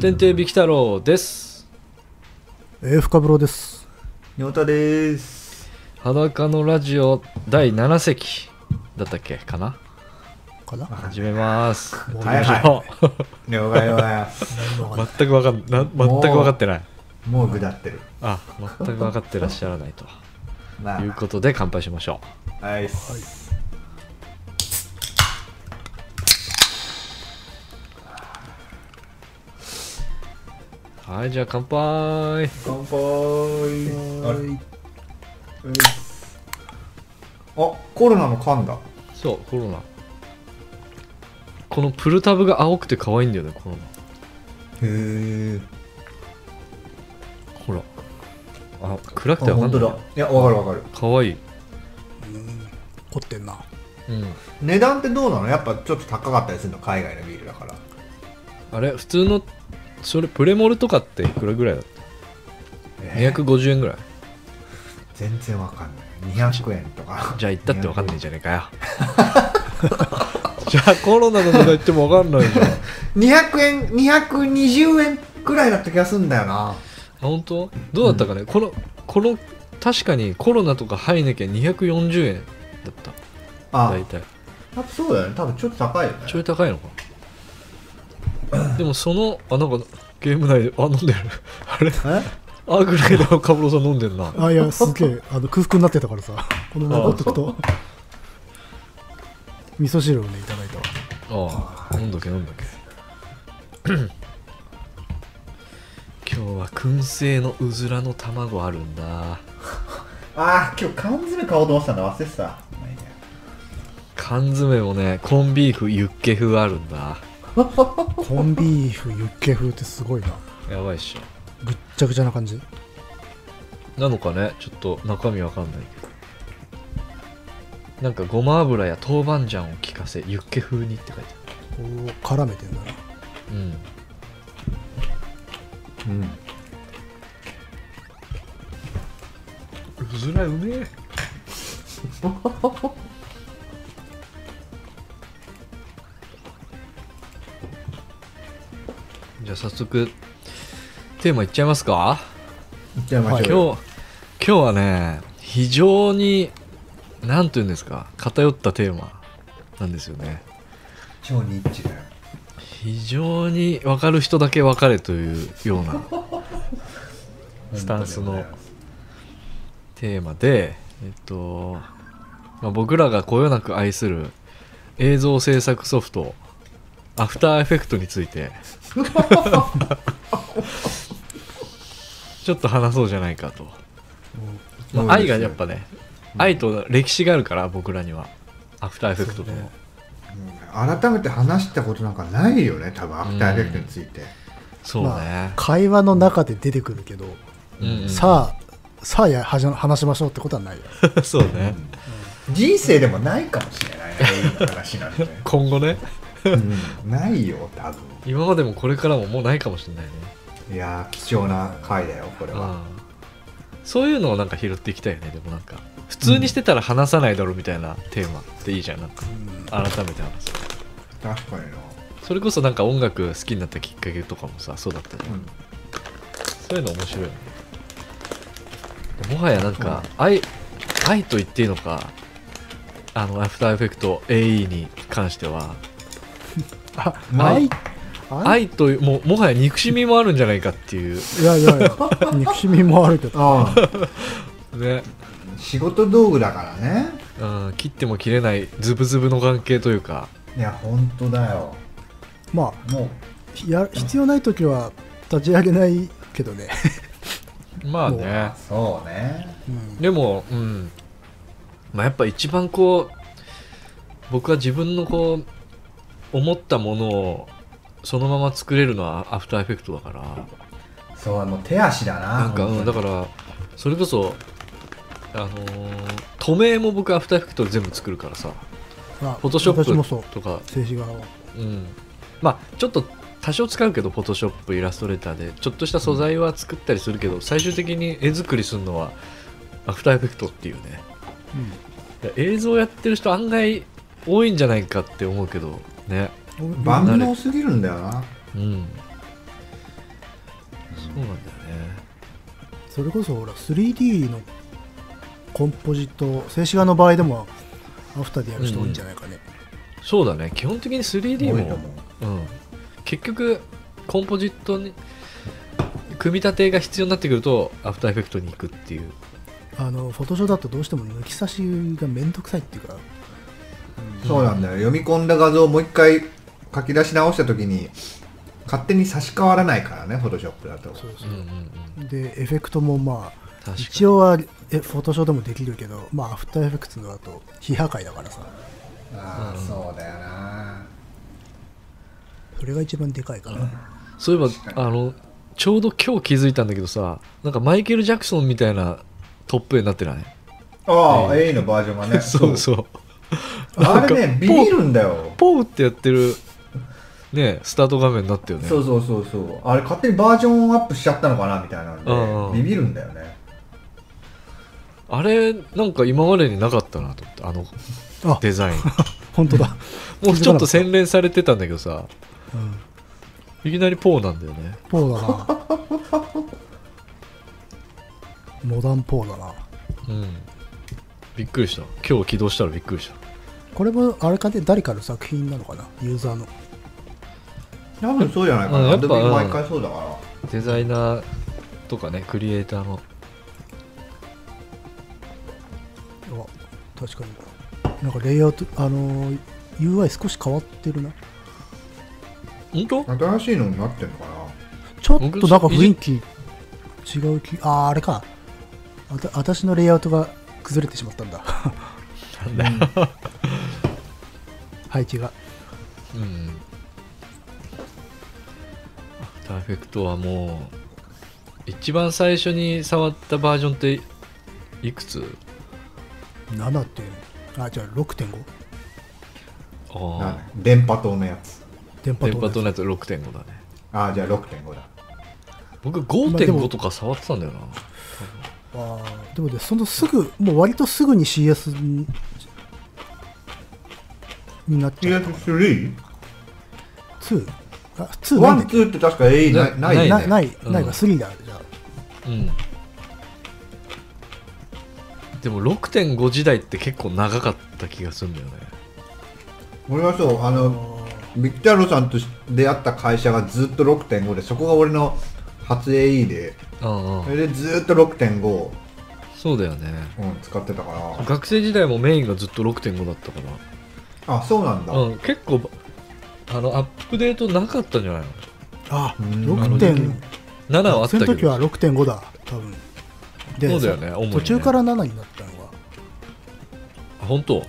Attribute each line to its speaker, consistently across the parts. Speaker 1: 天帝ビキ太郎です
Speaker 2: えー、深風呂です。
Speaker 3: にょうたです。
Speaker 1: 裸のラジオ第7席だったっけかな
Speaker 2: かな。
Speaker 1: 始めます
Speaker 3: はいは了解でございます。
Speaker 2: 何もわかんない
Speaker 1: 全く分かんな全く
Speaker 3: もう
Speaker 1: 分かってない
Speaker 3: もうぐだってる。
Speaker 1: あ全く分かってらっしゃらないと
Speaker 3: ま
Speaker 1: いうことで乾杯しましょ
Speaker 3: あ、はいっす。
Speaker 1: うはいじゃあ乾杯
Speaker 3: 乾杯。あれういっすあ、コロナの缶だ。
Speaker 1: そうコロナこのプルタブが青くて可愛いんだよねコロナ
Speaker 3: へえ。
Speaker 1: ほらあ暗くて
Speaker 3: あ、
Speaker 1: 分か
Speaker 3: 本
Speaker 1: んな
Speaker 3: 当
Speaker 1: い
Speaker 3: だ。いや、わかるわかる。
Speaker 1: 可愛い
Speaker 2: 凝ってんな。
Speaker 1: うん
Speaker 3: 値段ってどうなのやっぱちょっと高かったりするの海外のビールだから。
Speaker 1: あれ普通のそれプレモルとかっていくらぐらいだった
Speaker 3: えー
Speaker 1: 250円ぐらい
Speaker 3: 全然わかんない。200円とか。
Speaker 1: じゃあ行ったってわかんないじゃねえかよ じゃあコロナの値段言ってもわかんないじゃんあ
Speaker 3: 200円、220円くらいだった気がすんだよな。
Speaker 1: 本当どうだったかね、このこの確かにコロナとかハイネケン240円だった
Speaker 3: あ、
Speaker 1: 大体
Speaker 3: やっぱそうだよね。多分ちょっと高いよね。
Speaker 1: ちょい高いのか なでもそのあなんかゲーム内であ飲んでるあれ
Speaker 3: え
Speaker 1: あぐらいのカブロさん飲んでる な
Speaker 2: あ、いや、すげえ、あの空腹になってたからさ、このままほっとくと。味噌汁をね、いただいたわ。
Speaker 1: ああ飲んどけ 飲んどけ今日は燻製のうずらの卵あるんだ
Speaker 3: あー今日缶詰買おうと思ってたんだ忘れてたまあいいや
Speaker 1: 缶詰もねコンビーフユッケ風あるんだ
Speaker 2: コンビーフ、ユッケ風ってすごいな。
Speaker 1: やばいっし
Speaker 2: ぐっちゃぐちゃな感じ。
Speaker 1: ょなのかねちょっと中身わかんないけどなんかごま油や豆板醤を効かせユッケ風にって書いてあ
Speaker 2: おー絡めてんだな。
Speaker 1: るうんうずらうめ えじゃあ早速テーマいっちゃいますか
Speaker 3: 行っちゃいま
Speaker 2: は
Speaker 1: 今日
Speaker 2: い
Speaker 1: 今日はね非常に何と言うんですか偏ったテーマなんですよね
Speaker 3: 超ニッチだよ
Speaker 1: 非常に分かる人だけ分かれというようなスタンスのテーマで、えっとまあ、僕らがこよなく愛する映像制作ソフトアフターエフェクトについてちょっと話そうじゃないかと、まあ、愛がやっぱね愛と歴史があるから僕らにはアフターエフェクトとも
Speaker 3: うん改めて話したことなんかないよね多分アフターエフェクトについて、
Speaker 1: そうね、
Speaker 2: まあ、会話の中で出てくるけど、
Speaker 1: うんうん
Speaker 2: さあ、さあやはじゃ話しましょうってことはないよ。
Speaker 1: そうね
Speaker 3: 人生でもないかもしれないねいい話なんて、
Speaker 1: 今後ね
Speaker 3: うん、ないよ多分
Speaker 1: 今までもこれからももうないかもしれないね
Speaker 3: いやー貴重な回だよこれは
Speaker 1: あそういうのをなんか拾っていきたいよねでもなんか普通にしてたら話さないだろみたいなテーマっていいじゃんなんか改めて話す
Speaker 3: 確かにな、
Speaker 1: それこそなんか音楽好きになったきっかけとかもさそうだったじゃん
Speaker 3: うん、
Speaker 1: そういうの面白いよねでもはやなんか愛愛と言っていいのかあのアフターエフェクト AE に関しては
Speaker 2: あ、
Speaker 1: 愛
Speaker 2: 愛
Speaker 1: 愛というもうもはや憎しみもあるんじゃないかっていう
Speaker 2: いやいや いや、憎しみもあるけど。
Speaker 3: ああ
Speaker 1: ね
Speaker 3: 仕事道具だからね
Speaker 1: うん、切っても切れないズブズブの関係というか
Speaker 3: いや本当だよ
Speaker 2: まあ、
Speaker 3: もう
Speaker 2: や必要ない時は立ち上げないけどね、
Speaker 1: まあね
Speaker 3: そうね
Speaker 2: うん
Speaker 1: でもうんまあやっぱ一番こう僕は自分のこう思ったものをそのまま作れるのはアフターエフェクトだから
Speaker 3: そうもう手足だな
Speaker 1: なんか、うん、だか
Speaker 3: ら
Speaker 1: らそれこそあのー透明も僕アフターエフェクトで全部作るからさ
Speaker 2: まあ、
Speaker 1: フォトショ
Speaker 2: 私もそ
Speaker 1: ッ
Speaker 2: う
Speaker 1: プとか
Speaker 2: 静止画を
Speaker 1: うん、まあちょっと多少使うけどフォトショップイラストレーターでちょっとした素材は作ったりするけど、最終的に絵作りするのはアフターエフェクトっていうねいや映像やってる人案外多いんじゃないかって思うけどね
Speaker 2: うん
Speaker 3: 万能すぎるんだよな
Speaker 1: うんそうなんだよね
Speaker 2: それこそほら 3D のコンポジット静止画の場合でもアフターでやる人多いんじゃないかね、
Speaker 1: そうだね基本的に 3D
Speaker 3: 多いと
Speaker 1: も
Speaker 3: 思う
Speaker 1: うん、結局コンポジットに組み立てが必要になってくるとアフターエフェクトに行くっていう
Speaker 2: あのフォトショーだとどうしても抜き差しがめんどくさいっていうか
Speaker 3: そうなんだよ読み込んだ画像をもう一回書き出し直した時に勝手に差し替わらないからねフォトショップだと
Speaker 2: そうそ
Speaker 1: うんうん
Speaker 2: う、
Speaker 1: うん
Speaker 2: でエフェクトもまあ
Speaker 1: 確か
Speaker 2: 一応はえフォトショーでもできるけどまあアフターエフェクトだと非破壊だからさ
Speaker 3: ああそうだよな
Speaker 2: それが一番でかいから、
Speaker 1: そうい
Speaker 3: 確
Speaker 1: え
Speaker 3: か
Speaker 1: ばあのちょうど今日気づいたんだけどさなんかマイケル・ジャクソンみたいなトップ絵になってない、
Speaker 3: ああ A のバージョンが ね
Speaker 1: そうそう
Speaker 3: あれ
Speaker 1: な
Speaker 3: ね
Speaker 1: んか
Speaker 3: ビビるんだよ
Speaker 1: ポウってやってるねスタート画面になったよね
Speaker 3: そうそうそうそうあれ勝手にバージョンアップしちゃったのかなみたいなんで
Speaker 1: うんうん
Speaker 3: ビビるんだよね
Speaker 1: あれなんか今までになかったなと思ってあの
Speaker 2: あ
Speaker 1: デ ザイン
Speaker 2: 本当だ、
Speaker 1: もうちょっと洗練されてたんだけどさ
Speaker 2: うん、
Speaker 1: いきなりポウなんだよね
Speaker 2: ポーだ なモダンポーだな
Speaker 1: うんびっくりした今日起動したらびっくりした
Speaker 2: これもあれかで誰かの作品なのかなユーザーの
Speaker 3: 多分そうじゃないか
Speaker 1: うん
Speaker 3: な
Speaker 1: やっぱ
Speaker 3: でも毎回そうだから
Speaker 1: デザイナーとかねクリエイターの
Speaker 2: あ確かになんかレイアウトあのー UI 少し変わってるな
Speaker 1: 本当
Speaker 3: 新しいのになってんのかな
Speaker 2: ちょっとなんか雰囲気違う気あーあれかあた私のレイアウトが崩れてしまったんだ配置が
Speaker 1: うんパーフェクトはもう一番最初に触ったバージョンっていくつ
Speaker 2: 7点あじゃあ6.5
Speaker 1: ああ
Speaker 3: な電波塔のやつ
Speaker 2: 電波
Speaker 1: 電
Speaker 2: 塔
Speaker 1: 波
Speaker 2: です
Speaker 1: とのやつ6.5だね
Speaker 3: ああじゃあ6.5だ
Speaker 1: 僕
Speaker 2: まあでも
Speaker 1: 5.5とか触ってたんだよな、
Speaker 2: あーでもねそのすぐもう割とすぐに CS にになっちゃった
Speaker 3: PS3?
Speaker 2: 2あ2な
Speaker 3: ワ
Speaker 2: いんだ
Speaker 3: ン、
Speaker 2: っ
Speaker 3: ツーって確か A な
Speaker 1: ない
Speaker 3: ないよ
Speaker 2: け
Speaker 3: ね
Speaker 1: ー
Speaker 2: ないない
Speaker 1: うん
Speaker 2: ないが3だじゃあ
Speaker 1: うん、でも6.5時代って結構長かった気がするんだよね
Speaker 3: 俺はそうあのビクタロさんと出会った会社がずっと6.5でそこが俺の初 AE で
Speaker 1: うん
Speaker 3: そ
Speaker 1: うん
Speaker 3: れでずっと6.5を、
Speaker 1: そうだよね
Speaker 3: うん、使ってたから
Speaker 1: 学生時代もメインがずっと6.5だったか
Speaker 3: あそうなんだ、
Speaker 1: ら、うん、結構あのアップデートなかったんじゃないの
Speaker 2: あ
Speaker 3: うん
Speaker 2: 6点
Speaker 1: 7はあったけ
Speaker 2: その
Speaker 1: ど
Speaker 2: 時は6.5だ多分で
Speaker 1: そうだよね主にね
Speaker 2: 途中から7になったのは
Speaker 1: あ本当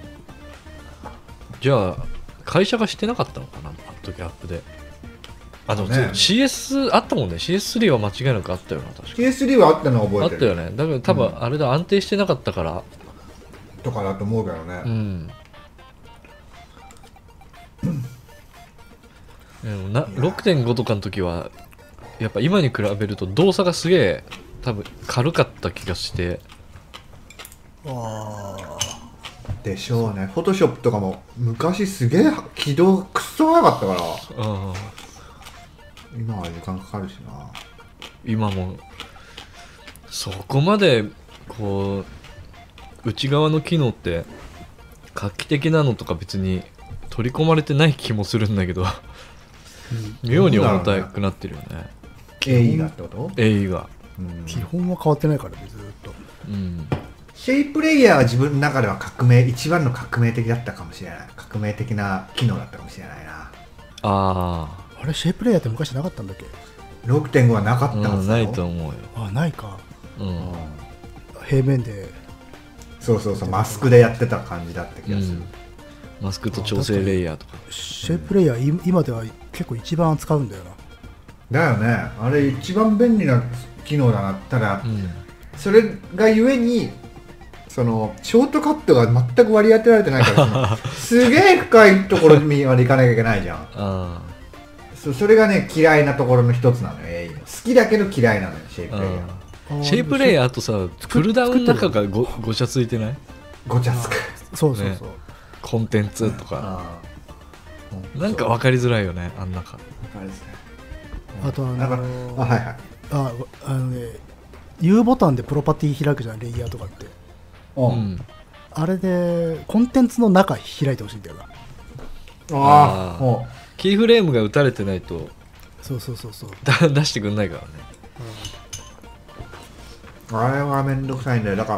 Speaker 1: じゃあ会社がしてなかったのかなあの時アップであでも、
Speaker 3: ね
Speaker 1: そう CS あったもんね CS3 は間違いなくあったよな確か
Speaker 3: PS3 はあったのは覚
Speaker 1: あ
Speaker 3: え
Speaker 1: ってた
Speaker 3: る
Speaker 1: よねだから多
Speaker 3: う
Speaker 1: 分
Speaker 3: ん
Speaker 1: あれだ安定してなかったから
Speaker 3: とかだと思うけどね、
Speaker 1: うん、でもない
Speaker 3: や
Speaker 1: 6.5とかの時はやっぱ今に比べると動作がすげえ多分軽かった気がして
Speaker 2: ああ
Speaker 3: でしょうねフォトショップとかも昔すげえ起動くっそ早かったから
Speaker 1: うん
Speaker 3: 今は時間かかるしな
Speaker 1: 今もそこまでこう内側の機能って画期的なのとか別に取り込まれてない気もするんだけど 妙に重たくなってるよね
Speaker 3: AE がってこと、
Speaker 1: AE が
Speaker 3: うん、
Speaker 2: 基本は変わってないからねずーっと
Speaker 1: うん
Speaker 3: シェイプレイヤーは自分の中では革命一番の革命的だったかもしれない革命的な機能だったかもしれないな
Speaker 1: あ
Speaker 2: あれシェイプレイヤーって昔なかったんだっけ
Speaker 3: 6.5はなか
Speaker 1: あ、
Speaker 3: ったは
Speaker 1: う
Speaker 3: ず
Speaker 1: ん、
Speaker 3: だ
Speaker 1: な
Speaker 3: よ
Speaker 1: いと思うよ、
Speaker 2: あないか
Speaker 1: うん
Speaker 2: 平面で
Speaker 3: そうそうそうマスクでやってた感じだった気
Speaker 1: う
Speaker 3: がする、
Speaker 1: ん、マスクと調整レイヤーとか
Speaker 2: シェイプレイヤーい今では結構一番扱うんだよな
Speaker 3: だよねあれ一番便利な機能だなったら、
Speaker 1: うん
Speaker 3: それがゆえにそのショートカットが全く割り当てられてない からそのすげえ深いところにまで行かなきゃいけないじゃん
Speaker 1: あ
Speaker 3: そそれがね嫌いなところの一つなのよ AE の好きだけど嫌いなのよシェイプ
Speaker 1: あ
Speaker 3: レイヤー
Speaker 1: ああシェイプレイヤーとさプルダウンの中がごごちゃついてない
Speaker 3: ごちゃつく
Speaker 2: そうそうそう、
Speaker 1: コンテンツとか
Speaker 3: あ
Speaker 1: なんか分かりづらいよねあん中
Speaker 3: あれですね
Speaker 2: あとあの
Speaker 3: だからあはいはい
Speaker 2: ああのね U ボタンでプロパティ開くじゃんレイヤーとかって
Speaker 3: う、
Speaker 1: うんん
Speaker 2: あれでコンテンツの中開いてほしいんだよな
Speaker 3: あ
Speaker 1: あーキーフレームが打たれてないと
Speaker 2: そうそうそうそう
Speaker 1: だ出してくんないからね
Speaker 3: ああれはめんどくさいんだよだか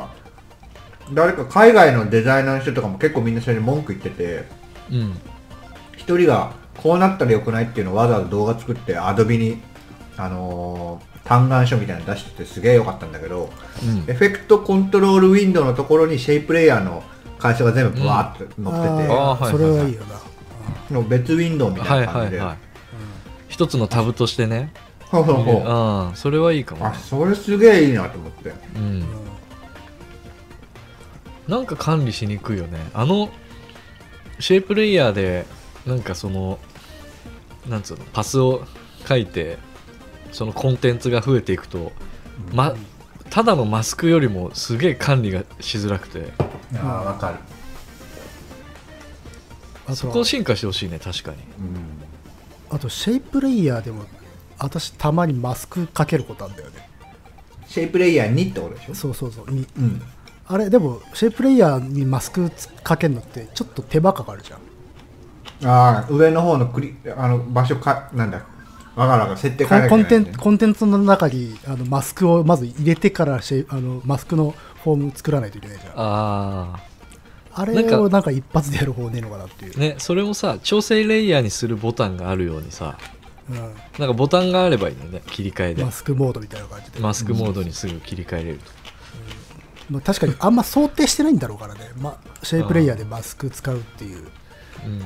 Speaker 3: ら誰か海外のデザイナーの人とかも結構みんなそれに文句言ってて
Speaker 1: うん
Speaker 3: 一人がこうなったらよくないっていうのをわざわざ動画作ってアドビにあのー嘆願書みたいなの出しててすげえ良かったんだけど、
Speaker 1: うん
Speaker 3: エフェクトコントロールウィンドウのところにシェイプレイヤーの会社が全部バーって載ってて、
Speaker 1: あ
Speaker 2: あ
Speaker 1: ーはい
Speaker 2: ーそれはいいよな、
Speaker 3: の別ウィンドウみた
Speaker 1: はいい
Speaker 3: な感
Speaker 1: は
Speaker 3: じ
Speaker 1: い
Speaker 3: で、
Speaker 1: はい一つのタブとしてね
Speaker 3: そうそうそう、
Speaker 1: うんそれはいいかも
Speaker 3: あ
Speaker 1: ね
Speaker 3: それすげえいいなと思って
Speaker 1: うん
Speaker 2: うんうん
Speaker 1: なんか管理しにくいよねあのシェイプレイヤーでなんかそのなんつうのパスを書いてそのコンテンツが増えていくと、ま、ただのマスクよりもすげえ管理がしづらくて
Speaker 3: ああわかる、
Speaker 2: あ
Speaker 1: そ
Speaker 2: と
Speaker 1: こを
Speaker 2: は
Speaker 1: 進化してほしいね確かに
Speaker 3: うん、
Speaker 2: あとシェイプレイヤーでも私たまにマスクかけることあるんだよね
Speaker 3: シェイプレイヤーにってことでしょ
Speaker 2: そうそうそうに
Speaker 3: うん
Speaker 2: あれでもシェイプレイヤーにマスクつかけるのってちょっと手間かかるじゃん
Speaker 3: ああ上の方のクリあの場所かなんだわからが設定変えなき
Speaker 2: コ
Speaker 3: ゃい
Speaker 2: ン
Speaker 3: け
Speaker 2: テン
Speaker 3: ないんだよね
Speaker 2: コンテンツの中にあのマスクをまず入れてからシェイあのマスクのフォーム作らないといけないじゃんあ
Speaker 1: あなん
Speaker 2: れ
Speaker 1: か
Speaker 2: をなんか一発でやる方ねえのかなっていう、
Speaker 1: あねそれもさ調整レイヤーにするボタンがあるようにさ
Speaker 2: う
Speaker 1: なんかボタンがあればいいのね切り替え
Speaker 2: ん、
Speaker 1: で
Speaker 2: マスクモードみたいな感じで、
Speaker 1: マスクモードにすぐ切り替えれると
Speaker 2: まあ、確かにあんま想定してないんだろうからね、まあ、シェイプレイヤーでマスク使うっていう
Speaker 1: うん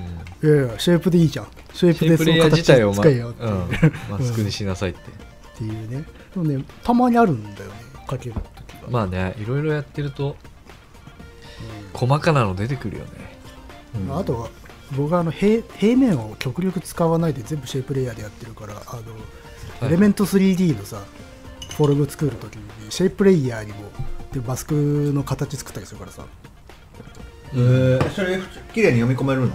Speaker 2: いやいやシェイプでいいじゃんシェイプ
Speaker 1: シェ
Speaker 2: で
Speaker 1: イプ
Speaker 2: そ
Speaker 1: レイ
Speaker 2: の
Speaker 1: ヤー
Speaker 2: 形
Speaker 1: 自体を、ま
Speaker 2: 使えよっていう,、
Speaker 1: うんマスクにしなさいって
Speaker 2: っていうねでもねたまにあるんだよねかける時は、
Speaker 1: まあねいろいろやってると細かなの出てくるよね
Speaker 2: うんあとは僕はあの平平面を極力使わないで全部シェイプレイヤーでやってるからあの、
Speaker 1: はい
Speaker 2: エレメント 3D のさフォルム作る時にシェイプレイヤーにもでマスクの形作ったりするからさ
Speaker 3: えー、それ普通綺麗に読み込めるの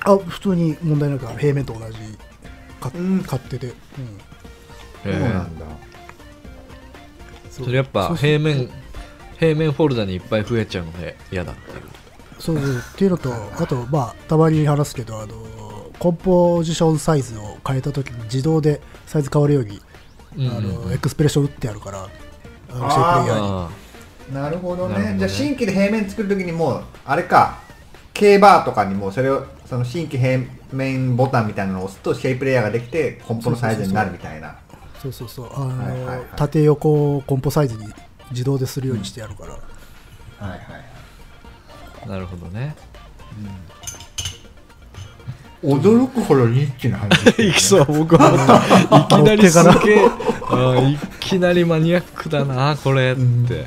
Speaker 2: あ普通に問題なくあの平面と同じか
Speaker 3: うん
Speaker 2: 買ってて、うん
Speaker 3: そうなんだ、
Speaker 1: それやっぱ平面平面フォルダにいっぱい増えちゃうので嫌だっていう
Speaker 2: そうそうっていうのとあとまあたまに話すけどあのコンポジションサイズを変えた時に自動でサイズ変わるように、
Speaker 1: うん
Speaker 2: あ
Speaker 1: うんう
Speaker 2: の
Speaker 1: ん
Speaker 2: エクスプレッション打ってあるからあの
Speaker 3: あー
Speaker 2: シェイプレイヤーに
Speaker 1: あ
Speaker 3: なるほどね
Speaker 1: なるほどね
Speaker 3: じゃあ新規で平面作るときにもうあれか K バーとかにもうそれをその新規平面ボタンみたいなのを押すとシェイプレイヤーができてコンポのサイズになるみたいな
Speaker 2: そうそうそうあの、
Speaker 3: はいはいはい
Speaker 2: 縦横をコンポサイズに自動でするようにしてやるから、
Speaker 3: はいはい
Speaker 1: あなるほどね
Speaker 3: 驚くほどニッチな話ですね、
Speaker 1: いきそう僕は 思ったいきなりすげえうんいきなりマニアックだなこれって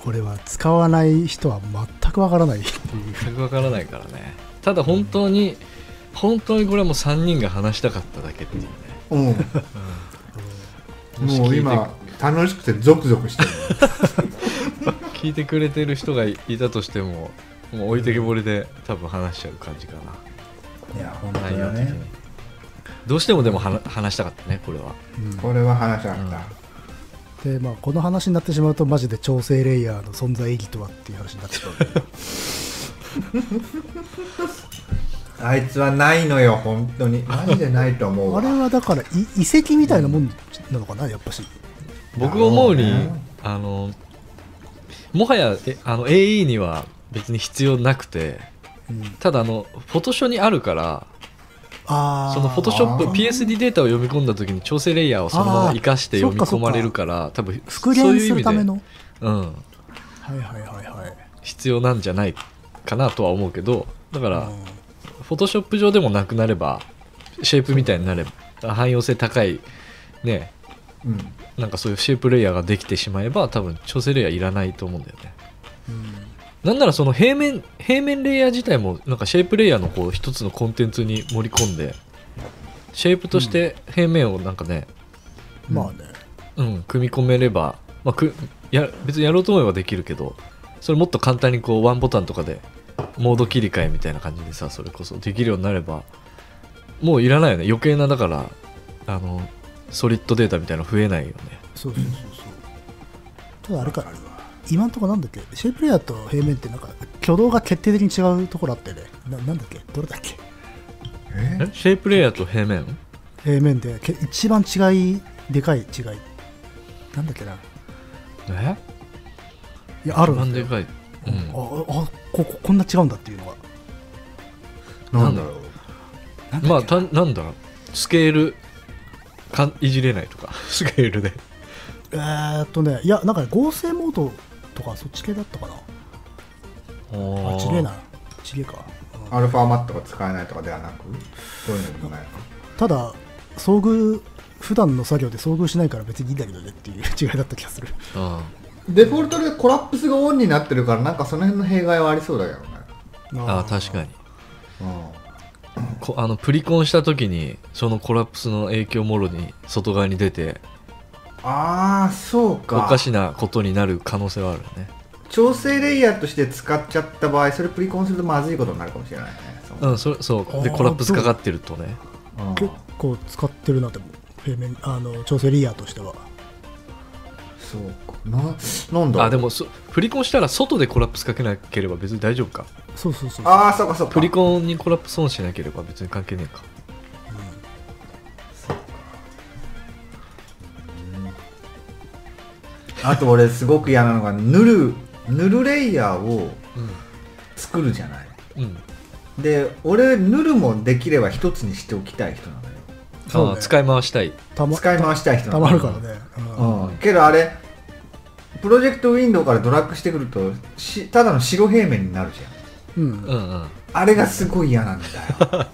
Speaker 2: これは使わない人は全くわからない
Speaker 1: 全くわからないからねただ本当に本当にこれはもう3人が話したかっただけっていうね
Speaker 3: うん、もう今楽しくてゾクゾクしてる
Speaker 1: 聞いてくれてる人がいたとしてももう置いてけぼりで多分話しちゃう感じか
Speaker 3: いや本
Speaker 1: な内容的に、どうしてもでもはな話したかったねこれは
Speaker 3: これは話があった、
Speaker 2: で、まあ、この話になってしまうとマジで調整レイヤーの存在意義とはっていう話になってしまう
Speaker 3: あいつはないのよ本当にマジでないと思うわ
Speaker 2: あれはだからい遺跡みたいなもんなのかなやっぱし
Speaker 1: 僕思うに、
Speaker 3: なるほどね
Speaker 1: あのもはやえあの AE には別に必要なくて
Speaker 2: うん
Speaker 1: ただあのフォトショにあるから
Speaker 2: ああ
Speaker 1: そのフォトショップ
Speaker 3: あー
Speaker 1: PSD データを読み込んだ時に調整レイヤーをそのまま活かして
Speaker 2: あーそっ
Speaker 1: 読み
Speaker 2: か
Speaker 1: 込まれるから多分
Speaker 2: 復元するための
Speaker 1: そういう意味で、うん、
Speaker 2: はいはいはいはい
Speaker 1: 必要なんじゃないかなとは思うけどだから、
Speaker 2: うん
Speaker 1: フォトショップ上でもなくなればシェイプみたいになれば汎用性高いね
Speaker 3: うん
Speaker 1: なんかそういうシェイプレイヤーができてしまえば多分調整レイヤーいらないと思うんだよねなんならその平面平面レイヤー自体もなんかシェイプレイヤーのこう一つのコンテンツに盛り込んでシェイプとして平面をなんかね、
Speaker 2: うんまあね
Speaker 1: うん組み込めれば、まあ、くや別にやろうと思えばできるけどそれもっと簡単にこうワンボタンとかでモード切り替えみたいな感じでさそれこそできるようになればもういらないよね余計なだからあのソリッドデータみたいなの増えないよね
Speaker 2: そうそうそうそうただあれかな今のところなんだっけシェイプレイヤーと平面ってなんか挙動が決定的に違うところあったよねななんだっけどれだっけ
Speaker 3: え
Speaker 1: えシェイプレイヤーと平面
Speaker 2: 平面でけ一番違いでかい違いなんだっけな
Speaker 1: え
Speaker 2: いやあるん
Speaker 1: なん
Speaker 2: です
Speaker 1: で
Speaker 2: よ
Speaker 1: かい、うん
Speaker 2: ああこここんな違うんだっていうのが
Speaker 3: なんだろう
Speaker 2: なんだっけ
Speaker 1: まあたなんだろうスケールかんいじれないとか スケールで
Speaker 2: えーっとねいやなんかね合成モードとかそっち系だったかなあちげえなちげえか、うん
Speaker 3: アルファマットが使えないとかではなくそういうのもないの
Speaker 2: ただ遭遇普段の作業で遭遇しないから別にいいんだけどねっていう 違いだった気がする
Speaker 1: あ
Speaker 3: デフォルトでコラップスがオンになってるからなんかその辺の弊害はありそうだけどね
Speaker 1: ああ確かに
Speaker 3: う
Speaker 1: こあのプリコンした時にそのコラプスの影響もろに外側に出て
Speaker 3: んああそう
Speaker 1: お
Speaker 3: か
Speaker 1: かしなことになる可能性はあるね
Speaker 3: 調整レイヤーとして使っちゃった場合それプリコンするとまずいことになるかもしれないねそう
Speaker 1: うんそそうで
Speaker 2: あー
Speaker 1: コラプスかかってるとね
Speaker 3: うん
Speaker 2: 結構使ってるなでも平面あの調整リーヤーとしては
Speaker 3: そうかななんだ
Speaker 1: あでもそプリコンしたら外でコラプスかけなければ別に大丈夫か
Speaker 2: そうそうそう
Speaker 3: ああそうかそうか
Speaker 1: プリコンにコラプスオンしなければ別に関係ねえか
Speaker 3: あと俺すごく嫌なのが塗る塗るレイヤーを作るじゃない
Speaker 1: うん、うん、
Speaker 3: で俺塗るもできれば一つにしておきたい人なのよ
Speaker 2: そうね
Speaker 1: あー使い回したい
Speaker 2: たま
Speaker 3: 使い回したい人
Speaker 2: た
Speaker 3: な
Speaker 2: ま
Speaker 3: の
Speaker 2: るからね、うん
Speaker 3: うん、けどあれプロジェクトウィンドウからドラッグしてくるとしただの白平面になるじゃん
Speaker 2: うん
Speaker 1: うんうん
Speaker 3: あれがすごい嫌なん だよ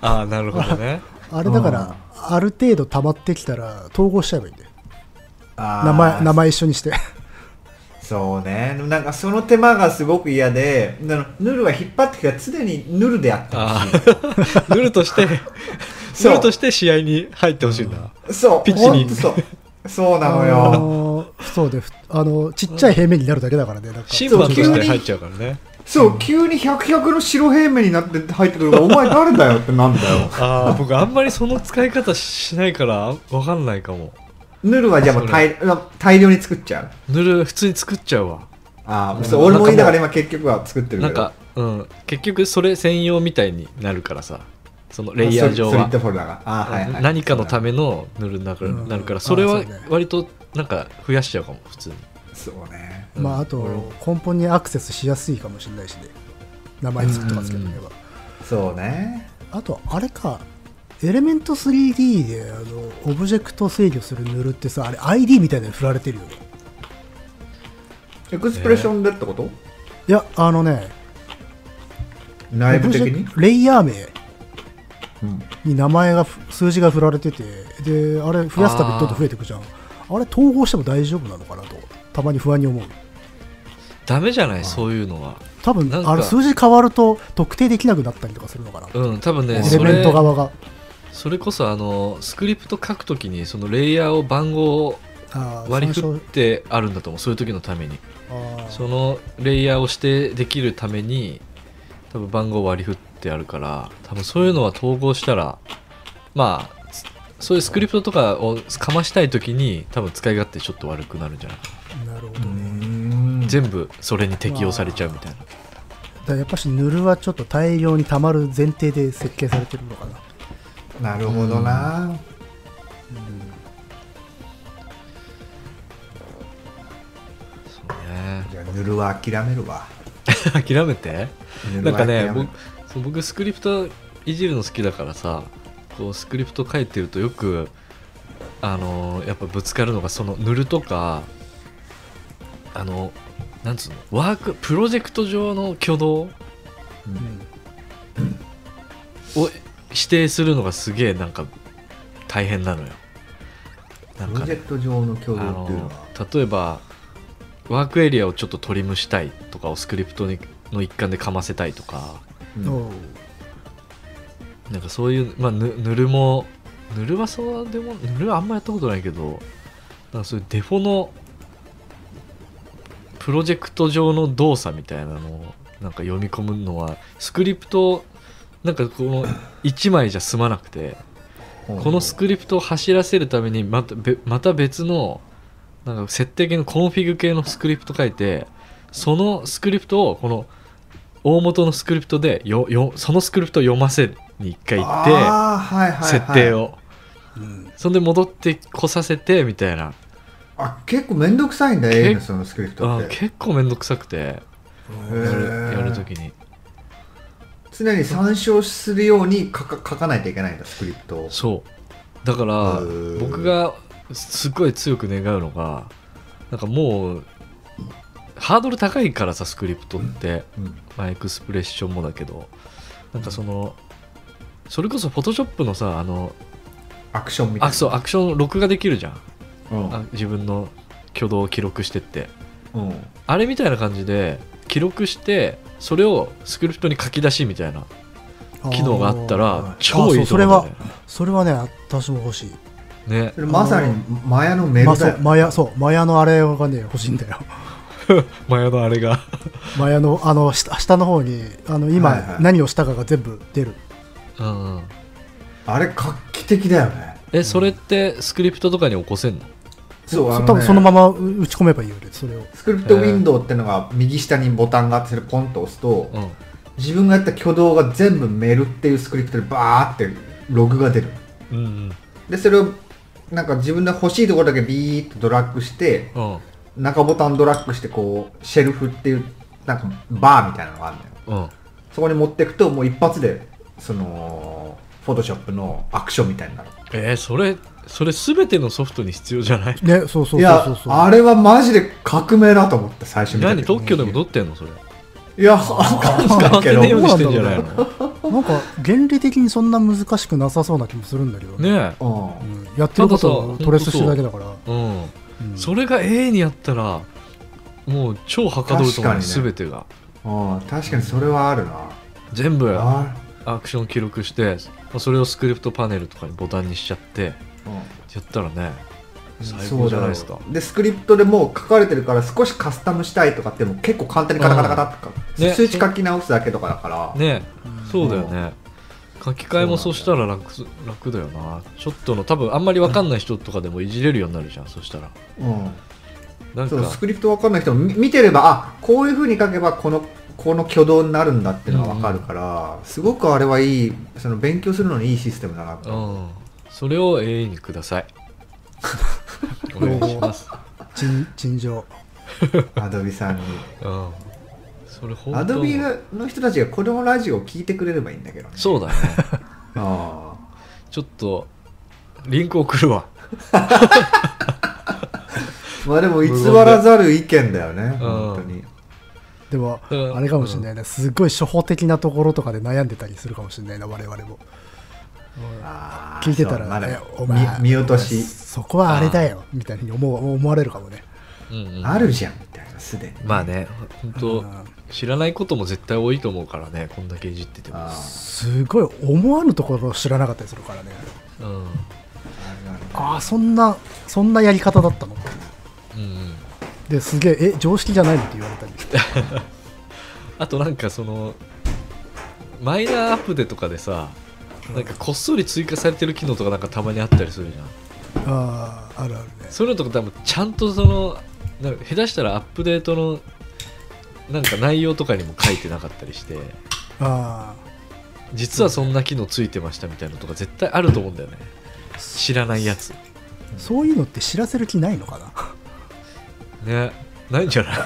Speaker 1: ああなるほどね
Speaker 2: あれだからある程度溜まってきたら統合しちゃえばいいんだよ
Speaker 3: あー
Speaker 2: 名前名前一緒にして
Speaker 3: そうねなんかその手間がすごく嫌であのヌルは引っ張ってきたら常にヌルでやってほ
Speaker 1: あ
Speaker 3: し
Speaker 1: あ塗るとして
Speaker 3: そう
Speaker 1: 塗るとして試合に入ってほしいんだ
Speaker 3: いそう
Speaker 1: ピッチに
Speaker 3: ほんとそうそうなの
Speaker 2: あ
Speaker 3: よ
Speaker 2: のそうでふあのちっちゃい平面になるだけだからねなんか
Speaker 1: 審判とし
Speaker 3: そう急
Speaker 1: て
Speaker 3: に
Speaker 1: 入っちゃうからね
Speaker 3: そう急に100-100の白平面になって入ってくるからお前誰だよってなんだよ
Speaker 1: ああ僕あんまりその使い方しないからあわかんないかも
Speaker 3: ヌルはじゃあもう大大量に作っちゃう
Speaker 1: 塗る普通に作っちゃうわ
Speaker 3: ああ、そう俺もいいだから今結局は作ってるけ
Speaker 1: な
Speaker 3: ど
Speaker 1: んか、うん、結局それ専用みたいになるからさそのレイヤー上
Speaker 3: ソリ
Speaker 1: は
Speaker 3: ッドフォルダがあー、はいはい、
Speaker 1: 何かのた
Speaker 3: め
Speaker 1: めの塗るなる
Speaker 2: うん
Speaker 1: なるからそれは
Speaker 2: あそうね
Speaker 1: 割となんか増やしちゃうかも普通に
Speaker 3: そうね
Speaker 2: まああと
Speaker 1: うん
Speaker 2: 根本にアクセスしやすいかもしれないしね名前作ってますけどね
Speaker 3: そうね
Speaker 2: あとあれかエレメント 3D であのオブジェクト制御する塗るってさあれ ID みたいなの振られてるよね
Speaker 3: エクスプレッションでってこと、
Speaker 2: いやあのね
Speaker 3: 内部的
Speaker 2: オブジ
Speaker 3: に
Speaker 2: ェクレイヤー名
Speaker 3: うん
Speaker 2: に名前がふ数字が振られててであれ増やすたびにどんどん増えていくじゃんあれ統合しても大丈夫なのかなとたまに不安に思う
Speaker 1: ダメじゃないそういうのは
Speaker 2: 多分
Speaker 1: なんか
Speaker 2: あれ数字変わると特定できなくなったりとかするのかな
Speaker 1: うん多分ね
Speaker 2: エレ
Speaker 1: そ
Speaker 2: メン
Speaker 1: れ
Speaker 2: ト側が
Speaker 1: それこそあのスクリプト書くときにそのレイヤーを番号を
Speaker 2: あー
Speaker 1: 割り
Speaker 2: 参
Speaker 1: 振
Speaker 2: 照
Speaker 1: ってあるんだと思うそういう時のために
Speaker 2: あー
Speaker 1: そのレイヤーを指定できるために多分番号を割り振ってあるから多分そういうのは統合したらまあつそういうスクリプトとかをかましたい時に多分使い勝手ちょっと悪くなるんじゃない
Speaker 2: なるほどね、
Speaker 1: 全部それに適用されちゃうみたいな
Speaker 2: だからやっぱし塗るはちょっと大量にたまる前提で設計されてるのかな
Speaker 3: なるほどな
Speaker 1: ね
Speaker 3: じゃあ塗るは諦めるわ
Speaker 1: 諦めてな
Speaker 3: 塗る
Speaker 1: ん
Speaker 3: は
Speaker 1: か
Speaker 3: 諦める
Speaker 1: ね僕そう僕スクリプトいじるの好きだからさこうスクリプト書いてるとよくあのーやっぱぶつかるのがその塗るとかあのなんつうのワークプロジェクト上の挙動を指定するのがすげえなんか大変なのよ。なん
Speaker 3: プロ
Speaker 1: か
Speaker 3: ジ
Speaker 1: ね
Speaker 3: ェクト上の共
Speaker 1: あ
Speaker 3: 同っていうの
Speaker 1: の
Speaker 3: は
Speaker 1: 例えばワークエリアをちょっとトリムしたいとかをスクリプトにの一環でかませたいとか
Speaker 3: うん
Speaker 2: おう
Speaker 1: なんかそういう、まあ、ぬぬるも、ぬるはそうでも、ぬるはあんまやったことないけど、なんかそういうデフォのプロジェクト上の動作みたいなのをなんか読み込むのは、スクリプト、なんかこの1枚じゃ済まなくて、
Speaker 3: うん
Speaker 1: このスクリプトを走らせるためにまたべまた別のなんか設定系のコンフィグ系のスクリプト書いてそのスクリプトをこの大元のスクリプトでよよそのスクリプトを読ませに一回行っ
Speaker 3: あーはいはいは
Speaker 1: て
Speaker 3: い
Speaker 1: 設定を、
Speaker 2: うん、
Speaker 1: そんで戻ってこさせてみたいな
Speaker 3: あ結構めんどくさいんだ
Speaker 1: け
Speaker 3: A のそのスクリプト
Speaker 1: あ
Speaker 3: っ
Speaker 1: ー
Speaker 3: て
Speaker 1: 結構面倒くさくて
Speaker 3: へ
Speaker 1: やるや
Speaker 3: ー
Speaker 1: るときに
Speaker 3: 常に参照するように書か書かないといけないんだスクリプトを
Speaker 1: そうだから
Speaker 3: ー
Speaker 1: 僕がすっごい強く願うのがなんかもうハードル高いからさスクリプトって、
Speaker 3: うん
Speaker 1: まあ、エクスプレッションもだけどなんかそのそれこそフォトショップのさあの
Speaker 3: アクションみた
Speaker 1: あ
Speaker 3: いな
Speaker 1: そうアクション録画できるじゃん
Speaker 3: うん
Speaker 1: あ自分の挙動を記録してって
Speaker 3: うん
Speaker 1: あれみたいな感じで記録してそれをスクリプトに書き出しみたいな機能があったら
Speaker 2: ー
Speaker 1: 超いいと思うんだよ
Speaker 2: あそれはね私も欲しい
Speaker 1: ねね
Speaker 3: それまさにマヤのメ
Speaker 2: まあ
Speaker 3: ルだ
Speaker 2: そ
Speaker 3: よ
Speaker 2: うマヤそうマヤのあれがね欲しいんだよ
Speaker 1: マヤのあれが
Speaker 2: マヤのあの下下の方にあの今、
Speaker 3: はいはい
Speaker 2: 何をしたかが全部出る
Speaker 1: うんうん
Speaker 3: あれ画期的だよね
Speaker 1: えそれってスクリプトとかに起こせんの
Speaker 3: そうあ
Speaker 2: そ
Speaker 3: の、ね、
Speaker 2: 多分そのままう打ち込めばいいよねそれを
Speaker 3: スクリプトウィンドウってのが右下にボタンがあってそれポンと押すと、
Speaker 1: うん
Speaker 3: 自分がやった挙動が全部メールっていうスクリプトでバーってログが出る
Speaker 1: うん
Speaker 3: でそれをなんか自分の欲しいところだけビーッとドラッグして
Speaker 1: うんうん
Speaker 3: 中ボタンドラッグしてこうシェルフっていうなんかバーみたいなのがあるんだよ
Speaker 1: うん
Speaker 3: そこに持っていくともう一発でそのフォトショップのアクションみたいになる
Speaker 1: えーそれそれ全てのソフトに必要じゃ ない
Speaker 2: ねそうそうそう
Speaker 3: いや
Speaker 2: そうそう
Speaker 3: あれはマジで革命だと思った最初見た時
Speaker 1: 何特許でも取ってんのそれ
Speaker 3: いやわかん
Speaker 1: 使
Speaker 3: ない
Speaker 1: わ
Speaker 3: け
Speaker 1: せ
Speaker 3: ど
Speaker 1: ねえようにしてんじゃないの
Speaker 2: なんか原理的にそんな難しくなさそうな気もするんだけどね
Speaker 1: ね
Speaker 3: う
Speaker 2: うんん、やってることをトレースしてるだけだから、
Speaker 1: えうん
Speaker 2: うん
Speaker 1: それが A にやったらもう超はかどると思う、
Speaker 3: 確かにね
Speaker 1: 全てが
Speaker 3: うん、確かにそれはあるな、
Speaker 1: 全部ア
Speaker 3: あ
Speaker 1: クション記録してまあそれをスクリプトパネルとかにボタンにしちゃって
Speaker 3: う
Speaker 1: やったらね
Speaker 3: ん
Speaker 1: 最
Speaker 3: そ
Speaker 1: 高
Speaker 3: う
Speaker 1: じゃ
Speaker 3: だ
Speaker 1: ないで
Speaker 3: ろ
Speaker 1: すか
Speaker 3: うでスクリプトでもう書かれてるから少しカスタムしたいとかってもう結構簡単にカタカタカタってか、
Speaker 1: うんね
Speaker 3: 数値書き直すだけとかだから、
Speaker 1: ね
Speaker 2: うん
Speaker 1: そうだよね書き換えもそしたら楽す楽だよなちょっとの多分あんまり分かんない人とかでもいじれるようになるじゃん、そしたら
Speaker 3: う
Speaker 1: なん
Speaker 3: ん、
Speaker 1: か
Speaker 3: そうスクリプトわかんない人もみ見てればあこういうふうに書けばこのこの挙動になるんだっていうのがわかるから、すごくあれはいいその勉強するのにいいシステムだな
Speaker 1: う
Speaker 3: と、
Speaker 1: んそれを A にください お願いします
Speaker 2: 陳陳情
Speaker 3: アドビさんに
Speaker 1: うんそれ本当
Speaker 3: アドビの人たちがこのラジオを聞いてくれればいいんだけどね
Speaker 1: そうだね
Speaker 3: ああ
Speaker 1: ちょっとリンク送るわ
Speaker 3: まあでも偽らざる意見だよね、本当に。
Speaker 2: でも、
Speaker 1: うん
Speaker 2: あれかもしれないね、すごい初歩的なところとかで悩んでたりするかもしれないな我々も
Speaker 3: あー
Speaker 2: 聞いてた
Speaker 3: そうま
Speaker 2: ら、
Speaker 3: だ
Speaker 2: ねお前
Speaker 3: 見見落とし
Speaker 2: お前そこはあれだよみたいに思う思われるかもね
Speaker 1: うんうん
Speaker 3: あるじゃんみたいな、すでに。
Speaker 1: まあね本当知らないことも絶対多いと思うからねこんだけいじってても
Speaker 3: あ
Speaker 2: すごい思わぬところを知らなかったりするからね
Speaker 1: うんうん
Speaker 2: ああそんなそんなやり方だったの
Speaker 1: うん
Speaker 2: ですげええ常識じゃないのって言われ たり
Speaker 1: あとなんかそのマイナーアップデとかでさなんかこっそり追加されてる機能とかなんかたまにあったりするじゃん
Speaker 2: あああるあるね
Speaker 1: そういうのとか多分ちゃんとそのなんか下手したらアップデートのなんか内容とかにも書いてなかったりして
Speaker 2: あ
Speaker 1: 実はそんな機能ついてましたみたいなのとか絶対あると思うんだよね
Speaker 2: あ
Speaker 1: 知らないやつ
Speaker 2: そういうのって知らせる気ないのかな
Speaker 1: ねないんじゃない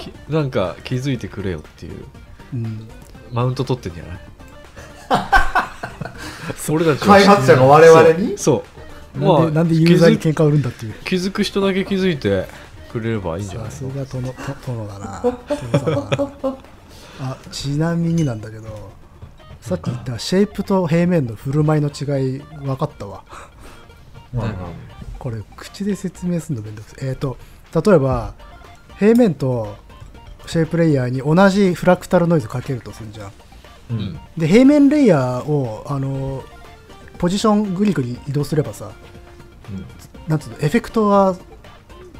Speaker 1: きなんか気づいてくれよっていう
Speaker 2: うん
Speaker 1: マウント取ってんじゃない俺たちは
Speaker 3: 開発者が我々に
Speaker 1: そうそう
Speaker 2: なんでなんでユーザーに喧嘩売るんだっていう
Speaker 1: 気づく人だけ気づいてくれればいいんじゃな
Speaker 2: さ
Speaker 1: い
Speaker 2: すが殿と殿だな殿様だなあちなみになんだけどさっき言ったシェイプと平面の振る舞いの違い分かったわこれ口で説明するのめんどくさいえっ、と例えば平面とシェイプレイヤーに同じフラクタルノイズかけるとするじゃん
Speaker 3: う
Speaker 1: うん
Speaker 3: ん
Speaker 2: で平面レイヤーをあのポジショングリグリ移動すればさなんつうのエフェクトは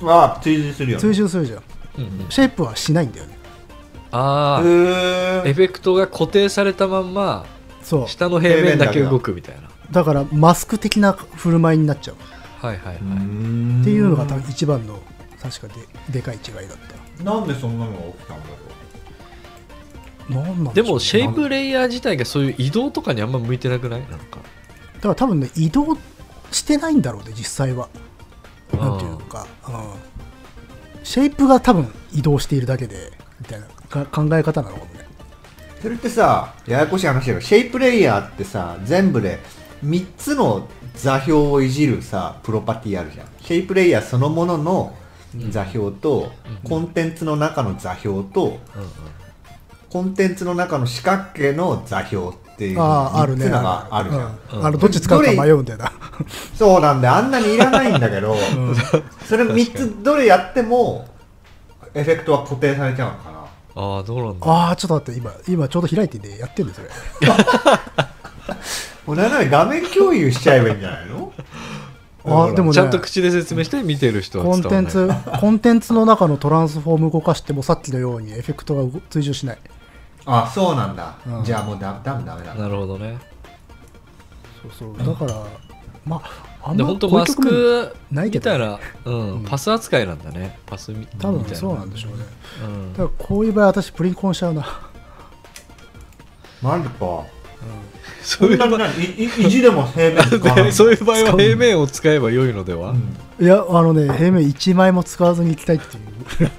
Speaker 3: は追随するよ
Speaker 2: 追従するじゃん
Speaker 1: うんうん
Speaker 2: シェイプはしないんだよね
Speaker 1: ああ
Speaker 3: へ
Speaker 1: エフェクトが固定されたまんま
Speaker 2: そう
Speaker 1: 下の平面だけ動くみたいな
Speaker 2: だからマスク的な振る舞いになっちゃう
Speaker 1: はいはいはい、
Speaker 3: ん
Speaker 2: っていうのが多分一番の確かででかい違いだった
Speaker 3: なんでそんなのが起きたんだろ
Speaker 2: なんなんしょう
Speaker 1: でもシェイプレイヤー自体がそういう移動とかにあんま向いてなくないなんか
Speaker 2: だから多分ね移動してないんだろうね実際は
Speaker 1: あー
Speaker 2: なんていうか、うんシェイプが多分移動しているだけでみたいなか考え方なのかもね
Speaker 3: うそれってさややこしい話だけどシェイプレイヤーってさ全部で3つの座標をいじるさプロパティあるじゃんシェイプレイヤーそのものの座標と、コンテンツの中の座標と
Speaker 1: うんうん
Speaker 3: コンテンツの中の四角形の座標っていう
Speaker 2: ああある
Speaker 3: 3
Speaker 2: ね
Speaker 3: つのがあるじゃん、
Speaker 2: う
Speaker 1: うんん
Speaker 2: あのどっち使うか迷うんだよな
Speaker 3: そうなんであんなにいらないんだけど、それ3つどれやってもエフェクトは固定されちゃうのかな
Speaker 1: ああどうなんだ
Speaker 2: ああちょっと待って今今ちょうど開いてねやってんだよそれ
Speaker 3: もうなんなら画面共有しちゃえばいいんじゃないの
Speaker 2: あーでもね
Speaker 1: ちゃんと口で説明して見てる人は
Speaker 2: コ
Speaker 1: 伝わ
Speaker 2: ン
Speaker 1: ら
Speaker 2: テ
Speaker 1: ない
Speaker 2: ンツコンテンツの中のトランスフォーム動かしてもさっきのようにエフェクトが動追従しない
Speaker 3: あそうなんだ、
Speaker 2: うん
Speaker 3: じゃあもうだ多分ダメだ
Speaker 1: なるほどね
Speaker 2: そうそうだからまああん
Speaker 1: で
Speaker 2: ま
Speaker 1: 本当
Speaker 2: こうい
Speaker 1: マ
Speaker 2: う
Speaker 1: ス
Speaker 2: 局面
Speaker 1: ク
Speaker 2: ないけ
Speaker 1: 見
Speaker 2: ど
Speaker 1: た
Speaker 2: ね
Speaker 1: ら、うん
Speaker 2: うん
Speaker 1: パス扱いなんだねパスみみた
Speaker 2: 多
Speaker 1: い
Speaker 2: 分そうなんでしょうね
Speaker 1: うん
Speaker 2: だからこういう場合私プリンコンしちゃうな
Speaker 3: マジか
Speaker 1: そういう
Speaker 3: こんなにいい意地でも平面とかな い
Speaker 1: そういう場合は平面を使えば良いのでは、
Speaker 2: いやあのね平面1枚も使わずに行きたいっていう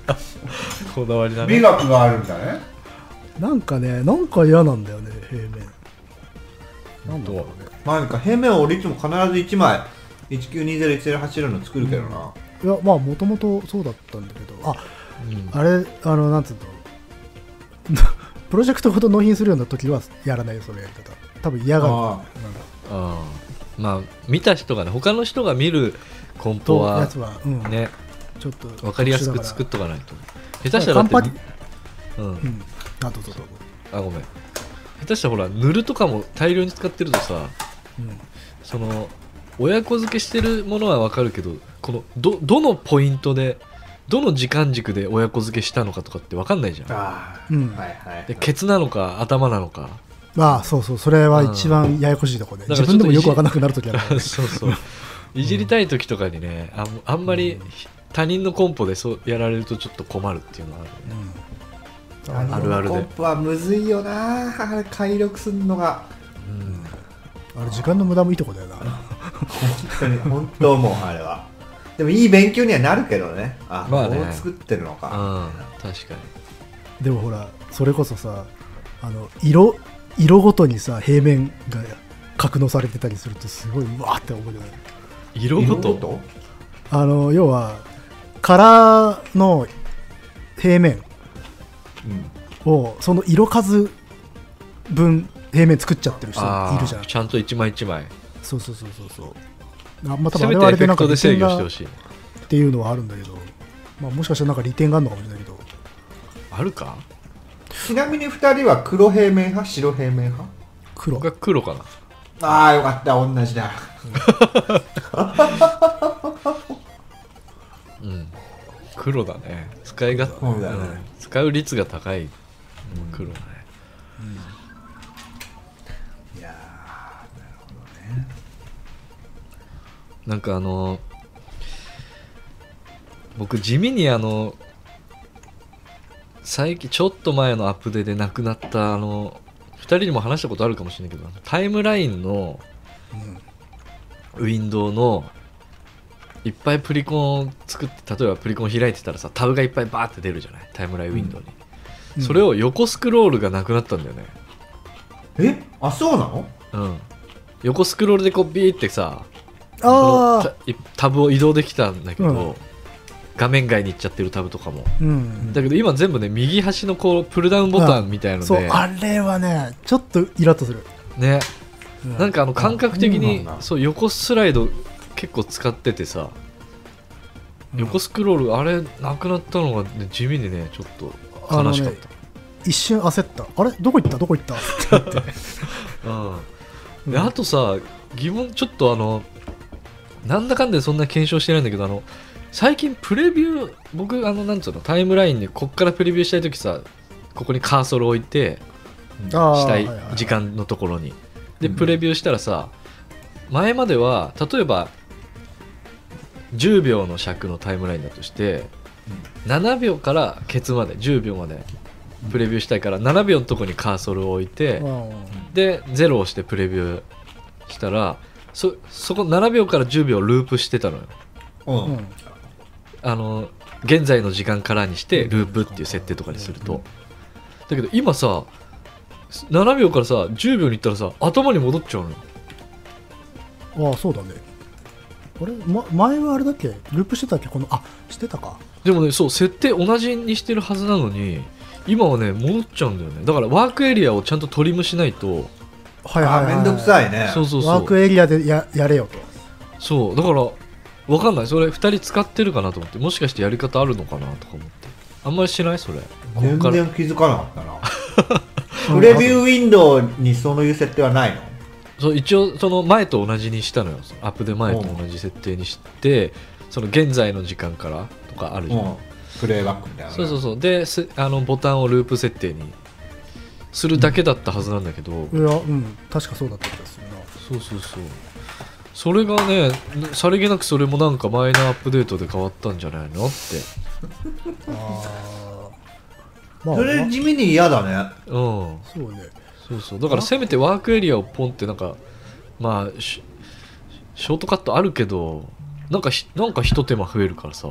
Speaker 1: こだわりだ
Speaker 3: 美
Speaker 1: ね
Speaker 3: 学があるんだね
Speaker 2: なんかねなんか嫌なんだよね平面
Speaker 1: なんだろうね
Speaker 3: マジか平面を俺いつも必ず1枚1920180の作るけどな、
Speaker 2: いやまあもともとそうだったんだけどあ
Speaker 1: うん
Speaker 2: あれあのなんつうの プロジェクトごと納品するような時はやらないよそのやり方多分嫌がる
Speaker 3: あ
Speaker 1: あーまあ見た人がね他の人が見るコンポ
Speaker 2: とや
Speaker 1: は
Speaker 2: つは、うん
Speaker 1: ね
Speaker 2: ちょっと
Speaker 1: 分かりやすく作っ
Speaker 2: 特
Speaker 1: とかないと
Speaker 2: 殊
Speaker 1: 下
Speaker 2: だ
Speaker 1: 手し
Speaker 2: か
Speaker 1: た
Speaker 2: ら
Speaker 1: ら
Speaker 2: カンパ
Speaker 1: だっ
Speaker 2: ニ
Speaker 1: てうん
Speaker 2: うんあどうぞどうぞ
Speaker 1: あごめん下手したらほら塗るとかも大量に使ってるとさ
Speaker 2: うん
Speaker 1: その親子付けしてるものは分かるけどこのどどのポイントでどの時間軸で親子付けしたのかとかって分かんないじゃん
Speaker 3: あ
Speaker 2: う
Speaker 3: ー
Speaker 2: ん
Speaker 3: はいはい、はい、
Speaker 1: でケツなのか頭なのか
Speaker 2: ああそうそうそれは一番ややこしいとこで、
Speaker 1: だから
Speaker 2: 自
Speaker 1: ちょっ
Speaker 2: 分で
Speaker 1: と
Speaker 2: もよく分からなくなるときある
Speaker 1: そうそういじりたい時とかにねあんあんまり他人のコンポでそうやられるとちょっと困るっていうのはあるよね
Speaker 2: うんあの
Speaker 1: あるあるで
Speaker 3: コンプはむずいよなあれ解読すんのが
Speaker 2: あれ時間の無駄もいいとこだよな
Speaker 3: 本当に本当もうあれはでもいい勉強にはなるけどねあ、
Speaker 1: まあね
Speaker 3: こう作ってるの
Speaker 1: うん
Speaker 3: か、
Speaker 1: 確かに
Speaker 2: でもほらそれこそさあの色色ごとにさ平面が格納されてたりするとすごいうわーって思うじゃない
Speaker 1: 色ごと
Speaker 3: と
Speaker 2: あの要はカラーの平面
Speaker 3: うん
Speaker 2: をその色数分平面作っちゃってる人
Speaker 1: あー
Speaker 2: いるじゃん
Speaker 1: ちゃんと一枚一枚
Speaker 2: そうそうそうそうそうあんまあ多
Speaker 1: せ
Speaker 2: 分
Speaker 1: めて
Speaker 2: あれはあ
Speaker 1: エ
Speaker 2: れ
Speaker 1: フ
Speaker 2: で
Speaker 1: ェ
Speaker 2: な
Speaker 1: クト
Speaker 2: んか
Speaker 1: で
Speaker 2: 利
Speaker 1: 制
Speaker 2: 点
Speaker 1: 御して
Speaker 2: が
Speaker 1: ほ
Speaker 2: っ
Speaker 1: しい
Speaker 2: ていうのはあるんだけど、まあ、もしかしたらなんか利点があるのかもしれないけど
Speaker 1: あるか
Speaker 3: ちなみに2人は黒平面派白平面派
Speaker 2: 黒
Speaker 1: 僕は黒かな
Speaker 3: ああよかった同じだ
Speaker 1: うん黒だね使いが
Speaker 3: そうだね
Speaker 1: ん使う率が高い黒だね、
Speaker 3: いや
Speaker 1: なんかあの僕地味にあの最近ちょっと前のアップデートで亡くなったあの2人にも話したことあるかもしれないけどあのタイムラインのウィンドウのいっぱいプリコン作って例えばプリコン開いてたらさタブがいっぱいバーって出るじゃないタイムラインウィンドウに、
Speaker 2: うん
Speaker 1: それを横スクロールがなくなったんだよね、
Speaker 3: ーえあそうなの
Speaker 1: うん、横スクロールでこうビーってさ
Speaker 2: ああ
Speaker 1: このタタブを移動できたんだけど、
Speaker 2: うん
Speaker 1: 画面外に行っちゃってるタブとかも
Speaker 2: うん
Speaker 1: だけど今全部ね右端のこうプルダウンボタンみたいの
Speaker 2: そう
Speaker 1: で、
Speaker 2: あれはねちょっとイラッとする、
Speaker 1: ね、
Speaker 2: うん
Speaker 1: なんかあの感覚的
Speaker 3: そう
Speaker 1: に
Speaker 3: なんだ
Speaker 1: そう横スライド結構使っててさ
Speaker 2: うん
Speaker 1: 横スクロールあれなくなったのがね、地味にねちょっと悲しかった、
Speaker 2: 一瞬焦ったあれどこ行ったどこ行ったって言って
Speaker 1: うん、であとさ疑問ちょっとあのなんだかんだでそんな検証してないんだけどあの最近プレビュー僕あのなんつうのタイムラインにこっからプレビューしたい時さここにカーソル置いて
Speaker 2: あー
Speaker 1: したい
Speaker 2: はいはいはい
Speaker 1: 時間のところにでプレビューしたらさ前までは例えば10秒の尺のタイムラインだとして7秒からケツまで10秒までプレビューしたいから7秒のとこにカーソルを置いて
Speaker 2: うん
Speaker 1: でゼロをしてプレビューしたらそそこ7秒から10秒ループしてたのよ
Speaker 3: うん
Speaker 2: うん
Speaker 1: あの現在の時間からにしてループっていう設定とかにするとだけど今さ7秒からさ10秒にいったらさ頭に戻っちゃうのよ
Speaker 2: ああそうだねこれ、ま、前はあれだっけループしてたっけこのあしてたか
Speaker 1: でもねそう設定同じにしてるはずなのに今はね戻っちゃうんだよねだからワークエリアをちゃんとトリムしないと
Speaker 2: はいはい
Speaker 3: あ
Speaker 2: はい
Speaker 3: めんどくさ
Speaker 2: い
Speaker 3: いね
Speaker 1: そうそうそ
Speaker 2: ワーク
Speaker 1: う
Speaker 2: エリアでややれよと
Speaker 1: そうだからわかんないそれ2人使ってるかなと思ってもしかしてやり方あるのかなとか思ってあんまりしないそれこっ
Speaker 3: 全
Speaker 1: から
Speaker 3: 然気づかなかったなプレビューウィンドウにそういう設定はないの
Speaker 1: そう一応その前と同じにしたのよアップで前と同じ設定にしてその現在の時間からとかあるじゃん、
Speaker 3: うんプレイバックみたいな
Speaker 1: そうそうそうですあのボタンをループ設定にするだけだったはずなんだけど、
Speaker 2: いやうん確かそうだった気がするな
Speaker 1: そうそうそうそれがねさりげなくそれもなんかマイナーアップデートで変わったんじゃないのって
Speaker 2: あーまあ
Speaker 3: それ地味に嫌だね
Speaker 1: うんそ
Speaker 2: そうね
Speaker 1: うそうだからせめてワークエリアをポンってなんかまあシショートカットあるけどなんかひなんかひと手間増えるからさ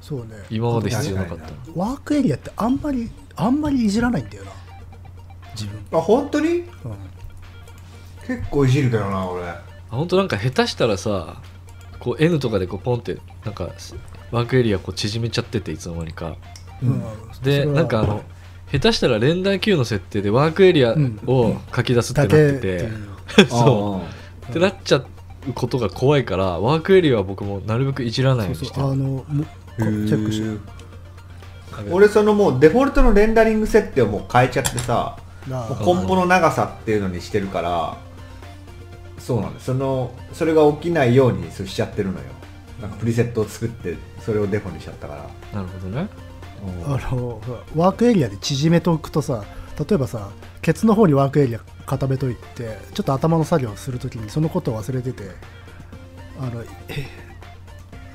Speaker 2: そうね
Speaker 1: 今まで必要なかった
Speaker 2: ワークエリアってあんまりあんまりいじらないんだよな自分、
Speaker 3: あ本当に
Speaker 2: うん
Speaker 3: 結構いじるけどな俺
Speaker 1: あ本当なんか下手したらさこう N とかでこうポンってなんかすワークエリアこう縮めちゃってていつの間にか
Speaker 3: うん
Speaker 1: でなんかあの下手したら連弾 Q の設定でワークエリア
Speaker 2: うん
Speaker 1: を書き出すってなっ
Speaker 2: だけ
Speaker 1: て
Speaker 2: って
Speaker 1: て、
Speaker 2: いう
Speaker 1: そううってなっちゃうことが怖いからワークエリアは僕もなるべくいじらないよ
Speaker 2: そうう
Speaker 1: にして
Speaker 2: そ
Speaker 1: る
Speaker 2: うあのもこチェックして
Speaker 3: 俺そのもうデフォルトのレンダリング設定をもう変えちゃってさ
Speaker 2: な
Speaker 3: もう
Speaker 2: あ
Speaker 3: コンポの長さっていうのにしてるからそうなんですそのそれが起きないようにそうしちゃってるのよなんかプリセットを作ってそれをデフォにしちゃったから
Speaker 1: なるほどね
Speaker 2: あのほらワークエリアで縮めておくとさ例えばさケツの方にワークエリア固めといてちょっと頭の作業をするときにそのことを忘れててあのえ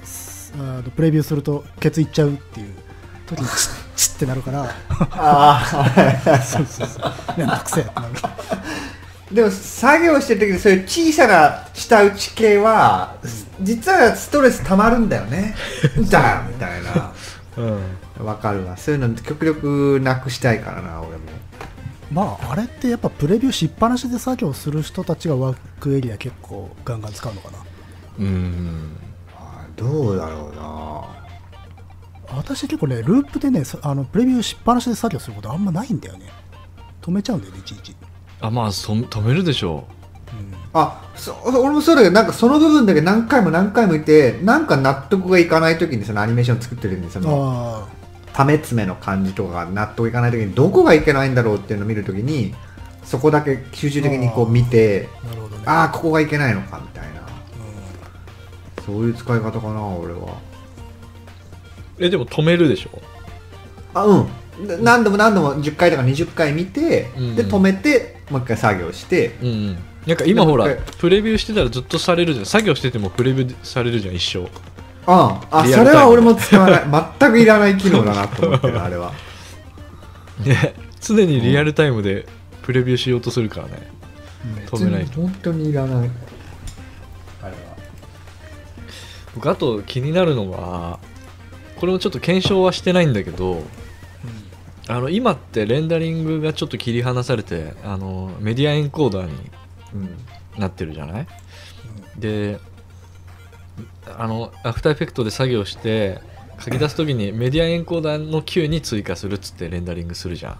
Speaker 2: すあのプレビューするとケツいっちゃうっていう時にチッチッってなるから
Speaker 3: ああ
Speaker 2: そうそうそうめんどくせえってなる
Speaker 3: でも作業してる時にそういう小さな下打ち系は実はストレス溜まるんだよねだみたいな
Speaker 1: うん
Speaker 3: わかるわそういうの極力なくしたいからな俺も
Speaker 2: まああれってやっぱプレビューしっぱなしで作業する人たちがワークエリア結構ガンガン使うのかな
Speaker 1: うん
Speaker 3: あーどうだろうな
Speaker 2: 私結構ねループでねそあのプレビューしっぱなしで作業することあんまないんだよね止めちゃうんだよねいちいち、
Speaker 1: あまあそ止めるでしょ
Speaker 3: あそ俺もそうだけどなんかその部分だけ何回も何回もいてなんか納得がいかない時にそのアニメーション作ってる時にその
Speaker 2: あ
Speaker 3: ためつめの感じとかが納得いかない時にどこがいけないんだろうっていうのを見る時にそこだけ集中的にこう見て
Speaker 2: あなるほどね
Speaker 3: ああここがいけないのかみたいな
Speaker 2: うん
Speaker 3: そういう使い方かな俺は
Speaker 1: うえでも止めるでしょ
Speaker 3: あうんで何度も何度も10回とか20回見て、
Speaker 1: うん
Speaker 3: で止めてもう一回作業して
Speaker 1: うんうんなんか今ほら
Speaker 3: なんか
Speaker 1: プレビューしてたらずっとされるじゃん作業しててもプレビューされるじゃん一生
Speaker 3: うんあそ
Speaker 1: リアルタイムで
Speaker 3: れは俺も使わない全くいらない機能だなと思ってるあれは
Speaker 1: ね常にリアルタイムでプレビューしようとするからね、 止めないと
Speaker 3: 本当にいらないあれは
Speaker 1: 僕あと気になるのがこれもちょっと検証はしてないんだけど、あの今ってレンダリングがちょっと切り離されてあのメディアエンコーダーに
Speaker 3: うん
Speaker 1: なってるじゃない、であのアフターエフェクトで作業して書き出す時にメディアエンコーダーの Q に追加するっつってレンダリングするじゃん、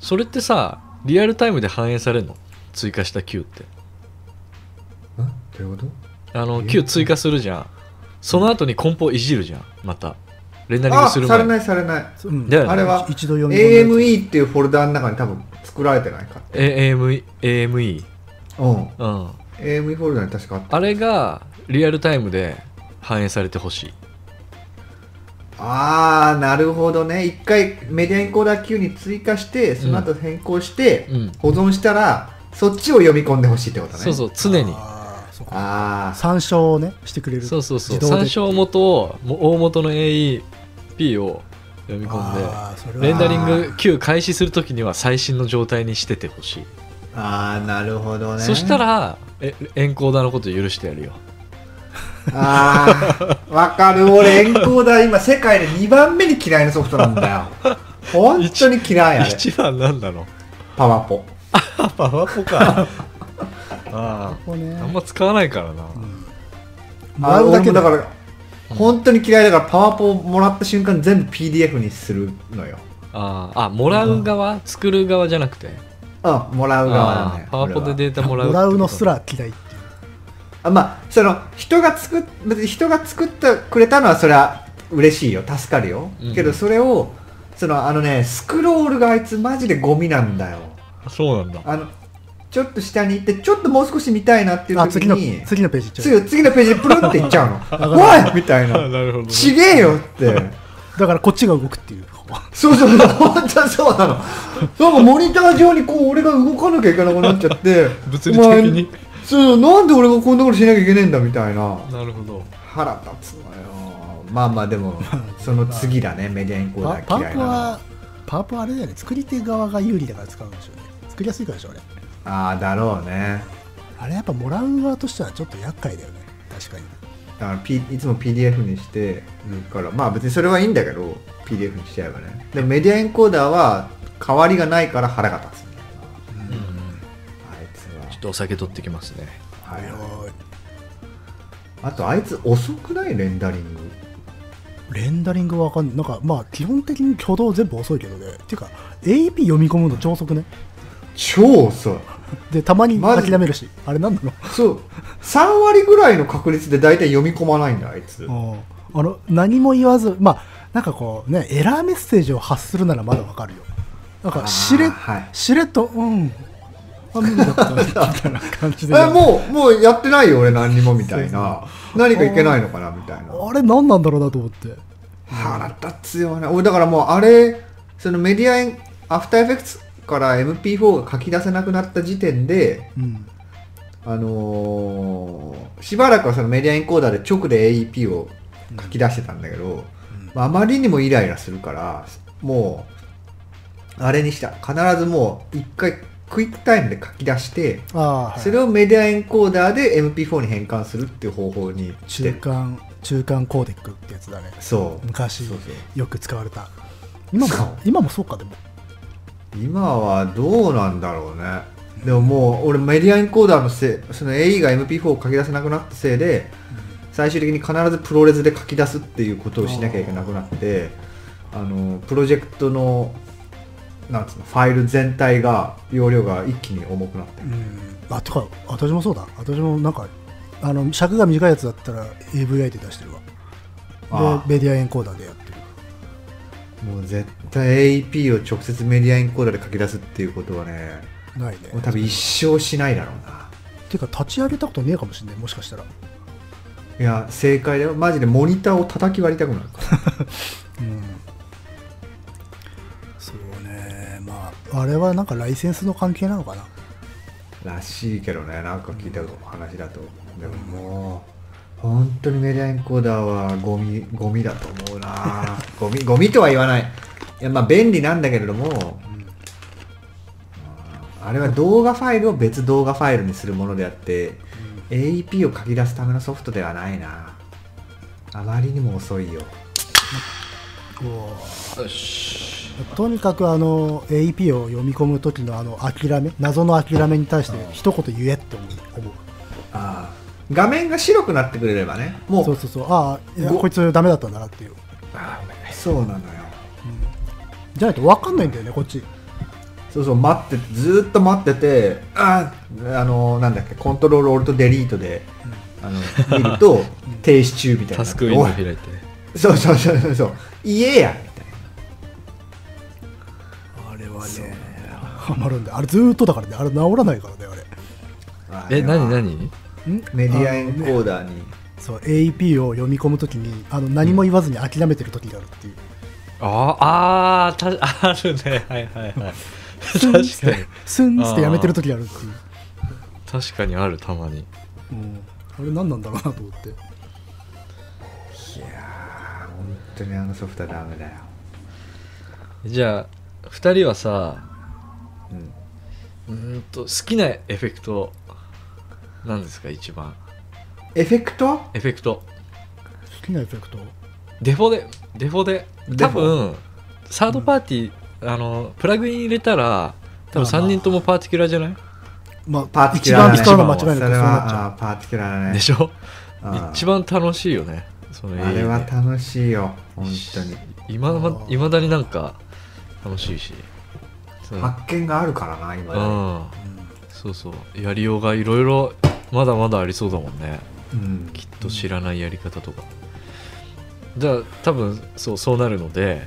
Speaker 1: それってさリアルタイムで反映されるの追加した Q って
Speaker 3: あどういうこと
Speaker 1: あの
Speaker 3: え
Speaker 1: Q 追加するじゃんその後に梱包いじるじゃんまたレンダリング
Speaker 3: あ
Speaker 1: する
Speaker 3: され
Speaker 1: 前
Speaker 3: な
Speaker 1: に
Speaker 3: いされない
Speaker 2: そううん
Speaker 1: だよね
Speaker 3: あれは
Speaker 2: 一度読み込んで
Speaker 3: AME っていうフォルダの中に多分作られてないか
Speaker 1: AME, AME
Speaker 3: うん
Speaker 1: うん、
Speaker 3: AME フォルダに確かあった
Speaker 1: あれがリアルタイムで反映されてほしい
Speaker 3: ああなるほどね一回メディアエンコーダー Q に追加してその後変更して
Speaker 1: うん
Speaker 3: 保存したら、そっちを読み込んでほしいってことね
Speaker 1: そうそう常に
Speaker 2: あーそうか
Speaker 3: ああ
Speaker 2: 参照をねしてくれる
Speaker 1: そうそうそう
Speaker 2: 自動で
Speaker 1: 参照元をも大元の AEP を読み込んで
Speaker 2: あーそれは
Speaker 1: レンダリング Q 開始するときには最新の状態にしててほしい、
Speaker 3: あーなるほどね
Speaker 1: そしたらえエンコーダーのこと許してやるよ
Speaker 3: ああわかる俺エンコーダー今世界で2番目に嫌いなソフトなんだ よ本当に嫌いあれ
Speaker 1: 一番なんだろう
Speaker 3: パワポ
Speaker 1: あパワポ かあ
Speaker 2: ここね
Speaker 1: ああんま使わないからな、
Speaker 3: あ
Speaker 2: もう
Speaker 3: れだけだか
Speaker 2: 俺も
Speaker 3: ら本当に嫌いだからパワポもらった瞬間全部 PDF にするのよ
Speaker 1: あーあもらう側、作る側じゃなくて
Speaker 3: うんもらう側なんだ
Speaker 1: あ
Speaker 3: よ
Speaker 1: ーパワポでデータもらうっ
Speaker 2: も
Speaker 1: てこ
Speaker 2: ら
Speaker 1: と
Speaker 2: うのすら嫌いっていう
Speaker 3: あまあその人が作っ別に人が作ってくれたのはそれは嬉しいよ助かるよ、
Speaker 1: うん
Speaker 3: けどそれをそのあのねスクロールがあいつマジでゴミなんだよ
Speaker 1: そうなんだ
Speaker 3: あのちょっと下に行ってちょっともう少し見たいなっていう
Speaker 2: あ
Speaker 3: 時
Speaker 2: 次の
Speaker 3: に
Speaker 2: 次のページいっちゃう
Speaker 3: 次次のページでプルンっていっちゃうの おいみたい
Speaker 1: あ
Speaker 3: な
Speaker 1: なるほどね、
Speaker 3: ちげえよって
Speaker 2: だからこっちが動くっていう
Speaker 3: そうそうそう本当そうなのなんかモニター上にこう俺が動かなきゃいけなくなっちゃって
Speaker 1: 物理的に
Speaker 3: お前そうなんで俺がこんなことしなきゃいけねえんだみたいな
Speaker 1: なるほど
Speaker 3: 腹立つのよまあまあで もその次だねメディアインコ
Speaker 2: パ
Speaker 3: ーダ
Speaker 2: パ
Speaker 3: ー
Speaker 2: ワ
Speaker 3: 嫌い
Speaker 2: ポ
Speaker 3: なの
Speaker 2: はパワポはあれだよね作り手側が有利だから使うんでしょうね作りやすいからでしょあれ
Speaker 3: ああだろうね
Speaker 2: あれやっぱもらう側としてはちょっと厄介だよね確かに
Speaker 3: だから、P、いつも PDF にしてるからまあ別にそれはいいんだけど PDF にしちゃえばねでもメディアエンコーダーは変わりがないから腹が立つんだよなあい
Speaker 1: ちょっ
Speaker 3: つ
Speaker 1: とお酒取ってきますね
Speaker 3: は、はい
Speaker 2: おい
Speaker 3: あとあいつ遅くないレンダリング
Speaker 2: レンダリングはわかんないなんかまあ基本的に挙動全部遅いけどねっていうか AEP 読み込むの超速ね
Speaker 3: 超遅
Speaker 2: でたまに
Speaker 3: マジ
Speaker 2: 諦めるしあれなんなの
Speaker 3: いそう3割ぐらいの確率で大体読み込まないんだあいつ
Speaker 2: うんあの何も言わずまあなんかこうねエラーメッセージを発するならまだわかるよなん
Speaker 3: あ
Speaker 2: か
Speaker 3: ー
Speaker 2: しれ,、
Speaker 3: はい
Speaker 2: しれっとうんあ無理だったみたいな感じで
Speaker 3: えもうもうやってないよ俺何にもみたいな何かいけないのかなみたいな
Speaker 2: あれ何なんだろうなと思って
Speaker 3: 腹立つよね俺だからもうあれそのメディアエンアフターエフェクツから MP4 が書き出せなくなった時点で
Speaker 2: うん
Speaker 3: あのーしばらくはそのメディアエンコーダーで直で AEP を書き出してたんだけど、まああまりにもイライラするからもうあれにした必ずもう一回クイックタイムで書き出して
Speaker 2: ああ、はい
Speaker 3: それをメディアエンコーダーで MP4 に変換するっていう方法にして
Speaker 2: 中
Speaker 3: る
Speaker 2: 間中間コーデックってやつだね
Speaker 3: そう
Speaker 2: 昔
Speaker 3: そうそう
Speaker 2: よく使われた今
Speaker 3: そ
Speaker 2: も
Speaker 3: う
Speaker 2: 今もそうかでも
Speaker 3: 今はどうなんだろうねでももう俺メディアエンコーダーのせいその AE が MP4 を書き出せなくなったせいで最終的に必ずプロレスで書き出すっていうことをしなきゃいけなくなってあのプロジェクトのなんつうのファイル全体が容量が一気に重くなってる
Speaker 2: あとか私もそうだ私もなんかあの尺が短いやつだったら AVI で出してるわ
Speaker 3: ああ
Speaker 2: でメディアエンコーダーでやってる
Speaker 3: もう絶対 AEP を直接メディアエンコーダーで書き出すっていうことはね
Speaker 2: ないね
Speaker 3: もう多分一生しないだろうな
Speaker 2: ていうか立ち上げたことねえかもしれないもしかしたら
Speaker 3: いや正解だよマジでモニターを叩き割りたくなる
Speaker 2: うんそうねまああれはなんかライセンスの関係なのかな
Speaker 3: らしいけどねなんか聞いた話だとでももう本当にメディアエンコーダーはゴミゴミだと思う なゴミゴミとは言わないいやまあ便利なんだけれども、あれは動画ファイルを別動画ファイルにするものであって、AEP を書き出すためのソフトではないなあまりにも遅いよ
Speaker 1: よし
Speaker 2: とにかくあの AEP を読み込む時のあの諦め謎の諦めに対して一言言えって思う思う
Speaker 3: ああ画面が白くなってくれればねもう
Speaker 2: そうそうそうああいや
Speaker 3: ご
Speaker 2: こいつダメだったんだなっていう
Speaker 3: ああそうなのよ
Speaker 2: じゃないと分かんないんだよねこっち
Speaker 3: そうそう待ってずーっと待っててあーあのーなんだっけコントロールオルトデリートで、あの見ると停止中みたいな
Speaker 1: タスクウィンドウ
Speaker 3: おい
Speaker 1: 開いて
Speaker 3: そうそうそうそうそう言えやみたい
Speaker 2: あれはねハマるんだよあれずーっとだからねあれ治らないからねあれ
Speaker 3: なあれ
Speaker 1: え
Speaker 3: は
Speaker 1: 何何
Speaker 2: ん
Speaker 3: メディアエンコーダーに
Speaker 2: そう AEP を読み込むときにあの何も言わずに諦めてるときがあるっていう、
Speaker 1: あーあーたあ るねはいはいはい確かに
Speaker 2: スンってスンってやめてるときがあるっていう、
Speaker 1: 確かにあるたまに
Speaker 2: うん、あれ何なんだろうなと思って
Speaker 3: あ本当にあのソフトはダメだよ、
Speaker 1: じゃあ2人はさ
Speaker 3: うん、
Speaker 1: うーんと好きなエフェクトなんですか一番
Speaker 3: エフェクト
Speaker 1: エフェクト
Speaker 2: 好きなエフェクト
Speaker 1: デフォでデフォで
Speaker 3: デ
Speaker 1: 多
Speaker 3: フォ
Speaker 1: 分サードパーティー、あのプラグイン入れたら多分3人ともパーティキュラーじゃない、
Speaker 2: まあ、
Speaker 3: パーティキ
Speaker 2: 一
Speaker 3: ュ
Speaker 2: 番
Speaker 3: ラーだね
Speaker 2: 使うの間違いなく
Speaker 3: そ
Speaker 2: そう
Speaker 3: れ
Speaker 2: なっち
Speaker 3: は
Speaker 2: ゃ
Speaker 3: あーパーティキュラーだ
Speaker 1: で
Speaker 3: ね
Speaker 1: しょ
Speaker 3: うん
Speaker 1: 一番楽しいよねその
Speaker 3: あれは
Speaker 1: 永遠で
Speaker 3: 楽しいよ本当に
Speaker 1: 今
Speaker 2: あ
Speaker 1: ま
Speaker 2: ー
Speaker 1: 未だになんか楽しいし、そう
Speaker 3: 発見があるからな今ね
Speaker 1: うんそうそうやりようがいろいろまだまだありそうだもんね
Speaker 3: うん
Speaker 1: きっと知らないやり方とか、じゃあ多分そうそうなるので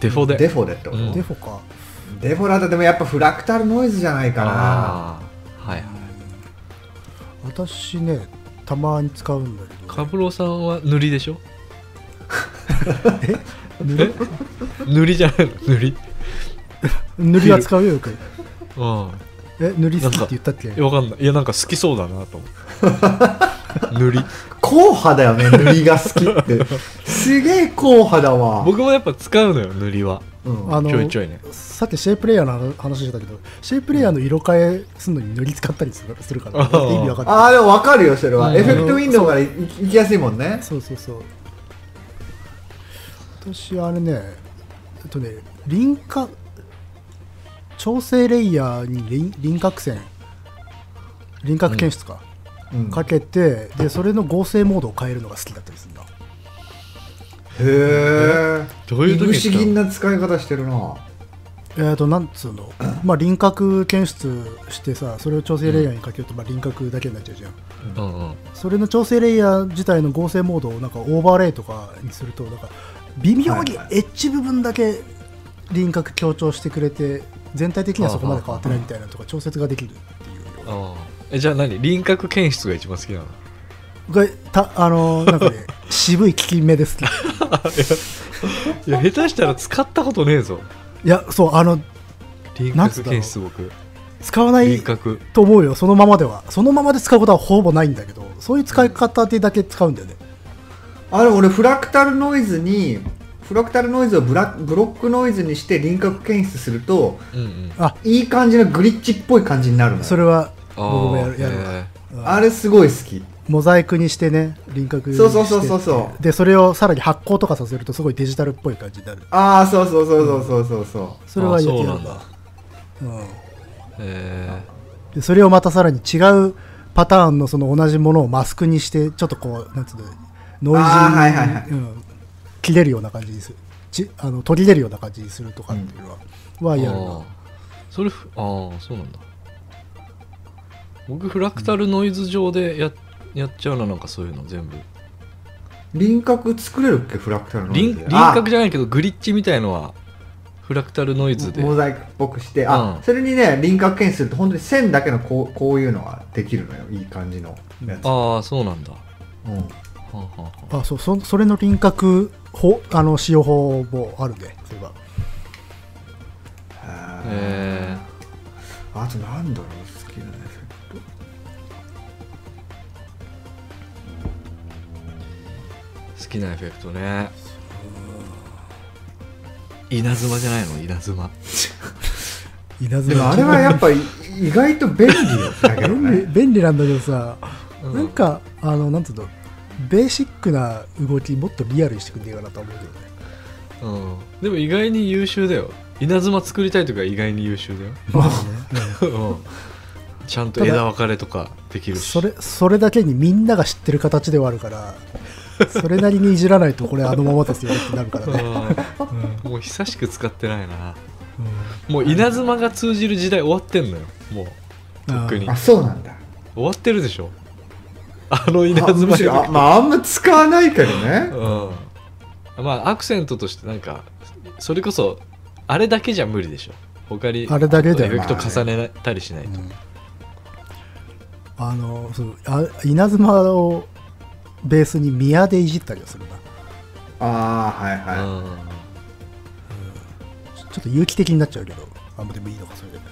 Speaker 1: デフォで
Speaker 3: デフォでってこと
Speaker 1: う
Speaker 2: う、
Speaker 1: ん
Speaker 2: デフォか
Speaker 3: デフォだとでもやっぱフラクタルノイズじゃないかな
Speaker 1: ああはい
Speaker 2: 私ねたまに使うんだけど
Speaker 1: カブロさんは塗りで しょ
Speaker 2: 塗り
Speaker 1: 塗りじゃないの塗り
Speaker 2: 塗りは使うよよく
Speaker 1: うん
Speaker 2: え塗り好きって言ったっけ
Speaker 1: いやわかんないいやなんか好きそうだなと思って塗り
Speaker 3: 硬派だよ ね塗りが好きってすげえ硬派だわ、
Speaker 1: 僕もやっぱ使うのよ塗りは
Speaker 3: うん、
Speaker 2: あの
Speaker 1: ちょいちょいね
Speaker 2: さっきシェイプレイヤーの話してたけどシェイプレイヤーの色変えするのに塗り使ったりするするから
Speaker 1: あー
Speaker 2: 意味わかん
Speaker 3: あ
Speaker 2: な
Speaker 3: あでも分かるよそれは、
Speaker 1: うん
Speaker 3: エフェクトウィンドウからい行きやすいもんね
Speaker 2: いそうそうそう私あれねえっとね輪郭調整レイヤーに輪輪郭線輪郭検出か、
Speaker 3: うん
Speaker 2: かけてでそれの合成モードを変えるのが好きだったりするんだ
Speaker 3: へ
Speaker 1: どう
Speaker 3: え
Speaker 1: いう
Speaker 3: 不
Speaker 1: 時に使
Speaker 3: 思議
Speaker 1: うの
Speaker 3: な使い方してるな
Speaker 2: えー、となんつうの、まあ、輪郭検出してさそれを調整レイヤーにかけると、まあ、輪郭だけになっちゃうじゃん
Speaker 1: うんうん
Speaker 2: それの調整レイヤー自体の合成モードをなんかオーバーレイとかにするとなんか微妙に
Speaker 3: はいは
Speaker 2: エッジ部分だけ輪郭強調してくれて全体的にはそこまで変わってないみたいなとか調節ができるっていう
Speaker 1: あ
Speaker 2: よ
Speaker 1: あえじゃあ何輪郭検出が一番好きなの
Speaker 2: これたあのーなんかね渋い効き目です
Speaker 1: いや下手したら使ったことねえぞ
Speaker 2: いやそうあの
Speaker 1: 輪郭検出僕
Speaker 2: 使わない
Speaker 1: 輪郭
Speaker 2: と思うよそのままではそのままで使うことはほぼないんだけどそういう使い方でだけ使うんだよね、
Speaker 3: あれ俺フラクタルノイズにフラクタルノイズをブラブロックノイズにして輪郭検出すると
Speaker 1: うんうん
Speaker 2: あ
Speaker 3: いい感じのグリッチっぽい感じになるのよ
Speaker 2: それは
Speaker 1: あ
Speaker 2: 僕
Speaker 1: ー
Speaker 2: もやるやるわ、
Speaker 1: へ
Speaker 2: うん
Speaker 3: あれすごい好き
Speaker 2: モザイクにしてね輪郭にして
Speaker 3: そうそうそうそうそう
Speaker 2: でそれをさらに発光とかさせるとすごいデジタルっぽい感じになる
Speaker 3: ああそうそうそうそうそうそうそ
Speaker 2: それは
Speaker 1: あ
Speaker 2: や
Speaker 1: そう
Speaker 2: や
Speaker 1: な
Speaker 2: る
Speaker 1: んだ
Speaker 2: わうん
Speaker 1: えへ
Speaker 2: でそれをまたさらに違うパターンのその同じものをマスクにしてちょっとこうなんつうのノイジーに、
Speaker 3: あーはいはいはい
Speaker 2: うん、切れるような感じにするちあの途切れるような感じにするとかっていうのは、は
Speaker 1: え
Speaker 2: やる
Speaker 1: あー
Speaker 2: な
Speaker 1: それふああそうなんだ僕フラクタルノイズ上でややっちゃうななんかそういうの全部
Speaker 3: う輪郭作れるっけフラクタルノイ
Speaker 1: 輪
Speaker 3: ズで
Speaker 1: 輪郭じゃないけどグリッチみたいのはフラクタルノイズで
Speaker 3: モザイクっぽくしてあ、
Speaker 1: うん
Speaker 3: それにね輪郭検出すると本当に線だけのこうこういうのができるのよいい感じのやつ、
Speaker 1: ああそうなんだは
Speaker 3: うん
Speaker 1: あはあはあ
Speaker 2: あそうそそれの輪郭法あの使用法もあるねそういえば
Speaker 3: へー
Speaker 1: え
Speaker 3: あとなんだろう好きなエフェク
Speaker 1: ー好きなエフェクトね稲妻じゃないの稲妻
Speaker 2: 稲
Speaker 3: トで
Speaker 2: 妻
Speaker 3: もあれはやっぱり意外と便利だけ ど
Speaker 2: 便利
Speaker 3: ね
Speaker 2: 便利なんだけどさ、
Speaker 1: うん
Speaker 2: なんかあのなんつうのベーシックな動きもっとリアルにしてくれねえかなとは思うけどね
Speaker 1: うんでも意外に優秀だよ稲妻作りたいとか意外に優秀 だよ
Speaker 2: まあね、
Speaker 1: うんちゃんと
Speaker 2: ただ
Speaker 1: 枝分かれとかでき
Speaker 2: うん
Speaker 1: るし
Speaker 2: それそれだけにみんなが知ってる形ではあるからそれなりにいじらないとこれあのままですよってなるから
Speaker 1: うん
Speaker 2: ね、
Speaker 1: もう久しく使ってないな
Speaker 2: うん
Speaker 1: もう稲妻が通じる時代終わってんのよもう特に
Speaker 3: あそうなんだ
Speaker 1: 終わってるでしょあの稲
Speaker 3: あむ
Speaker 1: 妻
Speaker 3: し
Speaker 1: より
Speaker 3: ろあまああんま使わないけどね
Speaker 1: うんまあアクセントとしてなんかそれこそあれだけじゃ無理でしょ他に
Speaker 2: あれだけだよ
Speaker 1: エフェクト重ねたりしないと、
Speaker 2: あのそうあ稲妻をベースに宮でいじったりはするな
Speaker 3: ああはいは
Speaker 1: う
Speaker 3: い、
Speaker 2: ちょちょっと有機的になっちゃうけどあんまでもいいのかそれで、うん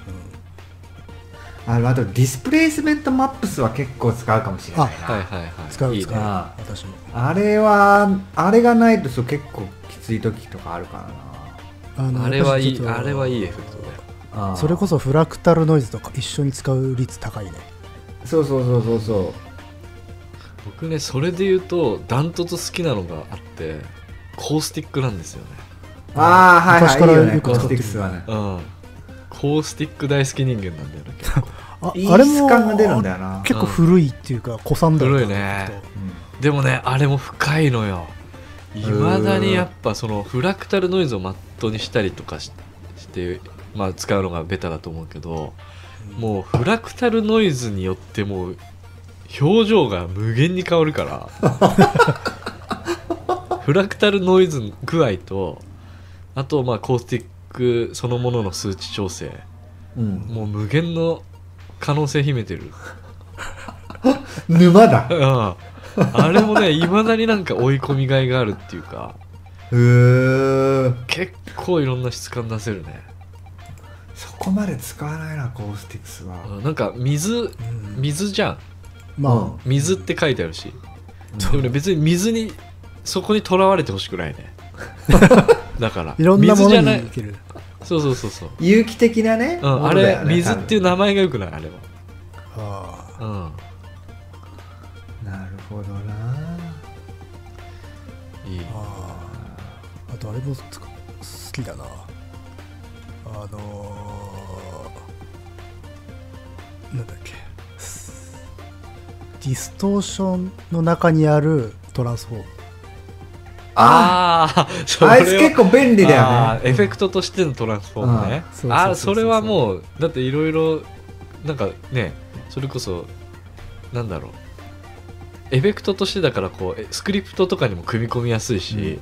Speaker 3: あのあとディスプレイスメントマップスは結構使うかもしれない
Speaker 1: ん
Speaker 3: な、
Speaker 1: はいはいはい
Speaker 2: 使う
Speaker 1: いい
Speaker 2: 使う
Speaker 1: ね
Speaker 3: あ
Speaker 2: 私も
Speaker 3: あれはあれがないとそう結構きつい時とかあるから
Speaker 2: あの
Speaker 1: あれはい
Speaker 2: やっぱりち
Speaker 1: い
Speaker 2: ょっと
Speaker 1: あれはいいエフェクトだよ
Speaker 3: なあー
Speaker 2: それこそフラクタルノイズとか一緒に使う率高いね
Speaker 3: そうそうそうそうそ
Speaker 1: 僕ねそれで言うとダントツ好きなのがあってコースティックなんですよね
Speaker 3: うああはい
Speaker 2: 昔か
Speaker 3: は
Speaker 2: ら
Speaker 3: いいいよね
Speaker 2: よ
Speaker 3: コ
Speaker 2: く使
Speaker 3: ース
Speaker 2: っ
Speaker 3: テ
Speaker 2: てる
Speaker 3: ィックスはね
Speaker 1: うんコースティック大好き人間なんだよね結構
Speaker 2: あ
Speaker 3: いい質感が出るんだよな
Speaker 2: 結構古いっていうか古参だよな
Speaker 1: 古いね
Speaker 2: ちょっと
Speaker 1: でもねあれも深いのよいまだにやっぱそのフラクタルノイズをマットにしたりとかしして、まあ、使うのがベタだと思うけどもうフラクタルノイズによってもう表情が無限に変わるからフラクタルノイズ具合とあとまあコースティックそのものの数値調整
Speaker 3: うん、うん、
Speaker 1: もう無限の可能性秘めてる
Speaker 3: 沼だへ
Speaker 1: うんあれもね、いまだになんか追い込みがいがあるっていうか、
Speaker 3: え
Speaker 1: 結構いろんな質感出せるね。
Speaker 3: そこまで使わないなコースティックスは、
Speaker 1: うんなんか水、
Speaker 2: うん
Speaker 1: 水じゃん。
Speaker 2: ま
Speaker 1: 水って書いてあるし。
Speaker 3: うん
Speaker 1: でもね、別に水に、そこにとらわれてほしくないね。だから、
Speaker 2: あいろんなも
Speaker 1: 水じ
Speaker 2: の
Speaker 1: ゃ
Speaker 2: に
Speaker 1: ない
Speaker 2: い。ける
Speaker 1: そうそうそうそう。
Speaker 3: 有機的なね、
Speaker 1: うん、
Speaker 3: も
Speaker 1: あ
Speaker 3: のだよ
Speaker 1: れ、
Speaker 3: ね
Speaker 1: 水っていう名前がよくない、あれ
Speaker 2: あ
Speaker 1: は。
Speaker 3: 多分なるほどな
Speaker 1: うん、いい。
Speaker 2: ーあーあとあれもつ好きだなあのー、なんだっけスディストーションの中にあるトランスフォーム
Speaker 3: あ
Speaker 1: ああー、そ
Speaker 3: あ
Speaker 1: れ
Speaker 3: あ
Speaker 1: はい
Speaker 3: つ結構便利だよ
Speaker 1: あ
Speaker 3: ね
Speaker 1: ーエフェクトとしてのトランスフォームね
Speaker 2: うんそうそうそうそう
Speaker 1: あーそれはもうだっていろいろなんかねそれこそなんだろうエフェクトとしてだからこうえスクリプトとかにも組み込みやすいし、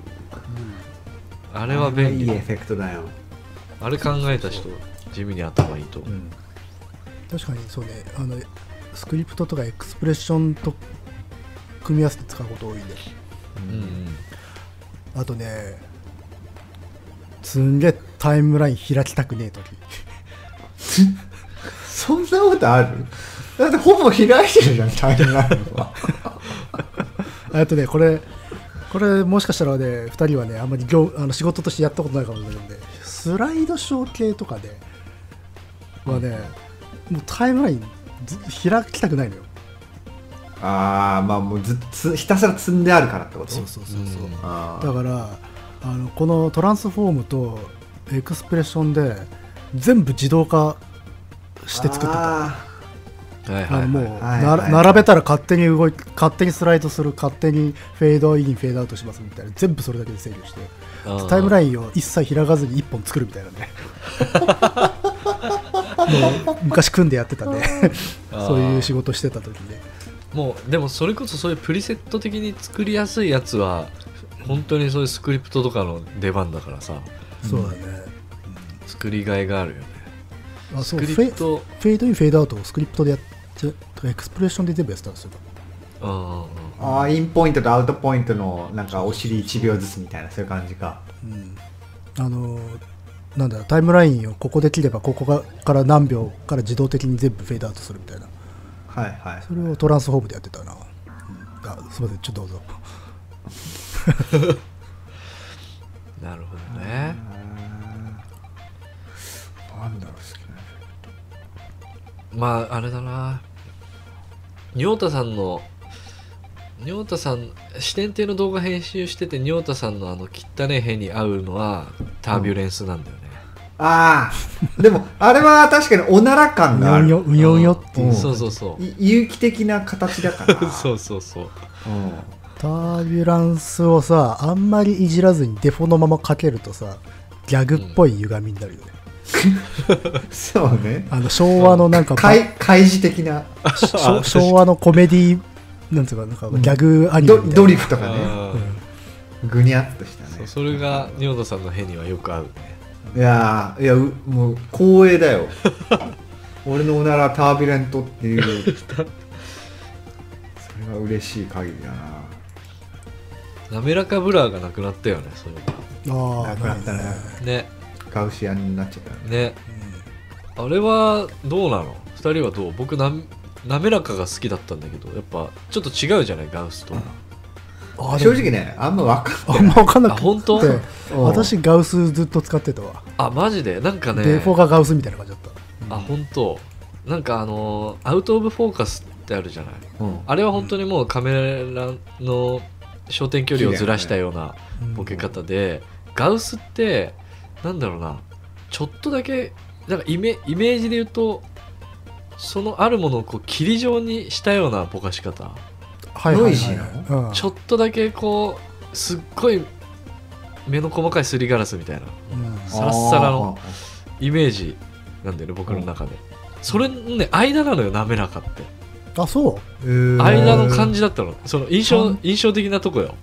Speaker 1: あれは便利
Speaker 3: いいエフェクトだよ、
Speaker 1: あれ考えた人地味に頭いいと思う、
Speaker 3: ん、
Speaker 2: 確かにそうねあのスクリプトとかエクスプレッションと組み合わせて使うこと多いんで
Speaker 1: うんうん
Speaker 2: あとねすんげえタイムライン開きたくねえ時
Speaker 3: そんなことあるだってほぼ開いてるじゃんタイムラインは
Speaker 2: あとねこれこれもしかしたらね2人はねあんまり業あの仕事としてやったことないかもしれないのでスライドショー系とかではねもうタイムラインず開きたくないのよ
Speaker 3: ああまあもうずっとつひたすら積んであるからってこと
Speaker 2: そう
Speaker 1: うん
Speaker 3: あ
Speaker 2: だからあのこのトランスフォームとエクスプレッションで全部自動化して作ってた
Speaker 3: あ
Speaker 1: はい
Speaker 2: あ
Speaker 1: は
Speaker 2: の
Speaker 1: い
Speaker 2: もう、
Speaker 1: は
Speaker 3: はいはい
Speaker 2: な並べたら勝手に動い勝手にスライドする勝手にフェードインフェードアウトしますみたいな全部それだけで制御して
Speaker 1: い
Speaker 2: タイム
Speaker 1: イ
Speaker 2: ラインを一切開かずに1本作るみたいな ねもう昔組んでやってたねそういう仕事してた時で
Speaker 1: もうでもそれこそそういうプリセット的に作りやすいやつは本当にそういうスクリプトとかの出番だからさ
Speaker 2: そうだね、
Speaker 1: 作りがいがあるよね
Speaker 2: あ
Speaker 1: ス
Speaker 2: そう
Speaker 1: ク
Speaker 2: フ
Speaker 1: リ
Speaker 2: ェ
Speaker 1: プト
Speaker 2: フェードインフェードアウトをスクリプトでやってエクスプレッションで全部やってたんですよ
Speaker 1: うんうんうん
Speaker 3: ーあーインポイントとアウトポイントのなんかお尻1秒ずつみたいなそういう感じか
Speaker 2: うんあのーなんだタイムラインをここで切ればここがから何秒から自動的に全部フェードアウトするみたいな
Speaker 3: はいはい
Speaker 2: それをトランスフォームでやってたな、うんあすみませんちょっとどうぞ
Speaker 1: なるほどね
Speaker 3: あーなんだろう好きなや
Speaker 1: まああれだな仁太さんの仁太さん視点亭の動画編集してて仁太さんのあの汚ねへに合うのはタービュレンスなんだよね、
Speaker 3: つああでもあれは確かにおなら感
Speaker 2: う
Speaker 3: があ
Speaker 2: よんよ
Speaker 3: る
Speaker 2: うよんよっていう、
Speaker 3: うん
Speaker 1: そうそうそう
Speaker 3: い有機的な形 だから
Speaker 1: そうそうそう
Speaker 3: うん
Speaker 2: タービュランスをさあんまりいじらずにデフォのままかけるとさギャグっぽい歪みになるよね、
Speaker 3: そうね
Speaker 2: あの昭和のなんかば
Speaker 3: 開開示的な
Speaker 2: 昭昭和のコメディなんつうかなんかギャグアニメ
Speaker 3: ド
Speaker 2: みたいな
Speaker 3: ドリフとかね
Speaker 1: あ
Speaker 3: ぐにゃっとした
Speaker 1: ーそ
Speaker 3: ね
Speaker 1: うそれが仁太さんのへにはよく合うね
Speaker 3: いやーいやうもう光栄だ よ俺のお ならタービュレントっていうそれは嬉しい限りだな
Speaker 1: 滑らかブラーがなくなったよねそうい
Speaker 2: ああ
Speaker 3: なくなったね
Speaker 2: ない
Speaker 1: えばね
Speaker 3: ガウシアンになっちゃったね
Speaker 1: ね
Speaker 2: う
Speaker 1: あれはどうなの2人はどう僕な滑らかが好きだったんだけどやっぱちょっと違うじゃないガウスと、
Speaker 2: んあ
Speaker 3: 正直ねあんま分かん
Speaker 2: あんま分かんなくて
Speaker 1: あ本当
Speaker 3: うん
Speaker 2: 私ガウスずっと使ってたわ、
Speaker 1: あマジでなんかね
Speaker 2: デフォがガウスみたいな感じだっ
Speaker 1: あ本当なんかあのーアウト・オブ・フォーカスってあるじゃない
Speaker 3: うん
Speaker 1: あれは本当にもうカメラの焦点距離をずらしたような
Speaker 2: た、うん
Speaker 1: ボケ方で、ガウスってなんだろうなちょっとだけなんかイメイメージで言うとそのあるものをこう霧状にしたようなぼかし方
Speaker 2: はいはいはい
Speaker 3: ノイジー
Speaker 2: うん
Speaker 1: ちょっとだけこうすっごい目の細かいすりガラスみたいな
Speaker 2: うん
Speaker 1: サラッサラのイメージなんだよね僕の中で、それのね間なのよ滑らかって
Speaker 2: あそう
Speaker 3: あー
Speaker 1: 間の感じだったのその印
Speaker 2: う
Speaker 1: 象
Speaker 2: ん
Speaker 1: 印象的なとこよ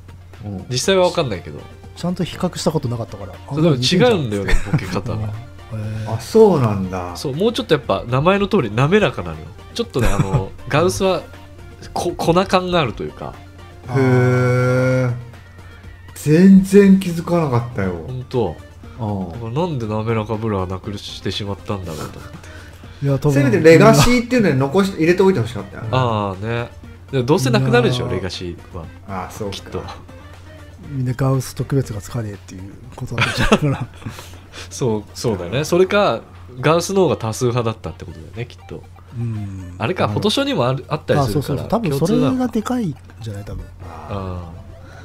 Speaker 3: うん
Speaker 1: 実際は分かんないけど
Speaker 2: ちゃんと比較したことなかったからあ
Speaker 1: そうでも違うんだよねボケ
Speaker 2: う
Speaker 1: 方
Speaker 2: んへ
Speaker 1: が
Speaker 2: ー
Speaker 3: あそうなんだ
Speaker 1: そうもうちょっとやっぱ名前の通り滑らかなのよちょっとねあのガウスはこ粉感があるというか
Speaker 3: へえ全然気づかなかったよ、
Speaker 1: 本当
Speaker 3: うん
Speaker 1: だからなんで滑らかブラなくしてしまったんだろうと思って
Speaker 2: いや多分
Speaker 3: せめてレガシーっていうのに残し入れておいてほしかったよね
Speaker 1: ああねでもどうせなくなるでしょ
Speaker 2: うん
Speaker 1: レガシーは
Speaker 3: ああそうか
Speaker 1: きっと
Speaker 2: みんなガウス特別がつかねえっていうことなんじゃないか な
Speaker 1: そうそうだよねそれかガウスの方が多数派だったってことだよねきっと
Speaker 2: うん
Speaker 1: あれか
Speaker 3: うん
Speaker 1: フォトショーにもあるあったり
Speaker 2: あ
Speaker 1: す
Speaker 2: そう
Speaker 1: る
Speaker 2: そ
Speaker 1: か
Speaker 2: うそ
Speaker 1: ら
Speaker 2: う多分それ
Speaker 1: 共通なの
Speaker 2: がでかいんじゃない多分
Speaker 1: あ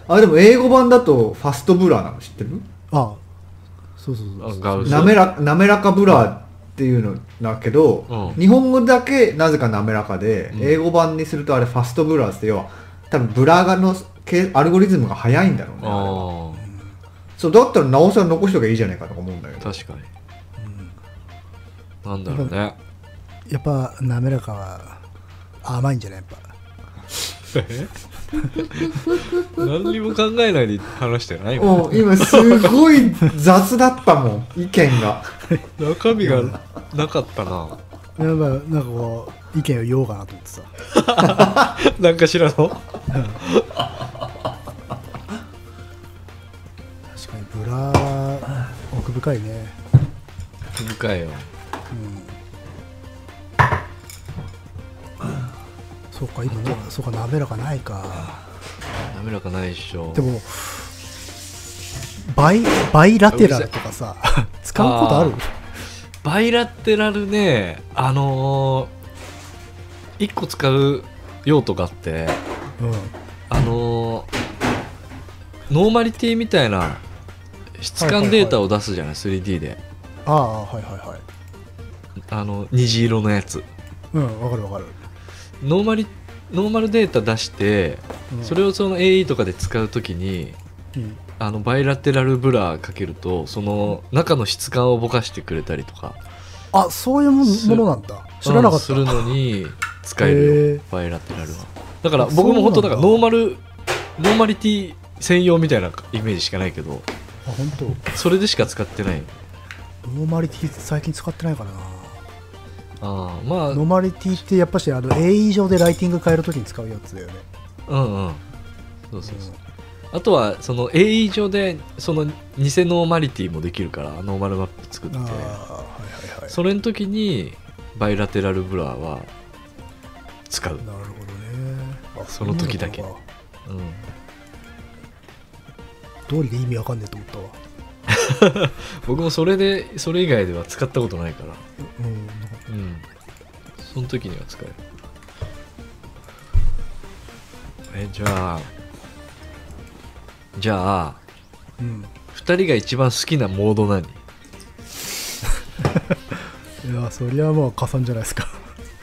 Speaker 3: あでも英語版だとファストブラーなの知ってる
Speaker 2: あそうそうそう
Speaker 1: あガウス
Speaker 3: 滑ら滑らかブラーっていうのだけど、
Speaker 1: うん
Speaker 3: 日本語だけなぜか滑らかで、
Speaker 1: うん
Speaker 3: 英語版にするとあれファストブラーって要は多分ブラーがのけアルゴリズムが速いんだろうねあれは
Speaker 1: あ
Speaker 3: そうだったらなおさら残しとけばいいじゃないかとか思うんだけ
Speaker 1: あ
Speaker 3: ど
Speaker 1: 確かになんだろうね
Speaker 2: やっぱ滑らかは甘いんじゃないやっぱ
Speaker 1: 何にも考えないで話してないもん
Speaker 3: お今すごい雑だったもん意見が
Speaker 1: 中身がなかったな
Speaker 2: やっぱなんかこう意見を言おうかなと思ってさ
Speaker 1: なんかしら の
Speaker 2: 確かにブラ奥深いね
Speaker 1: 深いよ
Speaker 2: そうか今ねそうか滑らかないか
Speaker 1: 滑らかないっしょ
Speaker 2: でもバイバイラテラルと かさ使うことある
Speaker 1: あバイラテラルねあのー、1個使う用途があって
Speaker 2: うん
Speaker 1: あのー、ノーマリティみたいな質感データを出すじゃない 3D で
Speaker 2: ああはいはいはい
Speaker 1: あの虹色のやつ
Speaker 2: うんわかるわかる、
Speaker 1: ノーマリノーマルデータ出して
Speaker 2: うん、
Speaker 1: それ
Speaker 2: を、
Speaker 1: をその AE とかで使うときに
Speaker 2: うん、
Speaker 1: あのバイラテラルブラかけるとその中の質感をぼかしてくれたりとか
Speaker 2: あそういうも
Speaker 1: す
Speaker 2: ものなんだ知らなかった、
Speaker 1: うんするのに使えるよ
Speaker 2: へー
Speaker 1: バイラテラルはだから
Speaker 2: あ
Speaker 1: 僕も本当だから
Speaker 2: そう
Speaker 1: ノ
Speaker 2: な
Speaker 1: ーマルノーマリティ専用みたいなイメージしかないけど
Speaker 2: あ本当
Speaker 1: それでしか使ってない
Speaker 2: ノーマリティ最近使ってないからな
Speaker 1: ああまあ
Speaker 2: ノーマリティってやっぱしあの AE 上でライティング変えるときに使うやつだよね
Speaker 1: うんうんそうそうそうあとはその AE 上でその偽ノーマリティもできるからノーマルマップ作って
Speaker 2: ああはいはいはい
Speaker 1: それの時にバイラテラルブラーは使う、
Speaker 2: なるほどねあ
Speaker 1: その時だけ
Speaker 2: そういうのか
Speaker 1: うん、
Speaker 2: 通りで意味わかんねえと思ったわ
Speaker 1: 僕もそれでそれ以外では使ったことないから
Speaker 2: うんなんか
Speaker 1: うんその時には使えるえじゃあじゃあ
Speaker 2: うん
Speaker 1: 2人が一番好きなモード何
Speaker 2: いやそりゃもう加算じゃないですか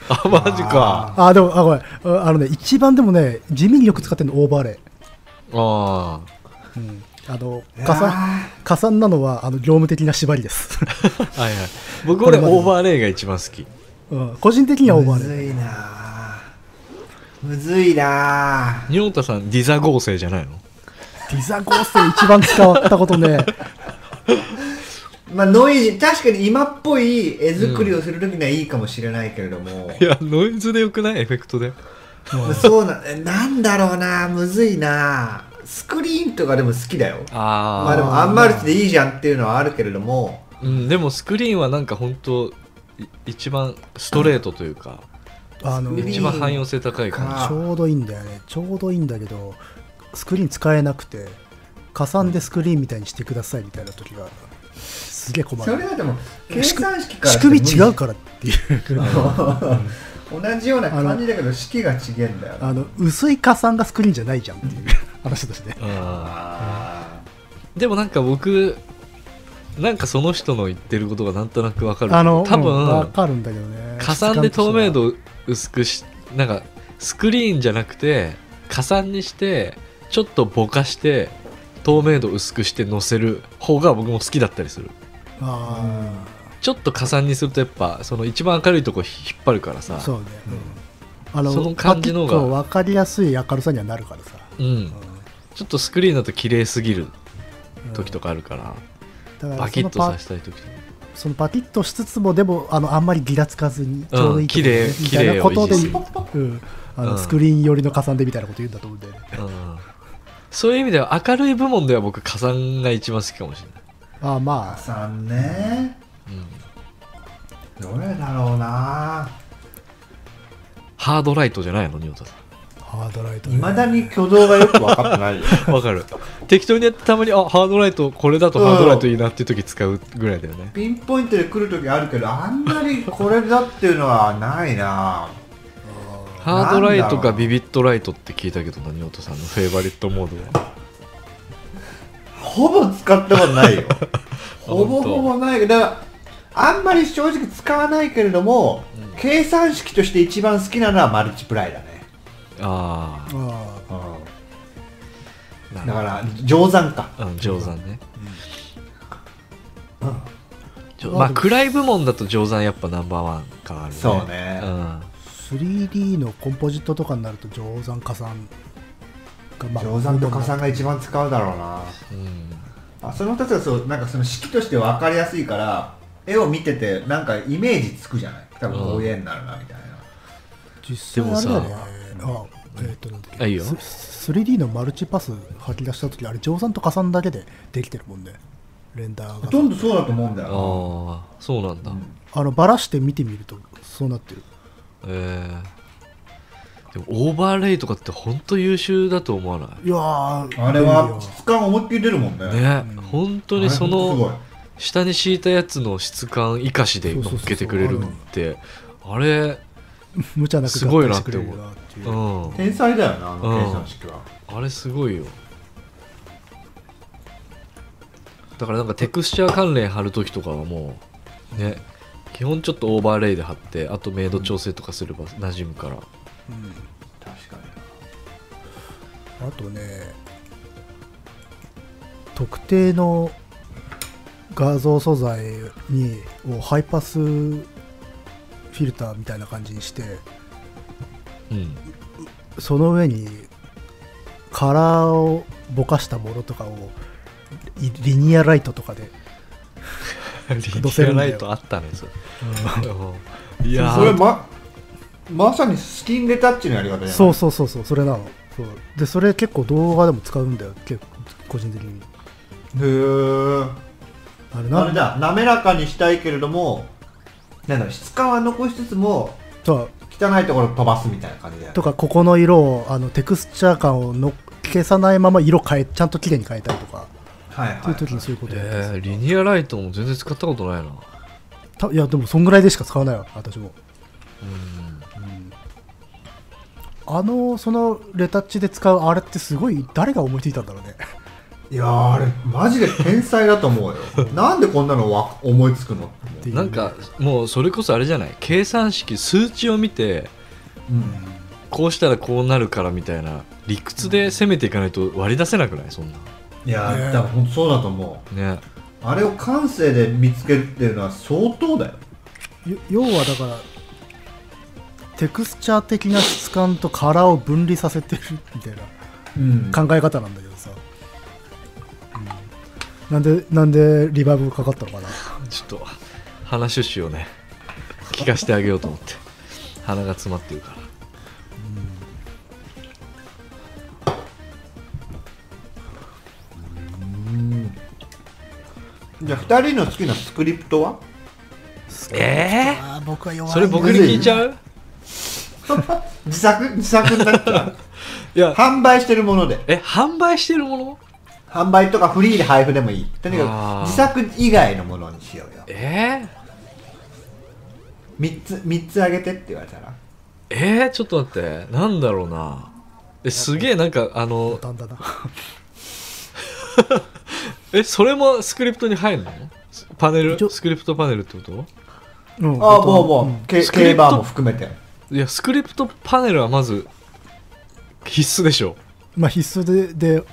Speaker 1: あマジか
Speaker 2: あでもあごめんああのね一番でもね地味によく使ってるのオーバーレ
Speaker 1: あ
Speaker 2: イ、うん、あの
Speaker 3: いやー
Speaker 2: 加算加算なのはあの業務的な縛りです、
Speaker 1: あ はいはい僕俺
Speaker 2: これまで
Speaker 1: オーバーレイが一番好き
Speaker 2: うん、個人的にはオーバ
Speaker 3: む
Speaker 2: ーレイ
Speaker 3: ずいなあむずいなあ
Speaker 1: ニョータさんディザ合成じゃないの
Speaker 2: ディザ合成一番使ったことね
Speaker 3: まあノイジー確かに今っぽい絵作りをする時にはいいかもしれないけれども、
Speaker 1: いやノイズでよくないエフェクトで
Speaker 3: そうなえなんだろうなむずいなスクリーンとかでも好きだよ
Speaker 1: あー
Speaker 3: まあでもアンマルチでいいじゃんっていうのはあるけれども
Speaker 1: うん、でもスクリーンはなんか本当い一番ストレートというか、
Speaker 2: あの
Speaker 3: スクリーン
Speaker 1: 一番汎用性高い感
Speaker 3: か
Speaker 2: ちょうどいいんだよねちょうどいいんだけどスクリーン使えなくて加算でスクリーンみたいにしてくださいみたいな時がすげえ困
Speaker 3: それ
Speaker 2: る
Speaker 3: はでも計算式から
Speaker 2: 仕組み違う
Speaker 3: か
Speaker 2: からっていう
Speaker 3: 同じような感じだけど式が違えんだよ
Speaker 2: あの薄い加算がスクリーンじゃないじゃんっていう話だしね
Speaker 1: じ、うん
Speaker 3: あ
Speaker 1: でもなんか僕なんかその人の言ってることがなんとなくわかる
Speaker 2: あの
Speaker 1: 多
Speaker 2: うんわ
Speaker 1: 分、
Speaker 2: かるんだけどね
Speaker 1: 加算で透明度薄くしなんかスクリーンじゃなくて加算にしてちょっとぼかして透明度薄くして載せる方が僕も好きだったりする
Speaker 2: あ
Speaker 1: ちょっと加算にするとやっぱその一番明るいとこ引っ張るから
Speaker 2: あ
Speaker 1: さ
Speaker 2: そうね、うんあの
Speaker 1: その感じのが
Speaker 2: パキッと分かりやすい明るさにはなるからさ、
Speaker 1: うん
Speaker 2: う
Speaker 1: ちょっとスクリーンだと綺麗すぎる
Speaker 2: ん
Speaker 1: 時とかあるから、
Speaker 2: だから
Speaker 1: バキッと
Speaker 2: そのパ
Speaker 1: させたい時とか
Speaker 2: そのパキッとしつつもでもあのあんまりギラつかずにちょうどいいと
Speaker 1: 綺
Speaker 2: こ
Speaker 1: 麗
Speaker 2: みたいなことで
Speaker 1: 綺麗を維
Speaker 2: うんあの
Speaker 1: うん
Speaker 2: スクリーン寄りの加算でみたいなこと言うんだと思うんだよね
Speaker 1: うんそういう意味では明るい部門では僕加算が一番好きかもし
Speaker 2: ああ
Speaker 3: あ
Speaker 2: ま
Speaker 3: さんね
Speaker 1: れない、うん、
Speaker 3: どれだろうな
Speaker 1: ハードライトじゃないのニオタさ
Speaker 2: あハードライト
Speaker 3: い
Speaker 2: ね
Speaker 3: まだに挙動がよく分かってないよ
Speaker 1: んわかる適当にやってたまにあハードライトこれだとハードライトいいなっていう時使うぐらいだよね、
Speaker 3: ピンポイントで来る時あるけどあんまりこれだっていうのはないな
Speaker 1: ハードライト
Speaker 3: な
Speaker 1: か
Speaker 3: んだ
Speaker 1: ビビットライトって聞いたけどなニオタさんのフェーバリットモードは
Speaker 3: ほぼ使ったことないよほぼ
Speaker 1: 本当
Speaker 3: ほぼないけどだからあんまり正直使わないけれども、
Speaker 1: うん
Speaker 3: 計算式として一番好きなのはマルチプライだね、
Speaker 1: あ
Speaker 2: あ
Speaker 1: あな
Speaker 3: だ
Speaker 1: るほ
Speaker 3: から乗算か
Speaker 1: どうん定山ね、
Speaker 3: うん
Speaker 1: ちょまあ暗い部門だと定山やっぱナンバーワン感あるね
Speaker 3: そうね
Speaker 1: うん
Speaker 2: あ 3D のコンポジットとかになると乗算加算がまあ
Speaker 3: 乗算と加算が一番使うだろうな
Speaker 1: うん
Speaker 3: あその2つはそうなんかその式として分かりやすいから絵を見ててなんかイメージつくじゃない多分こういう絵になるなみたいな、
Speaker 2: 実際あれだよね
Speaker 3: で
Speaker 2: あえっとなんだっけ
Speaker 1: あいいよ
Speaker 2: ス 3D のマルチパス吐き出した時あれ乗算と加算だけでできてるもんねレンダーが
Speaker 3: ほとんどそうだと思うんだよ
Speaker 1: ああそうなんだ、
Speaker 2: あのバラして見てみるとそうなってる
Speaker 1: えー、でもオーバーレイとかって本当優秀だと思わない
Speaker 2: やー
Speaker 3: あれ
Speaker 2: いい
Speaker 3: は
Speaker 2: よ
Speaker 3: 質感思いっきり出るもんね
Speaker 1: いね、本当にそ
Speaker 3: あれほんとすご
Speaker 1: の
Speaker 3: い
Speaker 1: 下に敷いたやつの質感生かしで乗っけてくれるってあれ
Speaker 2: 無茶なく合体してくれるなっていう
Speaker 1: う
Speaker 2: うん
Speaker 1: ん
Speaker 3: 天才だよなあの計算式は、
Speaker 1: あれすごいよだからなんかテクスチャー関連貼るときとかはもうね基本ちょっとオーバーレイで貼ってあと明度調整とかすれば馴染むから、
Speaker 3: 確か
Speaker 2: あとね特定の画像素材にをハイパスフィルターみたいな感じにして
Speaker 1: うん、
Speaker 2: その上にカラーをぼかしたものとかをリリニアライトとかで、
Speaker 1: リ
Speaker 2: 載せ
Speaker 1: ニ
Speaker 2: る
Speaker 1: ア
Speaker 2: んだ
Speaker 1: ラ
Speaker 2: よ
Speaker 1: イトあったねそれうんい
Speaker 3: に
Speaker 1: や
Speaker 3: それ
Speaker 1: ー
Speaker 3: ままさにスキンでタッチのやり方じゃない
Speaker 2: そうそうそうそうそれなのそうでそれ結構動画でも使うんだよ結構個人的に
Speaker 3: へー
Speaker 2: あれ
Speaker 3: あれ
Speaker 2: な
Speaker 3: だ滑らかにしたいけれどもなんだろう質感は残しつつも
Speaker 2: とは
Speaker 3: 汚いところ飛ばすみたいな感じだよね
Speaker 2: とかここの色をあのテクスチャー感をの消さないまま色変えちゃんと綺麗に変えたりとか
Speaker 3: はいはい、
Speaker 2: っていう時にそういうことやったり
Speaker 1: え
Speaker 2: す
Speaker 1: ー、
Speaker 2: る
Speaker 1: リニアライトも全然使ったことないな
Speaker 2: たいやでもそんぐらいでしか使わないわ私も、うんあのそのレタッチで使うあれってすごい誰が思いついたんだろうね
Speaker 3: いやーあれマジで天才だと思うよ なんでこんなのわ思いつくのって思う
Speaker 2: っていう
Speaker 1: なんかもうそれこそあれじゃない計算式数値を見て
Speaker 3: うん
Speaker 1: こうしたらこうなるからみたいな理屈で攻めていかないと割り出せなくないそんない
Speaker 3: や
Speaker 2: ねえ
Speaker 3: ー多分ほんとそうだと思
Speaker 1: ね
Speaker 3: うあれを感性で見つけるっていうのは相当だよ
Speaker 2: よ要はだからテクスチャー的な質感とカラーを分離させてるみたいな
Speaker 3: うん
Speaker 2: 考え方なんだけどさ、うんなんでなんでリバーブかかったのかな
Speaker 1: ちょっと話ししをね聞かせてあげようと思って鼻が詰まってるから
Speaker 3: じゃあ2人の好きなスクリプトは
Speaker 1: え
Speaker 2: あー僕は弱いな
Speaker 1: それ僕に聞いちゃう
Speaker 3: 自作 自作になった
Speaker 1: いや
Speaker 3: 販売してるもので
Speaker 1: え販売してるもの
Speaker 3: 販売とかフリーで配布でもいいとに
Speaker 1: あ
Speaker 3: か
Speaker 1: ー
Speaker 3: く自作以外のものにしようよ
Speaker 1: えー、
Speaker 3: 3つ三つあげてって言われたら
Speaker 1: えー、ちょっと待ってなんだろうなえすげえなんかあ
Speaker 2: ボ
Speaker 1: の
Speaker 2: タンだな
Speaker 1: えそれもスクリプトに入るのパネル
Speaker 2: 一応
Speaker 1: スクリプトパネルってこと
Speaker 2: うん
Speaker 3: ああ
Speaker 2: ボタン
Speaker 3: もうもう、
Speaker 2: ん
Speaker 3: け
Speaker 1: スクリプト
Speaker 3: 競馬も含めて
Speaker 1: いやスクリプトパネルはまず必須でしょ
Speaker 2: まあ必須でで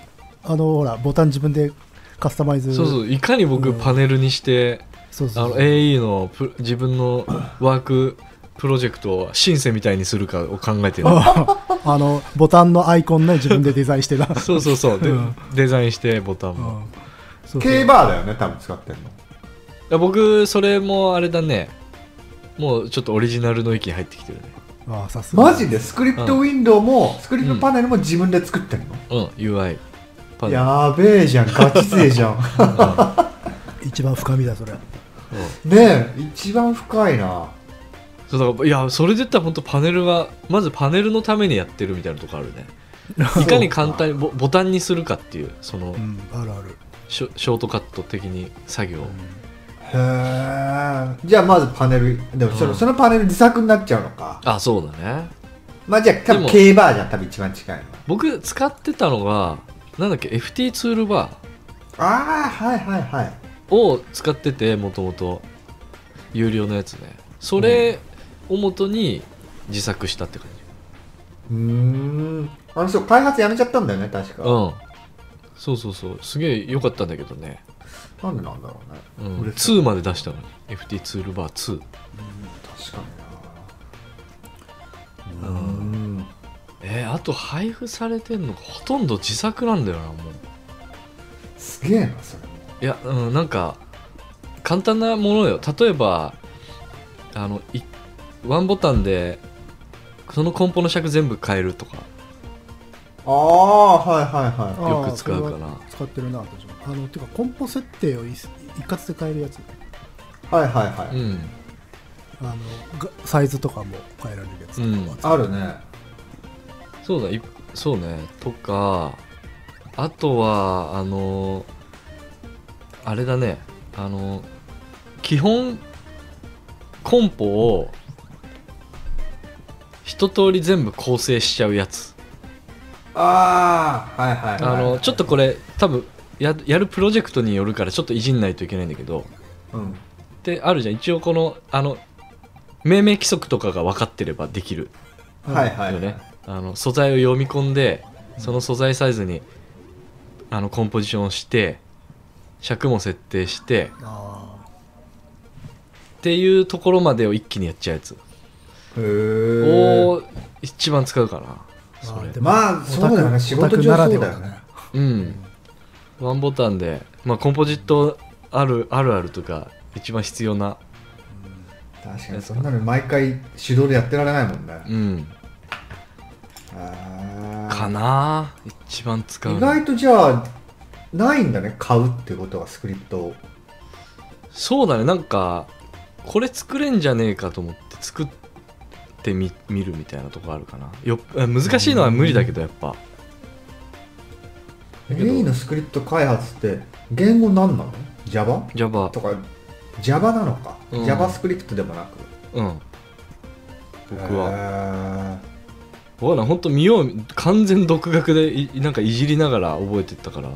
Speaker 2: あのほらボタン自分でカスタマイズ
Speaker 1: そうそういかに僕パネルにして、
Speaker 2: そう
Speaker 1: あ
Speaker 2: そう
Speaker 1: の AE のプ自分のワークプロジェクトをシンセみたいにするかを考えてる
Speaker 2: ああのボタンのアイコンね自分でデザインして た
Speaker 1: そうそうそうで、
Speaker 2: うん
Speaker 1: デザインしてボタン
Speaker 2: う
Speaker 1: も、い
Speaker 2: んそうそう
Speaker 3: 競馬だよね多分使ってるの
Speaker 1: や僕それもあれだねもうちょっとオリジナルの域に入ってきてるね
Speaker 2: ああさすが
Speaker 3: マジでスクリプトウィンドウも、スクリプトパネルも自分で作ってるの、
Speaker 1: うん UI パネル
Speaker 3: やーべえじゃんガチ勢じゃ ん
Speaker 2: 一番深みだそれ
Speaker 3: ねえ一番深いな
Speaker 1: そうだからいやそれで言ったら本当パネルはまずパネルのためにやってるみたいなとこあるねいかに簡単にボボタンにするかっていうその
Speaker 2: うんあるある
Speaker 1: ショショートカット的に作業、
Speaker 3: へえじゃあまずパネルでもその,、
Speaker 1: うん
Speaker 3: そのパネル自作になっちゃうのか
Speaker 1: あそうだね
Speaker 3: まあじゃあ
Speaker 1: で
Speaker 3: 多分
Speaker 1: も
Speaker 3: K バーじゃん多分一番近いの
Speaker 1: 僕使ってたのがなんだっけ FT ツールバ
Speaker 3: ああはいはいはい
Speaker 1: ーを使っててもともと有料のやつねそれをもとに自作したって感じ
Speaker 3: うーんあの人開発やめちゃったんだよね確か、
Speaker 1: うんそうそうそうすげえ良かったんだけどね、
Speaker 3: なんでなんだろうね、
Speaker 1: うん、
Speaker 3: 嬉しい
Speaker 1: 2まで出したのに FT ツールバー2
Speaker 3: 確かになうーん
Speaker 1: えー、あと配布されてんのほとんど自作なんだよなもう
Speaker 3: すげえなそ
Speaker 1: い
Speaker 3: れ
Speaker 1: や、うん、なんか簡単なものよ例えばあのいワンボタンでその梱包の尺全部変えるとか
Speaker 3: ああーはいはいはい
Speaker 1: よく使うかな
Speaker 2: ああそれは使ってるな私もあのてかコンポ設定を一一括で変えるやつ
Speaker 3: はいはいはい、
Speaker 1: うん
Speaker 2: あのがサイズとかも変えられるやつ
Speaker 1: うん
Speaker 2: とか、
Speaker 3: あるね
Speaker 1: そうだいそうねとかあとはあのあれだねあの基本コンポを一通り全部構成しちゃうやつ
Speaker 3: ああはいはいはい
Speaker 1: あのちょっとこれ多分ややるプロジェクトによるからちょっといじんないといけないんだけど
Speaker 3: うん
Speaker 1: であるじゃん一応このあの命名規則とかが分かってればできる
Speaker 3: はいはい
Speaker 1: よね、あの素材を読み込んでその素材サイズにあのコンポジションをして尺も設定して
Speaker 2: あ
Speaker 1: っていうところまでを一気にやっちゃうやつ
Speaker 3: へー
Speaker 1: を一番使うかな
Speaker 2: あ
Speaker 1: それ
Speaker 2: ーでも
Speaker 3: まあそうだよ
Speaker 2: オタ
Speaker 3: ね
Speaker 2: ク
Speaker 3: 仕事
Speaker 2: オタク
Speaker 3: 上
Speaker 2: なら
Speaker 3: そ
Speaker 2: で
Speaker 3: うだ
Speaker 2: は
Speaker 3: よ
Speaker 2: だ
Speaker 3: ね
Speaker 2: ね
Speaker 1: うんワンボタンで、まあ、コンポジットあるあるあるとか一番必要な
Speaker 3: 確かにそんなの毎回手動でやってられないもんね、
Speaker 1: うん
Speaker 3: あー
Speaker 1: かな一番使うの
Speaker 3: 意外とじゃあないんだね買うってことはスクリプトを
Speaker 1: そうだねなんかこれ作れんじゃねえかと思って作ってみ見るみたいなとこあるかなよあ難しいのは無理だけどやっぱだけど
Speaker 3: A のスクリプト開発って言語なんなの ?Java?
Speaker 1: Java
Speaker 3: とか Java なのか、
Speaker 1: うん
Speaker 3: JavaScript でもなく
Speaker 1: うん僕は
Speaker 3: は
Speaker 1: ほらほんと見よう完全独学でいなんかいじりながら覚えてったから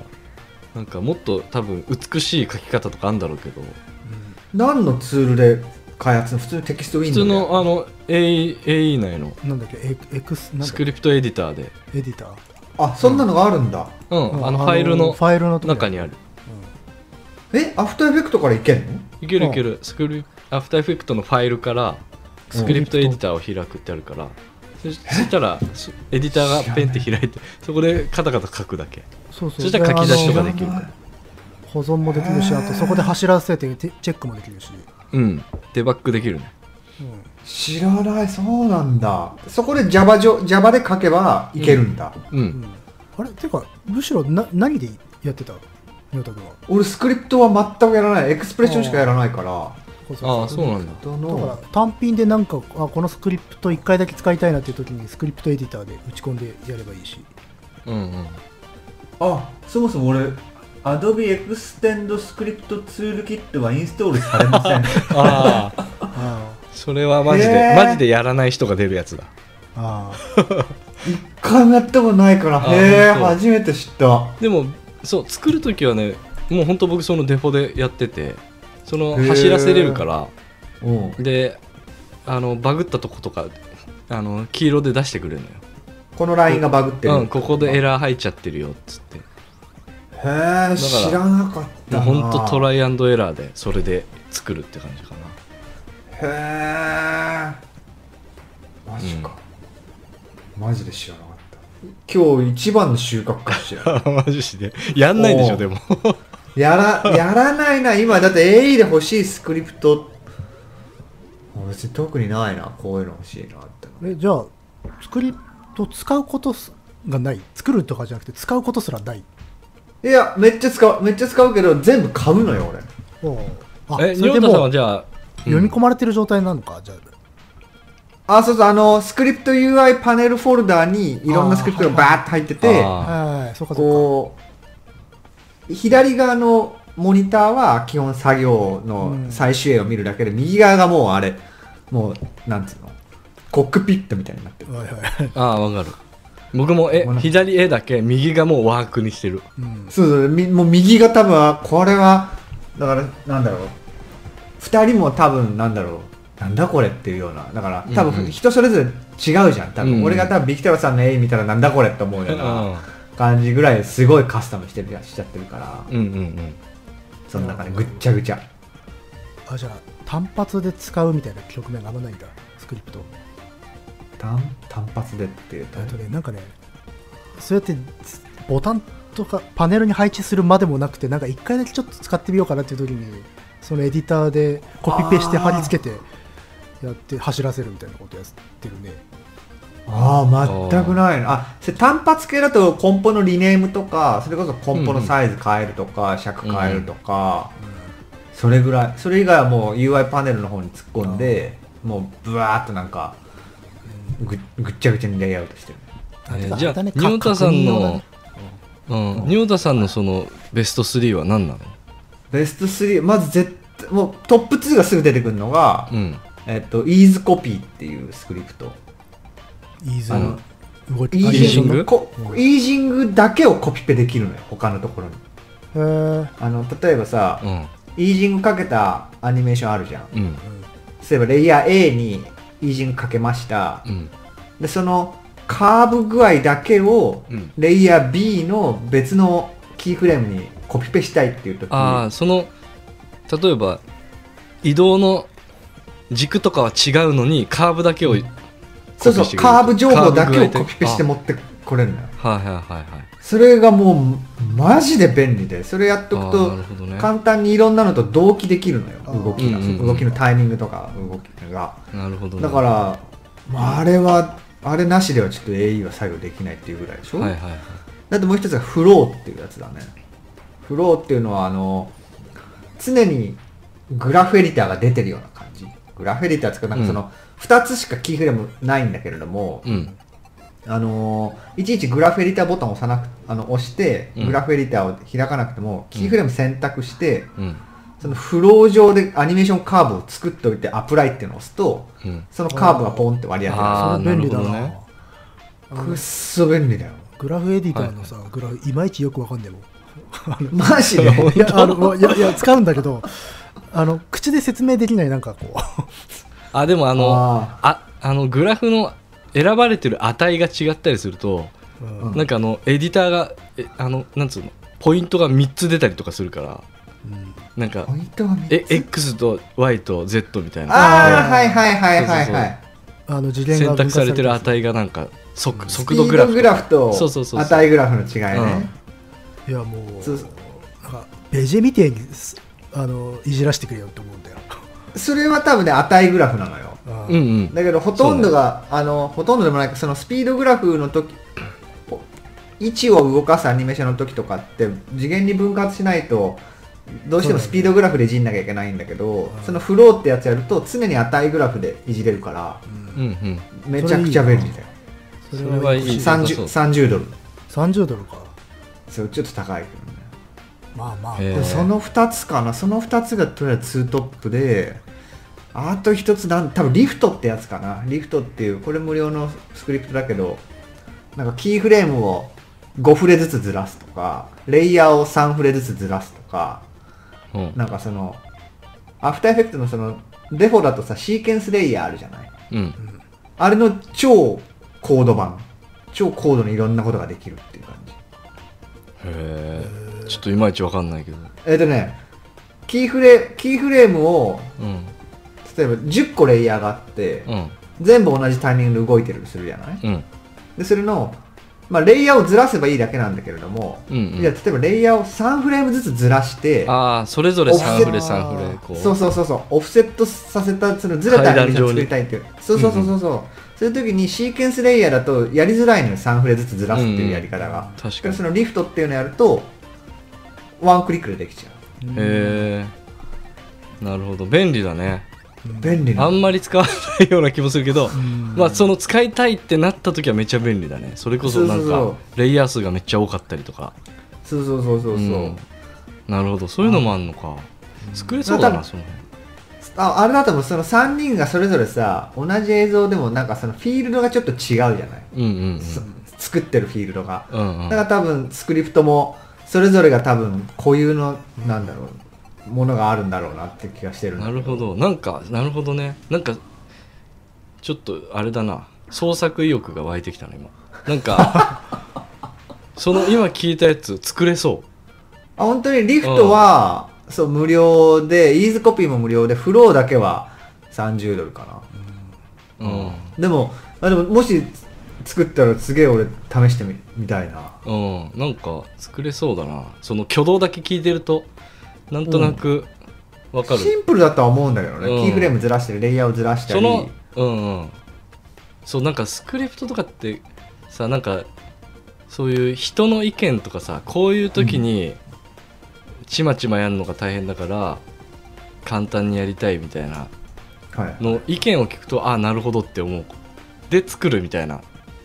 Speaker 1: なんかもっと多分美しい書き方とかあるんだろうけど
Speaker 3: 何のツールで開発の普通のテキストウィ
Speaker 1: 普
Speaker 3: ンド
Speaker 1: 通
Speaker 3: ウで
Speaker 1: のあの AE, AE 内の
Speaker 2: なんだっけエエクスなんだっ
Speaker 1: ス
Speaker 2: け
Speaker 1: クリプトエディターで
Speaker 2: エディター
Speaker 3: あそんなのがあるんだ、
Speaker 1: うんあのファイルの
Speaker 2: ファイルのとこ
Speaker 1: 中にある
Speaker 3: えアフターエフェクトからいけんの
Speaker 1: いける
Speaker 2: う
Speaker 1: い
Speaker 2: ん
Speaker 1: ける、スクリプアフターエフェクトのファイルからスクリプトエディターを開くってあるから、そし そしたらそエディターがペンって開いてそこでカタカタ書くだけ
Speaker 2: そうそう
Speaker 1: そしたら書き出しとかできる
Speaker 3: 知
Speaker 1: からら
Speaker 3: ない
Speaker 2: で保存もできるしあとそこで走らせててチェックもできるし、
Speaker 1: うんデバッグできるね
Speaker 2: うん
Speaker 3: 知らないそうなんだそこで Java, じょ Java で書けばいけるんだ、
Speaker 1: う
Speaker 2: うんんあれていうかむしろな何でやってたヨト君は
Speaker 3: 俺スクリプトは全くやらないエクスプレッションしかやらないから
Speaker 2: こそ
Speaker 1: ああ
Speaker 2: こそ
Speaker 1: そうなんだ
Speaker 3: ど
Speaker 2: だから
Speaker 3: の
Speaker 2: 単品でなんかあこのスクリプト1回だけ使いたいなっていう時にスクリプトエディターで打ち込んでやればいいし
Speaker 1: うんうん
Speaker 4: あそもそも俺 Adobe エクステンドスクリプトツールキットはインストールされません
Speaker 1: ああ
Speaker 2: あ
Speaker 1: それはマジで、
Speaker 3: へー
Speaker 1: マジでやらない人が出るやつだ
Speaker 2: ああ
Speaker 3: 一回もやったことないから
Speaker 1: あ
Speaker 3: へえ
Speaker 1: 本当
Speaker 3: 初めて知った
Speaker 1: でもそう作る時はねもう本当僕そのデフォでやっててその
Speaker 3: へー
Speaker 1: 走らせれるから
Speaker 3: うん
Speaker 1: であのバグったとことかあの黄色で出してくれるのよ
Speaker 3: このラインがバグってる
Speaker 1: うん、ここでエ
Speaker 3: へ
Speaker 1: ラー入っちゃってるよっつって
Speaker 3: え知らなかった
Speaker 1: もう
Speaker 3: な
Speaker 1: ほんとトライアンドエラーでそれで作るって感じかな
Speaker 3: へえマジか、マジで知らなかった今日一番の収穫かしら
Speaker 1: マジでやんないでし
Speaker 3: お
Speaker 1: ょ
Speaker 3: う
Speaker 1: でも
Speaker 3: やらやらないな今だって AE で欲しいスクリプトもう別に特にないなこういうの欲しいなっての
Speaker 2: えじゃあ作りと使うことすがない作るとかじゃなくて使うことすらない
Speaker 3: いやめっちゃ使うめっちゃ使うけど全部買うのよ俺
Speaker 2: おうあ
Speaker 1: え
Speaker 2: それ
Speaker 1: ニョ
Speaker 2: で
Speaker 1: ータさん
Speaker 2: も
Speaker 1: は
Speaker 2: う
Speaker 1: じゃあ、うん
Speaker 2: 読み込まれてる状態なのかじゃあ
Speaker 3: あそうそうあのスクリプト UI パネルフォルダーにいろんなスクリプトがバーッと入ってて
Speaker 1: あ
Speaker 2: はいはいそうかそうか
Speaker 3: こう左側のモニターは基本作業の
Speaker 2: うん
Speaker 3: 最終絵を見るだけで、右側がもうあれもうなんつうのコックピットみたいになってる
Speaker 2: はいはい、
Speaker 1: ああわかる僕もえ
Speaker 3: ごめんなさい
Speaker 1: 左絵だけ右がもうワークにしてる
Speaker 2: うん、
Speaker 3: そうそうみもう右が多分あこれはだからなんだろう2人も多分なんだろうなんだこれっていうようなだから多
Speaker 1: うんう
Speaker 3: 分
Speaker 1: ん
Speaker 3: 人それぞれ違うじゃん多分、
Speaker 1: うんうん
Speaker 3: 俺が多分ビクトラさんの絵見たらなんだこれって思うような感じぐらいすごいカスタムしてるしちゃってるから
Speaker 1: うんうんうん
Speaker 3: その中でぐっちゃぐちゃ
Speaker 2: あじゃあ単発で使うみたいな局面があんまないんだスクリプト
Speaker 3: 単単発でっていうと
Speaker 2: えっとねなんかねそうやってつボタンとかパネルに配置するまでもなくてなんか一回だけちょっと使ってみようかなっていう時にそのエディターでコピペして貼り付けてやって走らせるみたいなことやってるね
Speaker 3: ああ全くないなあそれ単発系だとコンポのリネームとかそれこそコンポのサイズ変えるとか、尺変えるとか、それぐらいそれ以外はもう UI パネルの方に突っ込んでもうブワーっとなんかぐぐっちゃぐちゃにレイアウトしてる
Speaker 2: あて
Speaker 1: え
Speaker 2: か
Speaker 1: ーじゃ
Speaker 2: れ
Speaker 1: あ
Speaker 2: だ
Speaker 1: ニ
Speaker 2: ね
Speaker 1: ョータさん
Speaker 2: か確認用
Speaker 1: の
Speaker 2: だね
Speaker 1: うんニョータさんのそのベスト3は何なの
Speaker 3: ベスト3まず絶対もうトップ2がすぐ出てくるのが、
Speaker 1: うん
Speaker 3: えっと、イーズコピーっていうスクリプト
Speaker 2: イーズ
Speaker 3: あの
Speaker 2: 動
Speaker 3: イ
Speaker 2: き
Speaker 1: ージング
Speaker 3: のこイージングだけをコピペできるのよ他のところに
Speaker 2: へー
Speaker 3: あの例えばさ、
Speaker 1: うん
Speaker 3: イージングかけたアニメーションあるじゃん
Speaker 1: うん
Speaker 3: 例えばレイヤー A にイージングかけました
Speaker 1: うん
Speaker 3: でそのカーブ具合だけを
Speaker 1: うん
Speaker 3: レイヤー B の別のキーフレームにコピペしたいっていう時
Speaker 1: ああその例えば移動の軸とかは違うのにカーブだけを、はい
Speaker 3: そうそ
Speaker 1: コピーして
Speaker 3: う
Speaker 1: くれる
Speaker 3: カーブ情報だ
Speaker 1: カーブ具
Speaker 3: け
Speaker 1: 合
Speaker 3: を
Speaker 1: で
Speaker 3: コピペして持ってこれるのよ
Speaker 1: はいはいはい
Speaker 3: それがもうマジで便利でそれやっと
Speaker 1: あ
Speaker 3: く
Speaker 1: ーな
Speaker 3: と
Speaker 1: るほどね
Speaker 3: 簡単にいろんなのと同期できるのよ
Speaker 2: あー
Speaker 3: 動きが、
Speaker 1: うんうんうん
Speaker 3: 動きのタイミングとか動きが
Speaker 1: なるほどね
Speaker 3: だから、まあ、あれはあれなしではちょっと AE は作業できないっていうぐらいでしょ、
Speaker 1: はいはいはい
Speaker 3: だってもう一つはフローっていうやつだねフローっていうのはあの常にグラフエディターが出てるような感じグラフエディターっていうかなんかその2つしかキーフレームないんだけれども、
Speaker 1: うん
Speaker 3: あのいちいちグラフエディターボタンを押さなくあの押して
Speaker 1: うん
Speaker 3: グラフエディターを開かなくても、キーフレーム選択して、
Speaker 1: うん
Speaker 3: そのフロー上でアニメーションカーブを作っておいてアプライっていうのを押すと
Speaker 1: うん
Speaker 3: そのカーブがポンって割り当てられる
Speaker 1: あー
Speaker 2: それ便利だな
Speaker 1: なるほ
Speaker 3: くっそ便利だよ。
Speaker 2: グラフエディターのさ、グラフいまいちよくわかんねえもん
Speaker 3: マジで
Speaker 2: いやあのいやいや使うんだけどあの口で説明できないなんかこう
Speaker 1: あでもあの
Speaker 3: あ
Speaker 1: ああのグラフの選ばれてる値が違ったりすると、
Speaker 2: うん
Speaker 1: なんかあのエディターがえあのなんつうのポイントが3つ出たりとかするからなんか
Speaker 3: ポイントは
Speaker 1: え
Speaker 3: 3つ
Speaker 1: X と Y と Z みたいな
Speaker 3: ああはいはいはいはいはい
Speaker 2: あの次元
Speaker 1: 選
Speaker 2: が分
Speaker 1: 択
Speaker 2: 割
Speaker 1: されてる
Speaker 2: る
Speaker 1: 値がなんか速
Speaker 3: ス
Speaker 1: 速
Speaker 3: ピ
Speaker 1: 度グ
Speaker 3: ー
Speaker 1: ラ
Speaker 3: ド
Speaker 1: フ
Speaker 3: グラフと
Speaker 1: そうそうそうそう
Speaker 3: 値グラフの違いね
Speaker 2: いやもう
Speaker 3: そう
Speaker 2: なんかベジェみてえにすあのいじらしてくれよって思うんだよ、
Speaker 3: それは多分ね値グラフなのよ
Speaker 2: あ
Speaker 1: うんうん
Speaker 3: だけどほとんどがあのほとんどでもないかそのスピードグラフの時ポ位置を動かすアニメーションの時とかって次元に分割しないとどうしてもスピードグラフでいじんなきゃいけないんだけどそ,、
Speaker 2: うん
Speaker 3: のフローってやつやると常に値グラフでいじれるから
Speaker 1: うんうん
Speaker 3: めちゃくちゃ便利だよ
Speaker 2: それ
Speaker 1: それはいい
Speaker 3: 30, 30ドル
Speaker 2: 30ドルか
Speaker 3: それちょっと高いけどね
Speaker 2: まあまあ
Speaker 1: へえ
Speaker 3: でもその2つかなその2つがとりあえずツートップであと1つなん多分リフトってやつかなリフトっていうこれ無料のスクリプトだけどなんかキーフレームを5フレずつずらすとかレイヤーを3フレずつずらすとか
Speaker 1: うん
Speaker 3: なんかそのアフターエフェクトのそのデフォだとさシーケンスレイヤーあるじゃない
Speaker 1: うん
Speaker 3: あれの超高度版超高度にいろんなことができるっていう感じ
Speaker 1: へえちょっといまいちわかんないけど
Speaker 3: えっ、とねキーフレキーフレームを
Speaker 1: うん
Speaker 3: 例えば10個レイヤーがあって、
Speaker 1: うん
Speaker 3: 全部同じタイミングで動いてるとするじゃない
Speaker 1: うん
Speaker 3: でそれの、まあ、レイヤーをずらせばいいだけなんだけれども、
Speaker 1: うんうん
Speaker 3: じゃあ例えばレイヤーを3フレームずつずらして
Speaker 1: ああそれぞれ
Speaker 3: オフセ
Speaker 1: 3
Speaker 3: ッ
Speaker 1: フレ3フレこう
Speaker 3: そうそうそうそうオフセットさせたそのずれた
Speaker 1: 階段
Speaker 3: アニメーションを作りたいっていうそうそうそうそうそう、そういう時にシーケンスレイヤーだとやりづらいのよ3フレずつずらすっていうやり方が、
Speaker 1: 確
Speaker 3: だか
Speaker 1: からに
Speaker 3: そ
Speaker 1: へ
Speaker 3: のリフトっていうのやるとワンクリックでできちゃう
Speaker 1: えなるほど便利だね
Speaker 3: 便利
Speaker 1: あ
Speaker 3: なん
Speaker 1: まり使わないような気もするけどまあその使いたいってなった時はめっちゃ便利だねそれこそな
Speaker 3: そ
Speaker 1: ん
Speaker 3: うそう
Speaker 1: かレイヤー数がめっちゃ多かったりとか
Speaker 3: そうそうそうそうそう、
Speaker 1: んなるほどそういうのもあんのか作れそうだなその
Speaker 3: ああれだともその3人がそれぞれさ同じ映像でもなんかそのフィールドがちょっと違うじゃない、
Speaker 1: 辺うんうん
Speaker 3: そ作ってるフィールドが、
Speaker 1: うんうんうん
Speaker 3: だから多分スクリプトもそれぞれが多分固有のなんだろうものがあるんだろうなって気がしてるんだ
Speaker 1: な
Speaker 3: け
Speaker 1: るほどなんかなるほどねなんかちょっとあれだな創作意欲が湧いてきたの今なんか その今聞いたやつ作れそ
Speaker 3: あ本当にリフトは、そう無料でイーズコピーも無料でフローだけは30ドルかな、
Speaker 1: ううん
Speaker 3: でもあでももし作ったらすげえ俺試してみみたいな
Speaker 1: うんなんか作れそうだなその挙動だけ聞いてるとなんとなくわか
Speaker 3: シ
Speaker 1: る、
Speaker 3: ンプルだとは思うんだけどね、
Speaker 1: うん
Speaker 3: キーフレームずらしたりレイヤーをずらした
Speaker 1: そ
Speaker 3: り
Speaker 1: のうんうんそうなんかスクリプトとかってさなんかそういう人の意見とかさこういう時にちまちまやるのが大変だから簡単にやりたいみたいな
Speaker 3: はい
Speaker 1: の意見を聞くとああなるほどって思うで作るみたいな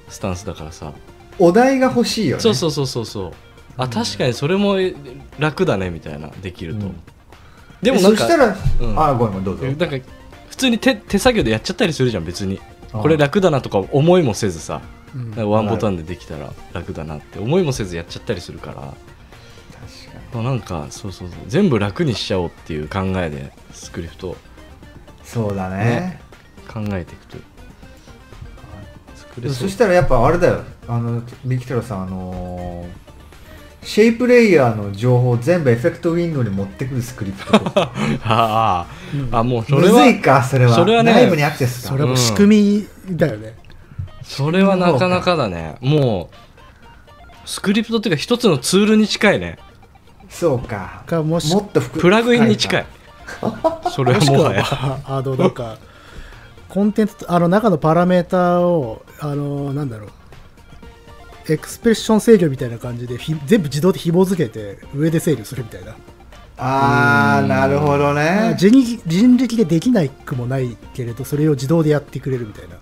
Speaker 1: スタンスだからさ
Speaker 3: お題が欲しいよね
Speaker 1: そうそうそうそうそうあ確かにそれもえ楽だねみたいなできると、
Speaker 3: うん
Speaker 1: でも
Speaker 3: え
Speaker 1: なん
Speaker 3: そ
Speaker 1: か
Speaker 3: したら、
Speaker 1: うん
Speaker 3: あごめんごめんどうぞ
Speaker 1: なんか普通に手手作業でやっちゃったりするじゃん別に
Speaker 3: あ
Speaker 1: これ楽だなとか思いもせずさ
Speaker 2: うん
Speaker 1: なんかワンボタンでできたら楽だなって思いもせずやっちゃったりするから
Speaker 3: 確かに
Speaker 1: まあなんかそうそうそう全部楽にしちゃおうっていう考えでスクリプトを
Speaker 3: そうだね
Speaker 1: ね考えていくと作
Speaker 3: で
Speaker 1: れ
Speaker 3: も
Speaker 1: そ
Speaker 3: そうしたらやっぱあれだよあのビキトラさんあのーシェイプレイヤーの情報を全部エフェクトウィンドウに持ってくるスクリプト
Speaker 1: あーあもう そ
Speaker 3: む
Speaker 1: れは
Speaker 3: ずいかそれは
Speaker 1: それはね
Speaker 3: 内部にアクセス
Speaker 2: そ
Speaker 3: か
Speaker 2: れも仕組みだよね、
Speaker 1: それはなかなかだねもうスクリプトっていうか一つのツールに近いね
Speaker 3: そうか
Speaker 2: かもし
Speaker 3: もっと複
Speaker 1: プラグインに近
Speaker 3: 深
Speaker 1: いそれは
Speaker 2: もしく
Speaker 1: も
Speaker 2: は
Speaker 1: はや
Speaker 2: まああのなんかコンテンツあの中のパラメーターをあのなんだろうエクスプレッション制御みたいな感じでひ全部自動で紐付けて上で制御するみたいな、
Speaker 3: あーなるほどね
Speaker 2: 人力人力でできないくもないけれどそれを自動でやってくれるみたいな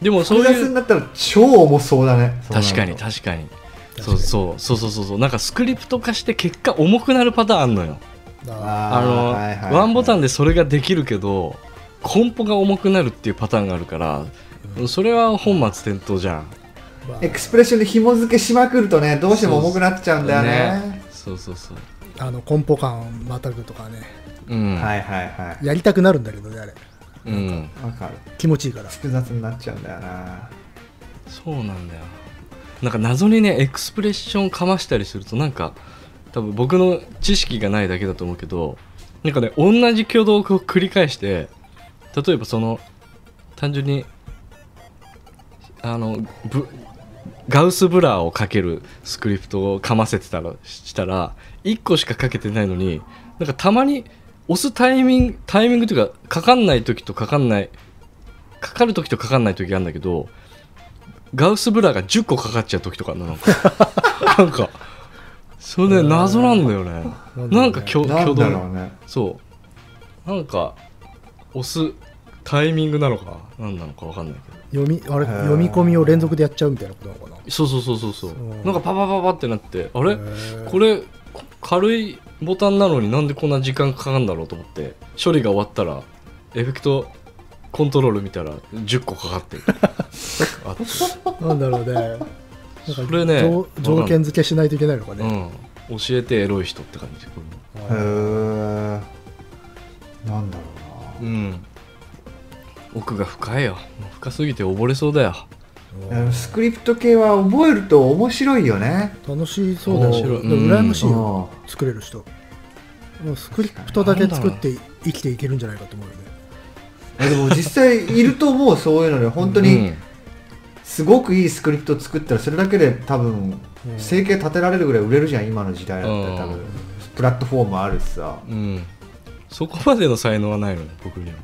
Speaker 1: でもそう
Speaker 3: 複雑
Speaker 1: いう
Speaker 3: になったら超重そうだねそうなると
Speaker 1: 確かに確かにそうそうそうそうそうそうなんかスクリプト化して結果重くなるパターンあんのよ
Speaker 2: あ
Speaker 1: あの、ワンボタンでそれができるけどコンポが重くなるっていうパターンがあるから、それは本末転倒じゃん
Speaker 2: ーまあ
Speaker 3: エクスプレッションで紐付けしまくるとねどうしても重くなっちゃうんだよね
Speaker 1: そうそうそう
Speaker 2: あのコンポ感またぐとかね
Speaker 1: うん、
Speaker 3: はいはいはい
Speaker 2: やりたくなるんだけどねあれ
Speaker 1: うん、
Speaker 3: わかる
Speaker 2: 気持ちいいから
Speaker 3: 複雑になっちゃうんだよな
Speaker 1: そうなんだよなんか謎にねエクスプレッションかましたりするとなんか多分僕の知識がないだけだと思うけどなんかね同じ挙動を繰り返して例えばその単純にあのぶガウスブラーをかけるスクリプトをかませてたらしたら1個しかかけてないのになんかたまに押すタイミングタイミングというかかかんない時とかかんないかかる時とかかんない時があるんだけどガウスブラが10個かかっちゃう時とかあるのなん かなんかそれね謎なんだよね
Speaker 2: うん
Speaker 1: なんか挙
Speaker 3: な
Speaker 1: 挙
Speaker 3: んだろ
Speaker 1: 動
Speaker 3: うね
Speaker 1: そうなんか押すタイミングなのか何なのか分かんないけど
Speaker 2: 読みあれ
Speaker 3: へー
Speaker 2: 読み込みを連続でやっちゃうみたいなことなのかな
Speaker 1: そうそうそうそうそう
Speaker 2: うん
Speaker 1: なんかパパパパってなってあれ
Speaker 2: へー
Speaker 1: これこ軽いボタンなのになんでこんな時間かかるんだろうと思って処理が終わったらエフェクトコントロール見たら10個かか ってるあって
Speaker 2: なんだろうねなんか
Speaker 1: それね
Speaker 2: 条条件付けしないといけないのか
Speaker 1: う
Speaker 2: ね、
Speaker 1: ん教えてエロい人って感じこ
Speaker 2: うん
Speaker 3: へえなんだ
Speaker 1: れ
Speaker 3: ろ
Speaker 1: うん奥が深いよもう深すぎて溺れそうだよ
Speaker 3: うな、スクリプト系は覚えると面白いよね
Speaker 2: 楽しそうだし、
Speaker 1: 面白
Speaker 2: でも
Speaker 1: い
Speaker 2: 羨ましいよ、
Speaker 3: うん
Speaker 2: 作れる人。もうスクリプトだけ作って生きていけるんじゃないかと思うよね。
Speaker 3: えでも実際いると思うそういうので本当
Speaker 1: う
Speaker 3: に
Speaker 1: ん
Speaker 3: すごくいいスクリプト作ったらそれだけで多分
Speaker 2: うん
Speaker 3: 生計立てられるぐらい売れるじゃん今の時代だったら多
Speaker 1: う
Speaker 3: 分
Speaker 1: ん
Speaker 3: プラットフォームあるしさ
Speaker 1: うんそこまでの才能はないのね僕には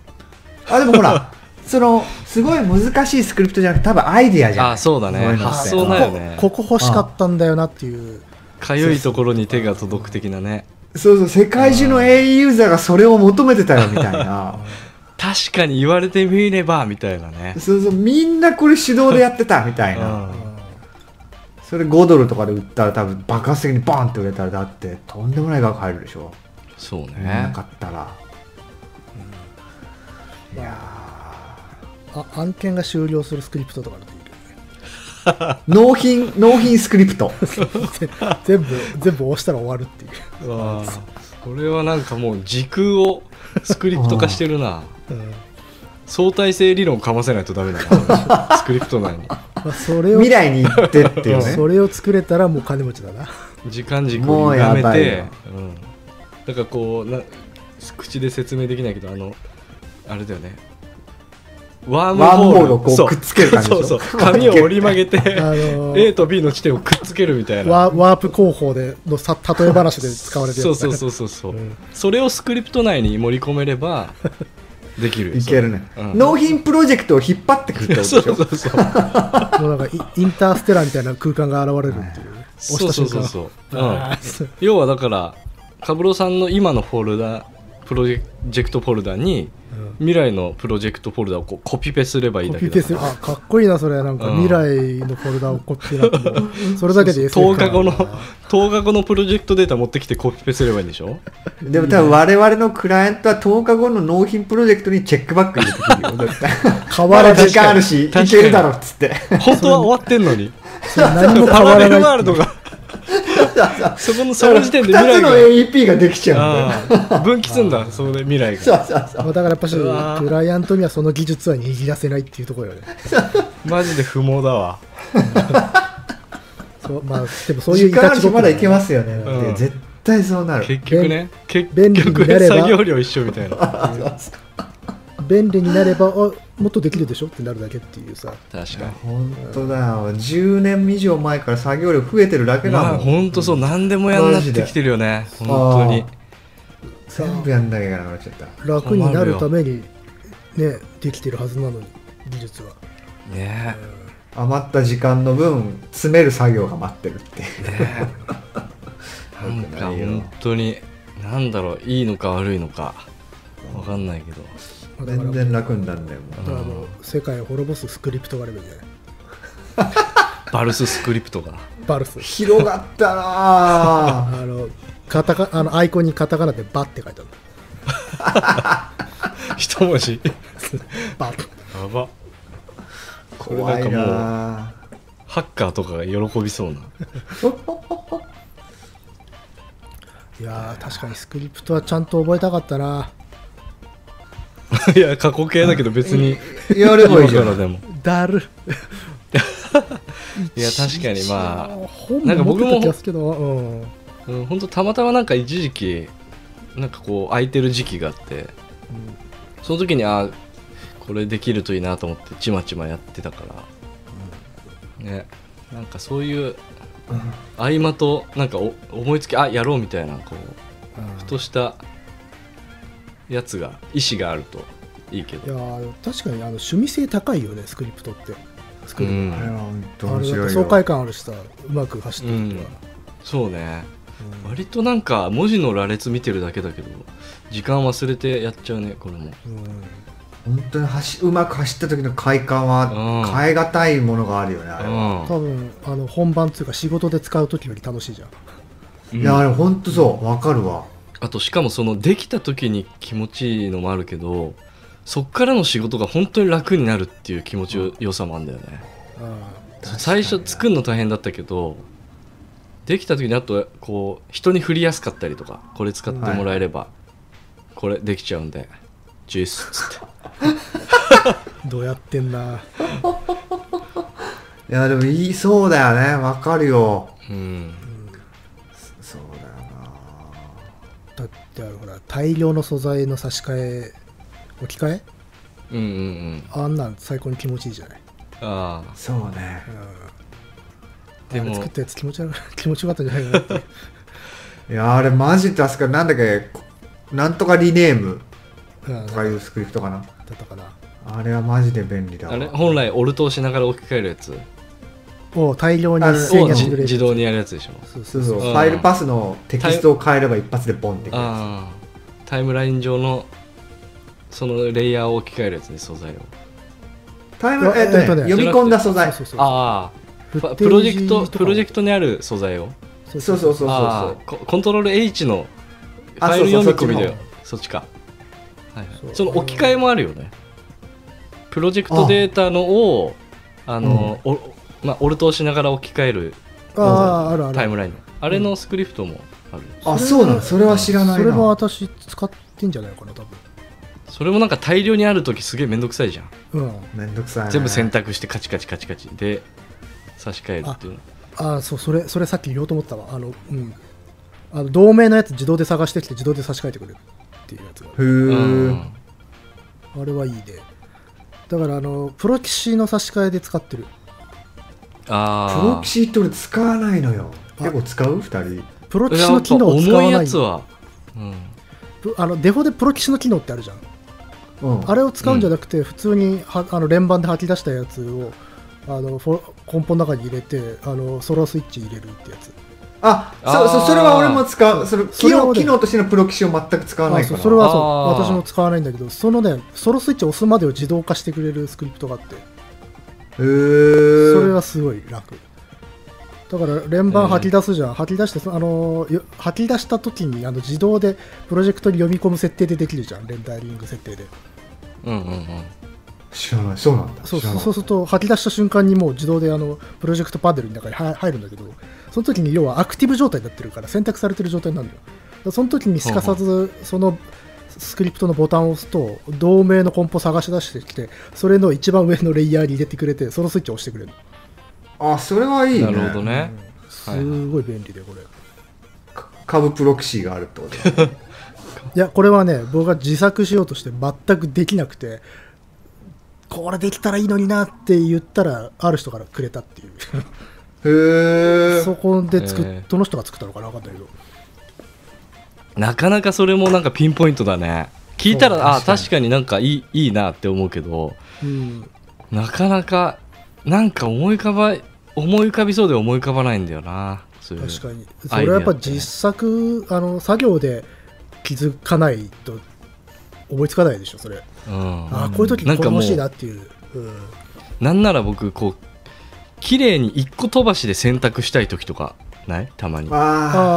Speaker 3: あでもほら そのすごい難しいスクリプトじゃなくて多分アイディアじゃん
Speaker 1: あそうだ
Speaker 3: こい
Speaker 1: ね
Speaker 3: のって
Speaker 1: 発想ないよね
Speaker 2: ここ欲しかったんだよなっていう、
Speaker 1: かゆいところに手が届く的なね
Speaker 3: そうそう世界中の A ユーザーがそれを求めてたよみたいな
Speaker 1: 確かに言われてみればみたいなね
Speaker 3: そうそうみんなこれ手動でやってたみたいな
Speaker 1: う
Speaker 3: それ5ドルとかで売ったら多分爆発的にバーンって売れたらだってとんでもない額入るでしょ
Speaker 1: んそう
Speaker 3: な
Speaker 1: ね
Speaker 3: かったら、いや
Speaker 2: あ案件が終了するスクリプトとかだといいけ
Speaker 3: ー納品納品スクリプ ト
Speaker 2: どね 全部、全部押したら終わるっていう。
Speaker 1: わあこれはなんかもう時空をスクリプト化してる な
Speaker 2: うん
Speaker 1: 相対性理論かませないとダメだなスクリプト内に
Speaker 2: まあ、それを
Speaker 3: 未来に行ってっ ていうね
Speaker 2: それを作れたらもう金持ちだな。
Speaker 1: 時間軸
Speaker 3: も
Speaker 1: を
Speaker 3: うや
Speaker 1: 歪め
Speaker 3: ばい
Speaker 1: て
Speaker 3: よ
Speaker 1: うん、だからこうな口で説明できないけどあのあれだよねワーム
Speaker 3: ワームホールを
Speaker 1: ホ
Speaker 3: こ
Speaker 1: ー
Speaker 3: う
Speaker 1: ルを
Speaker 3: くっつける感じでしょ
Speaker 1: そう そう紙を折り曲げて
Speaker 2: あの
Speaker 1: A と B の地点をくっつけるみたいな
Speaker 2: ワワープ広報でのさ例え話で使われてる
Speaker 1: そう
Speaker 2: やつだ
Speaker 1: そうそう
Speaker 2: ね
Speaker 1: そうそう、
Speaker 2: ん
Speaker 1: それをスクリプト内に盛り込めればできるよ
Speaker 3: いけるね、
Speaker 1: うん
Speaker 3: 納品プロジェクトを引っ張ってくるってこと
Speaker 1: そう
Speaker 3: で し
Speaker 1: そ
Speaker 3: ょ
Speaker 1: うそうそう
Speaker 2: もうなんかイインターステラーみたいな空間が現れるっていう、
Speaker 1: そうそうそう
Speaker 2: う
Speaker 1: そう、うん
Speaker 2: あ、ー
Speaker 1: 要はだからカブロさんの今のフォルダプロジェクトフォルダに
Speaker 2: うん
Speaker 1: 未来のプロジェクトフォルダをこうコピペすればいい
Speaker 2: コ
Speaker 1: だ
Speaker 2: ピ
Speaker 1: け
Speaker 2: ペ
Speaker 1: だ
Speaker 2: する
Speaker 1: から
Speaker 2: あかっこいいなそれなんか、
Speaker 1: うん
Speaker 2: 未来のフォルダをコピペなんかも うそれだけで
Speaker 1: 10
Speaker 2: SF
Speaker 1: 日後の
Speaker 2: 感が
Speaker 1: 10日後のプロジェクトデータ持ってきてコピペすればいいんでし ょ
Speaker 3: でも多分我々のクライアントは10日後の納品プロジェクトにチェックバック入れてくるよだって
Speaker 2: 変
Speaker 3: ま
Speaker 2: わら
Speaker 3: だ
Speaker 2: ない
Speaker 3: 時間あるしい
Speaker 1: 確かに
Speaker 3: けるだろっつって
Speaker 1: 本当は終わってんのに
Speaker 2: それ何も変
Speaker 1: パ
Speaker 2: わ
Speaker 1: ラレ
Speaker 2: ら
Speaker 1: ルワー
Speaker 2: ない
Speaker 1: ル
Speaker 2: っ
Speaker 1: ド
Speaker 2: ていう
Speaker 1: がそこのその時点で
Speaker 3: 2
Speaker 1: 未
Speaker 3: つ
Speaker 1: 来
Speaker 3: の
Speaker 1: が
Speaker 3: AEP ができちゃうんだよ
Speaker 1: あー分岐すんだそこで未来
Speaker 3: そ
Speaker 1: が
Speaker 3: うそうそ
Speaker 2: ま
Speaker 3: う
Speaker 2: あだからやっぱし
Speaker 1: うわー
Speaker 2: クライアントにはその技術は握らせないっていうところよね
Speaker 1: マジで不毛だわ
Speaker 2: そうまあでもそういう
Speaker 3: 時間あるし
Speaker 2: ごっこ
Speaker 3: まだいけますよね、
Speaker 1: うん
Speaker 3: 絶対そうなる
Speaker 1: 結局ね結
Speaker 2: 便利
Speaker 1: 局
Speaker 2: になれば
Speaker 1: 作業量一緒みたいな
Speaker 2: 便利になればあもっとできるでしょってなるだけっていうさ
Speaker 1: 確かに
Speaker 3: 本当だよ10年以上前から作業量増えてるだけだ
Speaker 1: まあ
Speaker 3: もん
Speaker 1: 本当そう何でもやんなってきてるよね本当に
Speaker 3: 全部やんなきゃいけなくなっちゃった
Speaker 2: 楽になるためにねできてるはずなのに技術は
Speaker 1: ね
Speaker 3: 余った時間の分詰める作業が待ってるっていう
Speaker 1: えねえなんか本当になんだろういいのか悪いのかわかんないけど
Speaker 2: まあだから
Speaker 3: 全然楽になんだよも
Speaker 2: だからもう世界を滅ぼすスクリプトがあればいいんじゃない
Speaker 1: バルススクリプトが
Speaker 2: バルス
Speaker 3: う広がったなぁ
Speaker 2: あの、カタカ、あの、アイコンにカタカナでバって書いてある。
Speaker 1: 一文字
Speaker 2: バッ。
Speaker 1: やばこれ
Speaker 3: 怖
Speaker 1: なん
Speaker 3: い
Speaker 1: かもう
Speaker 3: なぁ
Speaker 1: ハッカーとかが喜びそうない
Speaker 2: やー、確かにスクリプトはちゃんと覚えたかったな。
Speaker 1: いや過去形だけど別に
Speaker 3: やればいいじゃ
Speaker 1: 今から
Speaker 3: ん
Speaker 1: でも
Speaker 2: だる。
Speaker 1: いや確かにまあ
Speaker 2: 本
Speaker 1: なんか
Speaker 2: も持
Speaker 1: 僕
Speaker 2: って
Speaker 1: も
Speaker 2: た気がするけど、うん。
Speaker 1: うん、本当たまたまなんか一時期なんかこう空いてる時期があって、その時にあーこれできるといいなと思ってちまちまやってたから、ねなんかそういう合間となんかお思いつきあやろうみたいなこうふとしたやつが意思があるといいけ
Speaker 2: いや
Speaker 1: ど
Speaker 2: ー確かにあの趣味性高いよね、スクリプトって。作
Speaker 1: う
Speaker 2: る
Speaker 1: ん
Speaker 3: あれは本当
Speaker 2: あ
Speaker 3: 面
Speaker 2: れだ
Speaker 3: 白
Speaker 2: と
Speaker 3: い
Speaker 2: 爽
Speaker 3: よ
Speaker 2: 快感あるしさうまく走ってるとか、
Speaker 1: そうね、
Speaker 2: うん
Speaker 1: 割となんか文字の羅列見てるだけだけど時間忘れてやっちゃうねこれも
Speaker 2: うん
Speaker 3: 本当に走うまく走った時の快感
Speaker 1: うん
Speaker 3: は変え難いものがあるよねあれは、
Speaker 1: う
Speaker 2: 多分あの本番っていうか仕事で使う時より楽しいじゃん
Speaker 1: ん
Speaker 3: いやあれ本当そうわかるわ
Speaker 1: あとしかもそのできた時に気持ちいいのもあるけどそっからの仕事が本当に楽になるっていう気持ちよ良さもあるんだよね最初作るの大変だったけどできた時にあとこう人に振りやすかったりとかこれ使ってもらえれば、これできちゃうんでジュースっつって
Speaker 2: どうやってんない
Speaker 3: やでもいいそうだよねわかるよ
Speaker 1: うん
Speaker 3: そうだよ
Speaker 2: だってあのほら大量の素材の差し替え置き換え
Speaker 1: うんうんうん
Speaker 2: あんなん最高に気持ちいいじゃない、
Speaker 1: ああ
Speaker 3: なそうね
Speaker 2: うん、
Speaker 1: でも
Speaker 2: あれ作ったやつ気持ち悪い 気持ちよかったんじゃないかなって
Speaker 3: いやあれマジで助かるなんだっけこなんとかリネーム
Speaker 2: うん
Speaker 3: と
Speaker 2: だ
Speaker 3: か
Speaker 2: っ
Speaker 3: いうスクリプトかな
Speaker 2: たかな
Speaker 3: あれはマジで便利だわ
Speaker 1: あれ本来オルトをしながら置き換えるやつ
Speaker 2: を大量に
Speaker 3: あ
Speaker 2: 一
Speaker 3: の
Speaker 2: 斉
Speaker 1: を
Speaker 2: にやって
Speaker 1: じ
Speaker 2: くれる
Speaker 1: 自動にやるやつでしょ
Speaker 2: そうそ
Speaker 3: そううそう、
Speaker 1: うん
Speaker 3: ファイルパスのテキストを変えれば一発でボンってくるや
Speaker 1: ああタイムライン上のそのレイヤーを置き換えるやつね素材を
Speaker 3: つタイム
Speaker 2: うわ
Speaker 3: えっと
Speaker 2: えっと
Speaker 3: ね
Speaker 2: ね
Speaker 3: 読み込んだ素材
Speaker 2: そうそうそう
Speaker 1: ああ
Speaker 2: フッ
Speaker 1: プ
Speaker 2: テージ
Speaker 1: ロジェクト
Speaker 2: とかも
Speaker 1: プロジェクトにある素材を
Speaker 2: そう
Speaker 3: そうそうそうそう
Speaker 1: あ
Speaker 3: そう
Speaker 1: あココントロール H のフ
Speaker 3: あ
Speaker 1: ァイル
Speaker 3: そうそう
Speaker 1: 読み込みだよ
Speaker 3: そ
Speaker 1: そ
Speaker 3: っち
Speaker 1: っちか、はいはい
Speaker 2: そう
Speaker 1: その置き換えもあるよねプロジェクトデータのをあの、おまあ、オルトをしながら置き換える
Speaker 2: あああるある
Speaker 1: タイムラインのあれのスクリプトもある、
Speaker 3: あ
Speaker 2: それ
Speaker 3: そ
Speaker 2: は
Speaker 3: うなのそれは知らないな
Speaker 2: それも私使ってんじゃないかな多分
Speaker 1: それもなんか大量にある時すげえめんどくさいじゃん
Speaker 2: うん
Speaker 3: めんどくさい、ね、
Speaker 1: 全部選択してカチカチカチカチで差し替えるっていうの
Speaker 2: ああそうそれそれさっき言おうと思ったわあのうんあの同盟のやつ自動で探してきて自動で差し替えてくれるっていうやつが
Speaker 3: ふ
Speaker 1: う
Speaker 3: ー
Speaker 1: ん
Speaker 2: あれはいいでだからあのプロ棋士の差し替えで使ってる
Speaker 1: あー
Speaker 3: プロキシって俺使わないのよ結構使う2人
Speaker 2: プロ棋士の機能を使
Speaker 1: 重
Speaker 2: わ
Speaker 1: い
Speaker 2: な
Speaker 1: や
Speaker 2: い
Speaker 1: つは、うん、
Speaker 2: プあのデフォでプロ棋士の機能ってあるじゃん
Speaker 3: うん
Speaker 2: あれを使うんじゃなくて、普通にはあの連番で吐き出したやつをあのフォコンポの中に入れてあのソロスイッチ入れるってやつ
Speaker 3: あ
Speaker 1: あ
Speaker 3: そう
Speaker 1: ー
Speaker 3: そうそれは俺も使うその
Speaker 2: そ
Speaker 3: 機
Speaker 2: れは
Speaker 3: 能
Speaker 2: ね
Speaker 3: 機能としてのプロキシを全く使わない
Speaker 2: あそう
Speaker 3: から
Speaker 2: それはそう
Speaker 1: あー
Speaker 2: 私も使わないんだけどそのねソロスイッチを押すまでを自動化してくれるスクリプトがあって
Speaker 3: へー
Speaker 2: それはすごい楽だから連番吐き出すじゃん、吐き出してそあのよ吐き出した時にあの自動でプロジェクトに読み込む設定でできるじゃんレンダリング設定で
Speaker 1: うんうんうん
Speaker 3: 知らないそうなんだ
Speaker 2: そう
Speaker 3: 知ら
Speaker 2: そう
Speaker 3: ない
Speaker 2: そうすると吐き出した瞬間にもう自動であのプロジェクトパネルの中に入入るんだけどその時に要はアクティブ状態になってるから選択されてる状態になるのよだからその時にすかさずそのスクリプトのボタンを押すと同盟のコンポ探し出してきてそれの一番上のレイヤーに入れてくれてそのスイッチを押してくれる
Speaker 3: あそれはいいね
Speaker 1: なるほどね、
Speaker 2: すごい便利でこれい
Speaker 3: か株プロキシがあるってことだ
Speaker 2: やこれはね僕が自作しようとして全くできなくてこれできたらいいのになって言ったらある人からくれたっていう
Speaker 3: へー
Speaker 2: そこで作っ、
Speaker 1: えー
Speaker 2: どの人が作ったのかな分かんないけど
Speaker 1: なかなかそれもなんかピンポイントだね聞いた
Speaker 3: そう
Speaker 1: らあ
Speaker 3: 確か
Speaker 1: 確か
Speaker 3: に
Speaker 1: になんかいいいいなって思うけど
Speaker 2: うん
Speaker 1: なかなかなんか思い浮かば思い浮かびそうで思い浮かばないんだよなそういう
Speaker 2: 確かにそ
Speaker 1: アイ
Speaker 2: れ
Speaker 1: デ
Speaker 2: は
Speaker 1: ア
Speaker 2: や
Speaker 1: っ
Speaker 2: って
Speaker 1: ね
Speaker 2: ぱ実作、あの作業で気づかないと思いつかないでしょそれ、
Speaker 1: うん、
Speaker 2: ああこういう時こ
Speaker 1: なん
Speaker 2: れ
Speaker 1: かもう
Speaker 2: 欲しいなっていううん
Speaker 1: なんなら僕こう綺麗に一個飛ばしで選択したい時とかないたまに
Speaker 3: あ
Speaker 2: あー
Speaker 3: あ、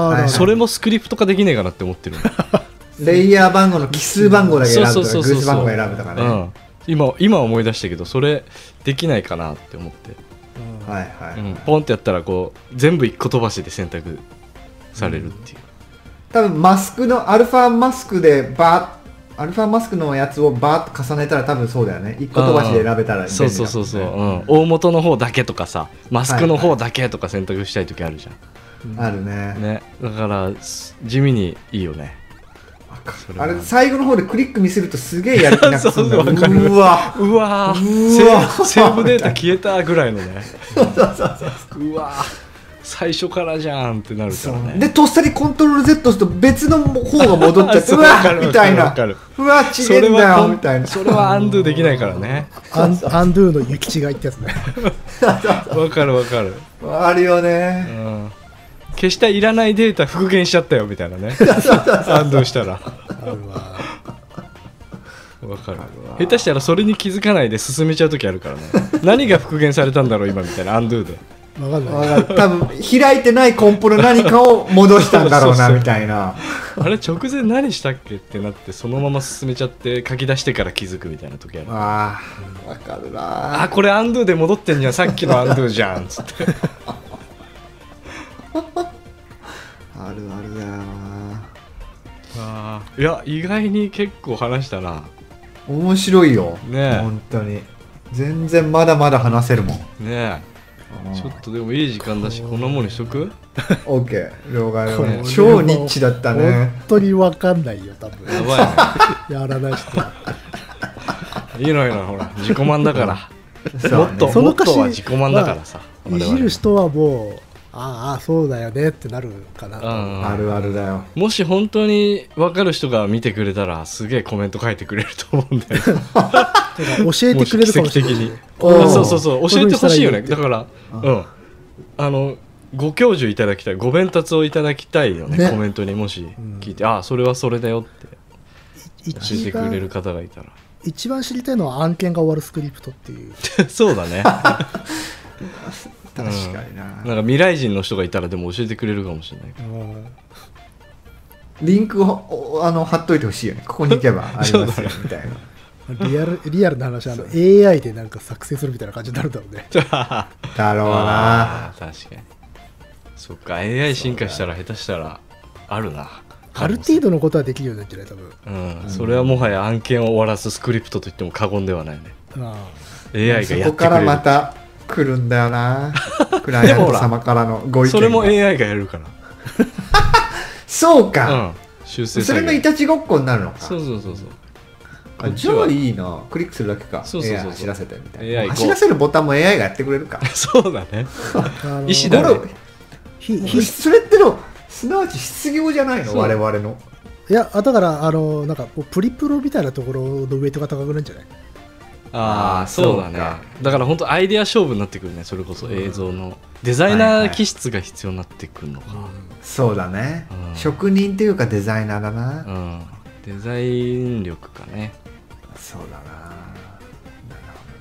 Speaker 3: はいはい
Speaker 1: それもスクリプト化できねえかなって思ってる
Speaker 3: レイヤー番号の奇数番号だけ選ぶと
Speaker 1: そう
Speaker 3: か
Speaker 1: そうそうそう
Speaker 3: 偶数番号選ぶとかね、
Speaker 1: う
Speaker 3: は
Speaker 1: ん、今今思い出したけどそれできないかなって思って、
Speaker 3: いはい、
Speaker 1: うんポンってやったらこう全部一個飛ばしで選択されるっていう、
Speaker 3: 多分マスクのアルファマスクでバーアルファマスクのやつをバーッと重ねたら多分そうだよね一個飛ばしで選べたら便利だもんね
Speaker 1: そうそうそうそう、うん、大元の方だけとかさマスクの方だけとか選択したい時あるじゃん、
Speaker 3: あるね
Speaker 1: ねだからす地味にいいよねそれは
Speaker 3: あれ最後の方でクリックミスるとすげえやる気なくすんだよ
Speaker 1: そうそうわかる
Speaker 3: うわ
Speaker 1: うわー
Speaker 3: うわ ー
Speaker 1: セーブセーブデータ消えたぐらいのねうわー最初からじゃんってなるからね
Speaker 3: でとっさにコントロール Z すると別の方が戻っちゃって
Speaker 1: そううわか
Speaker 3: わ
Speaker 1: る
Speaker 3: みたい
Speaker 1: わ
Speaker 3: な
Speaker 1: かる
Speaker 3: うわちげえんだよみたいな
Speaker 1: それはアンドゥできないからね
Speaker 2: アンアンドゥの行き違いってやつね
Speaker 1: わかるわかる、
Speaker 3: あるよ
Speaker 1: う
Speaker 3: ね
Speaker 1: ん、消したいらないデータ復元しちゃったよみたいなねアンドゥしたら
Speaker 2: あるわ
Speaker 1: わかる下手したらそれに気づかないで進めちゃう時あるからね何が復元されたんだろう今みたいなアンドゥで
Speaker 2: わかんない
Speaker 3: わかる多分開いてないコンポの何かを戻したんだろう
Speaker 1: そう
Speaker 3: な
Speaker 1: そう
Speaker 3: みたいな
Speaker 1: あれ直前何したっけってなってそのまま進めちゃって書き出してから気づくみたいな時ある
Speaker 3: あーわかるな
Speaker 1: あこれアンドゥで戻ってんじゃんさっきのアンドゥじゃんつって
Speaker 3: あるあるだよな
Speaker 1: あーいや意外に結構話したな
Speaker 3: 面白いよ
Speaker 1: ねえ
Speaker 3: 本当に全然まだまだ話せるもん
Speaker 1: ねえちょっとでもいい時間だしこんなもんにしとく
Speaker 3: OK 了解
Speaker 2: これ
Speaker 3: 了解超ニッチだったね
Speaker 2: 本当にわかんないよ多分
Speaker 1: やば
Speaker 2: やらない人
Speaker 1: いねいいのいいのほら自己満だから
Speaker 3: そう
Speaker 1: も
Speaker 3: ね
Speaker 1: っと
Speaker 2: そ
Speaker 1: も
Speaker 2: の
Speaker 1: っとは自
Speaker 2: 昔
Speaker 1: 己満だからさ我
Speaker 2: い
Speaker 1: 々
Speaker 2: じる人はもうああああそうだよねってなるかな
Speaker 1: うん
Speaker 3: あるあるだよ
Speaker 1: もし本当に分かる人が見てくれたらすげえコメント書いてくれると思うんだよ
Speaker 2: てか教えてくれるかもしれ
Speaker 1: もう奇跡
Speaker 2: ない
Speaker 1: 的に
Speaker 3: おー
Speaker 1: あそうそうそう教えてほしいよね
Speaker 2: こういう
Speaker 1: だ
Speaker 2: ふ
Speaker 1: からうんあのご教授いただきたいご弁達をいただきたいよね
Speaker 2: ね
Speaker 1: コメントにもし聞いて、ああそれはそれだよって教えて
Speaker 2: 一
Speaker 1: くれる
Speaker 2: 番
Speaker 1: 方がいたら
Speaker 2: 一番知りたいのは案件が終わるスクリプトっていう
Speaker 1: そうだね
Speaker 3: 確かに
Speaker 1: なん
Speaker 3: な、
Speaker 1: か未来人の人がいたらでも教えてくれるかもしれない
Speaker 3: リンクをおあの貼っといてほしいよねここに行けばあ り
Speaker 1: そう
Speaker 3: ま
Speaker 1: だね
Speaker 3: すよみたいな
Speaker 2: リアルリアルな話あの AI でなんか作成するみたいな感じになるだろうね
Speaker 3: だろうな
Speaker 1: あー確かにそっか AI 進化したら下手したらあるな
Speaker 2: ある程度のことはできるようになるんじゃない多分
Speaker 1: うん、それはもはや案件を終わらすスクリプトと言っても過言ではないね AI が
Speaker 3: そ
Speaker 1: やってく
Speaker 3: こか
Speaker 1: れ
Speaker 3: ら
Speaker 1: る
Speaker 3: また来るんだ よなクライアント様からのご意見が
Speaker 1: それも AI がやるか
Speaker 3: そう
Speaker 1: ら、うん
Speaker 3: か、、
Speaker 1: 修正
Speaker 3: そ
Speaker 1: 作
Speaker 3: れ
Speaker 1: 業
Speaker 3: のいたちごっこになるのか
Speaker 1: そうそうそうそう
Speaker 3: あじゃあいいなクリックするだけか
Speaker 1: そうそうそうそう
Speaker 3: AI 走らせてみたい
Speaker 1: AI
Speaker 3: な
Speaker 1: こう
Speaker 3: 走らせるボタンも AI がやってくれる か
Speaker 1: そうだね
Speaker 2: あの
Speaker 1: 意思だ
Speaker 3: こ
Speaker 1: ね
Speaker 3: れ
Speaker 2: ひひ
Speaker 3: ひそれってのすなわち失業じゃないの
Speaker 1: そう
Speaker 3: 我々の
Speaker 2: いやあだからあのなんかこうプリプロみたいなところのウエイトが高くなるんじゃない
Speaker 1: あ
Speaker 3: あー
Speaker 1: あそうだね
Speaker 3: そうか
Speaker 1: だから本当アイデア勝負になってくるねそれこそ映像のデザイナー気質が必要になってくるのか、
Speaker 3: そうだね、
Speaker 1: うん
Speaker 3: 職人っていうかデザイナーだな、
Speaker 1: うん、デザイン力かね
Speaker 3: そうだななるほ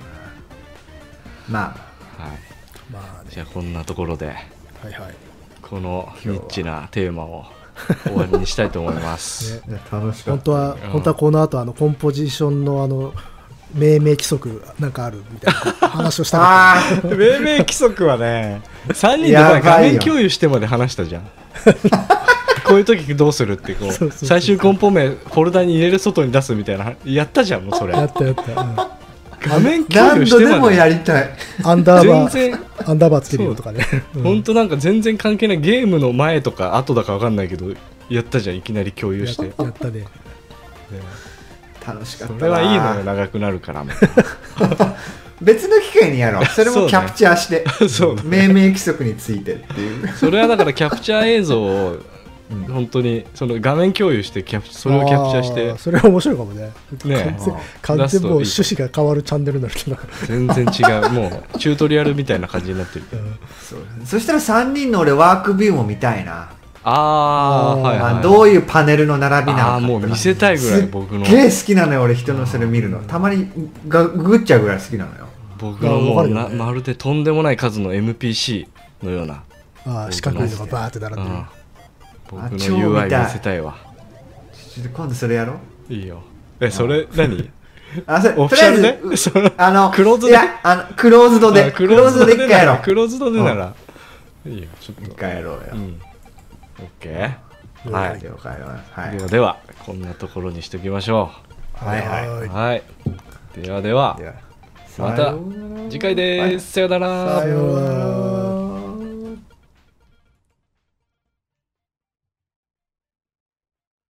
Speaker 3: どなまあ
Speaker 1: はい
Speaker 2: まあね
Speaker 1: じゃあこんなところで
Speaker 2: はいはい
Speaker 1: このニッチなテーマを終わりにしたいと思います、
Speaker 2: ね
Speaker 3: いや楽しか
Speaker 2: 本
Speaker 3: った
Speaker 2: 当は
Speaker 1: うん
Speaker 2: 本当はこの後あのコンポジションのあの命名規則なんかあるみたいな 話をしたか
Speaker 3: ああ
Speaker 1: 命名規則はね3人で
Speaker 3: やばい
Speaker 1: まあ
Speaker 3: よ
Speaker 1: 画面共有してまで話したじゃん こういう時どうするってこ
Speaker 2: そう
Speaker 1: う
Speaker 2: そうそう
Speaker 1: 最終コンポ名フォルダに入れる外に出すみたいなやったじゃんもうそれ
Speaker 2: ったやったやった、うん
Speaker 1: 画面共
Speaker 3: 何
Speaker 1: 有し
Speaker 3: 度
Speaker 1: て
Speaker 3: で
Speaker 1: ま
Speaker 3: もや
Speaker 1: で
Speaker 3: りたい
Speaker 2: アンダー
Speaker 1: 全
Speaker 2: バー、
Speaker 1: 然
Speaker 2: アンダーバーつけるよとかね。
Speaker 1: 本当なんか全然関係ないゲームの前とか後だか分かんないけどやったじゃんいきなり共有
Speaker 2: や
Speaker 1: し、
Speaker 2: って
Speaker 1: ね
Speaker 2: やったね。
Speaker 3: 楽しかっ
Speaker 1: そ
Speaker 3: たな
Speaker 1: れはいいのよ長くなるからみたい
Speaker 3: 別の機会にやろうそれ
Speaker 1: そう
Speaker 3: も
Speaker 1: ね
Speaker 3: キャプチャーして、
Speaker 1: な そうね
Speaker 3: 命名規則についてっていう
Speaker 1: それはだからキャプチャー映像を
Speaker 3: うん
Speaker 1: 本当にその画面共有してキャプそれをキャプチャーし
Speaker 2: あ
Speaker 1: て
Speaker 2: それは面白いかもね。
Speaker 1: ね
Speaker 2: 完
Speaker 1: 出
Speaker 2: 全
Speaker 1: す
Speaker 2: も
Speaker 1: と
Speaker 2: う
Speaker 1: いい
Speaker 2: 趣旨が変わるチャンネルになるけど。
Speaker 1: 全然違うもうチュートリアルみたいな感じになってるけど
Speaker 3: そうそしたら3人の俺ワークビューも見たいな、
Speaker 1: ああ
Speaker 2: あー
Speaker 1: はいはい、
Speaker 3: まあ、どういうパネルの並び
Speaker 1: あ
Speaker 3: な
Speaker 1: あ
Speaker 3: の
Speaker 1: もう
Speaker 3: か
Speaker 1: 見せたいぐらい僕の
Speaker 3: すっげえ好きなのよ俺人のそれ見るのたまにがググっちゃうぐらい好きなのよ
Speaker 1: 僕のも
Speaker 2: わ
Speaker 1: う
Speaker 2: かるよ
Speaker 1: な
Speaker 2: ね
Speaker 1: まるでとんでもない数の MPC のような、
Speaker 2: ああ、四角いのがバーって並
Speaker 1: うん
Speaker 2: でる。
Speaker 1: ん、僕の
Speaker 3: 超見たい
Speaker 1: UI 見せたいわ
Speaker 3: ちょっと今度それやろう
Speaker 1: いいよえそれ何
Speaker 3: あそれ
Speaker 1: オフ
Speaker 3: と
Speaker 1: ィ
Speaker 3: り
Speaker 1: シ
Speaker 3: あ
Speaker 1: ャ
Speaker 3: え
Speaker 1: ルで
Speaker 3: ずう
Speaker 1: その
Speaker 3: あの
Speaker 1: クローズ
Speaker 3: い
Speaker 1: で
Speaker 3: やあのクローズドで
Speaker 1: あ
Speaker 3: クローズドで一回や
Speaker 1: な
Speaker 3: ろ
Speaker 1: らク
Speaker 3: う
Speaker 1: ローズドでなら、いいよちょっ
Speaker 3: 一
Speaker 1: と
Speaker 3: 回やろうよ
Speaker 1: う、ん OK は
Speaker 3: はいい、了解了解
Speaker 1: ではではこんなところにしておきましょ
Speaker 3: はいはいは
Speaker 1: う
Speaker 2: はーい
Speaker 1: はいではではい
Speaker 3: では
Speaker 1: また次回ですさようなら
Speaker 3: さようなら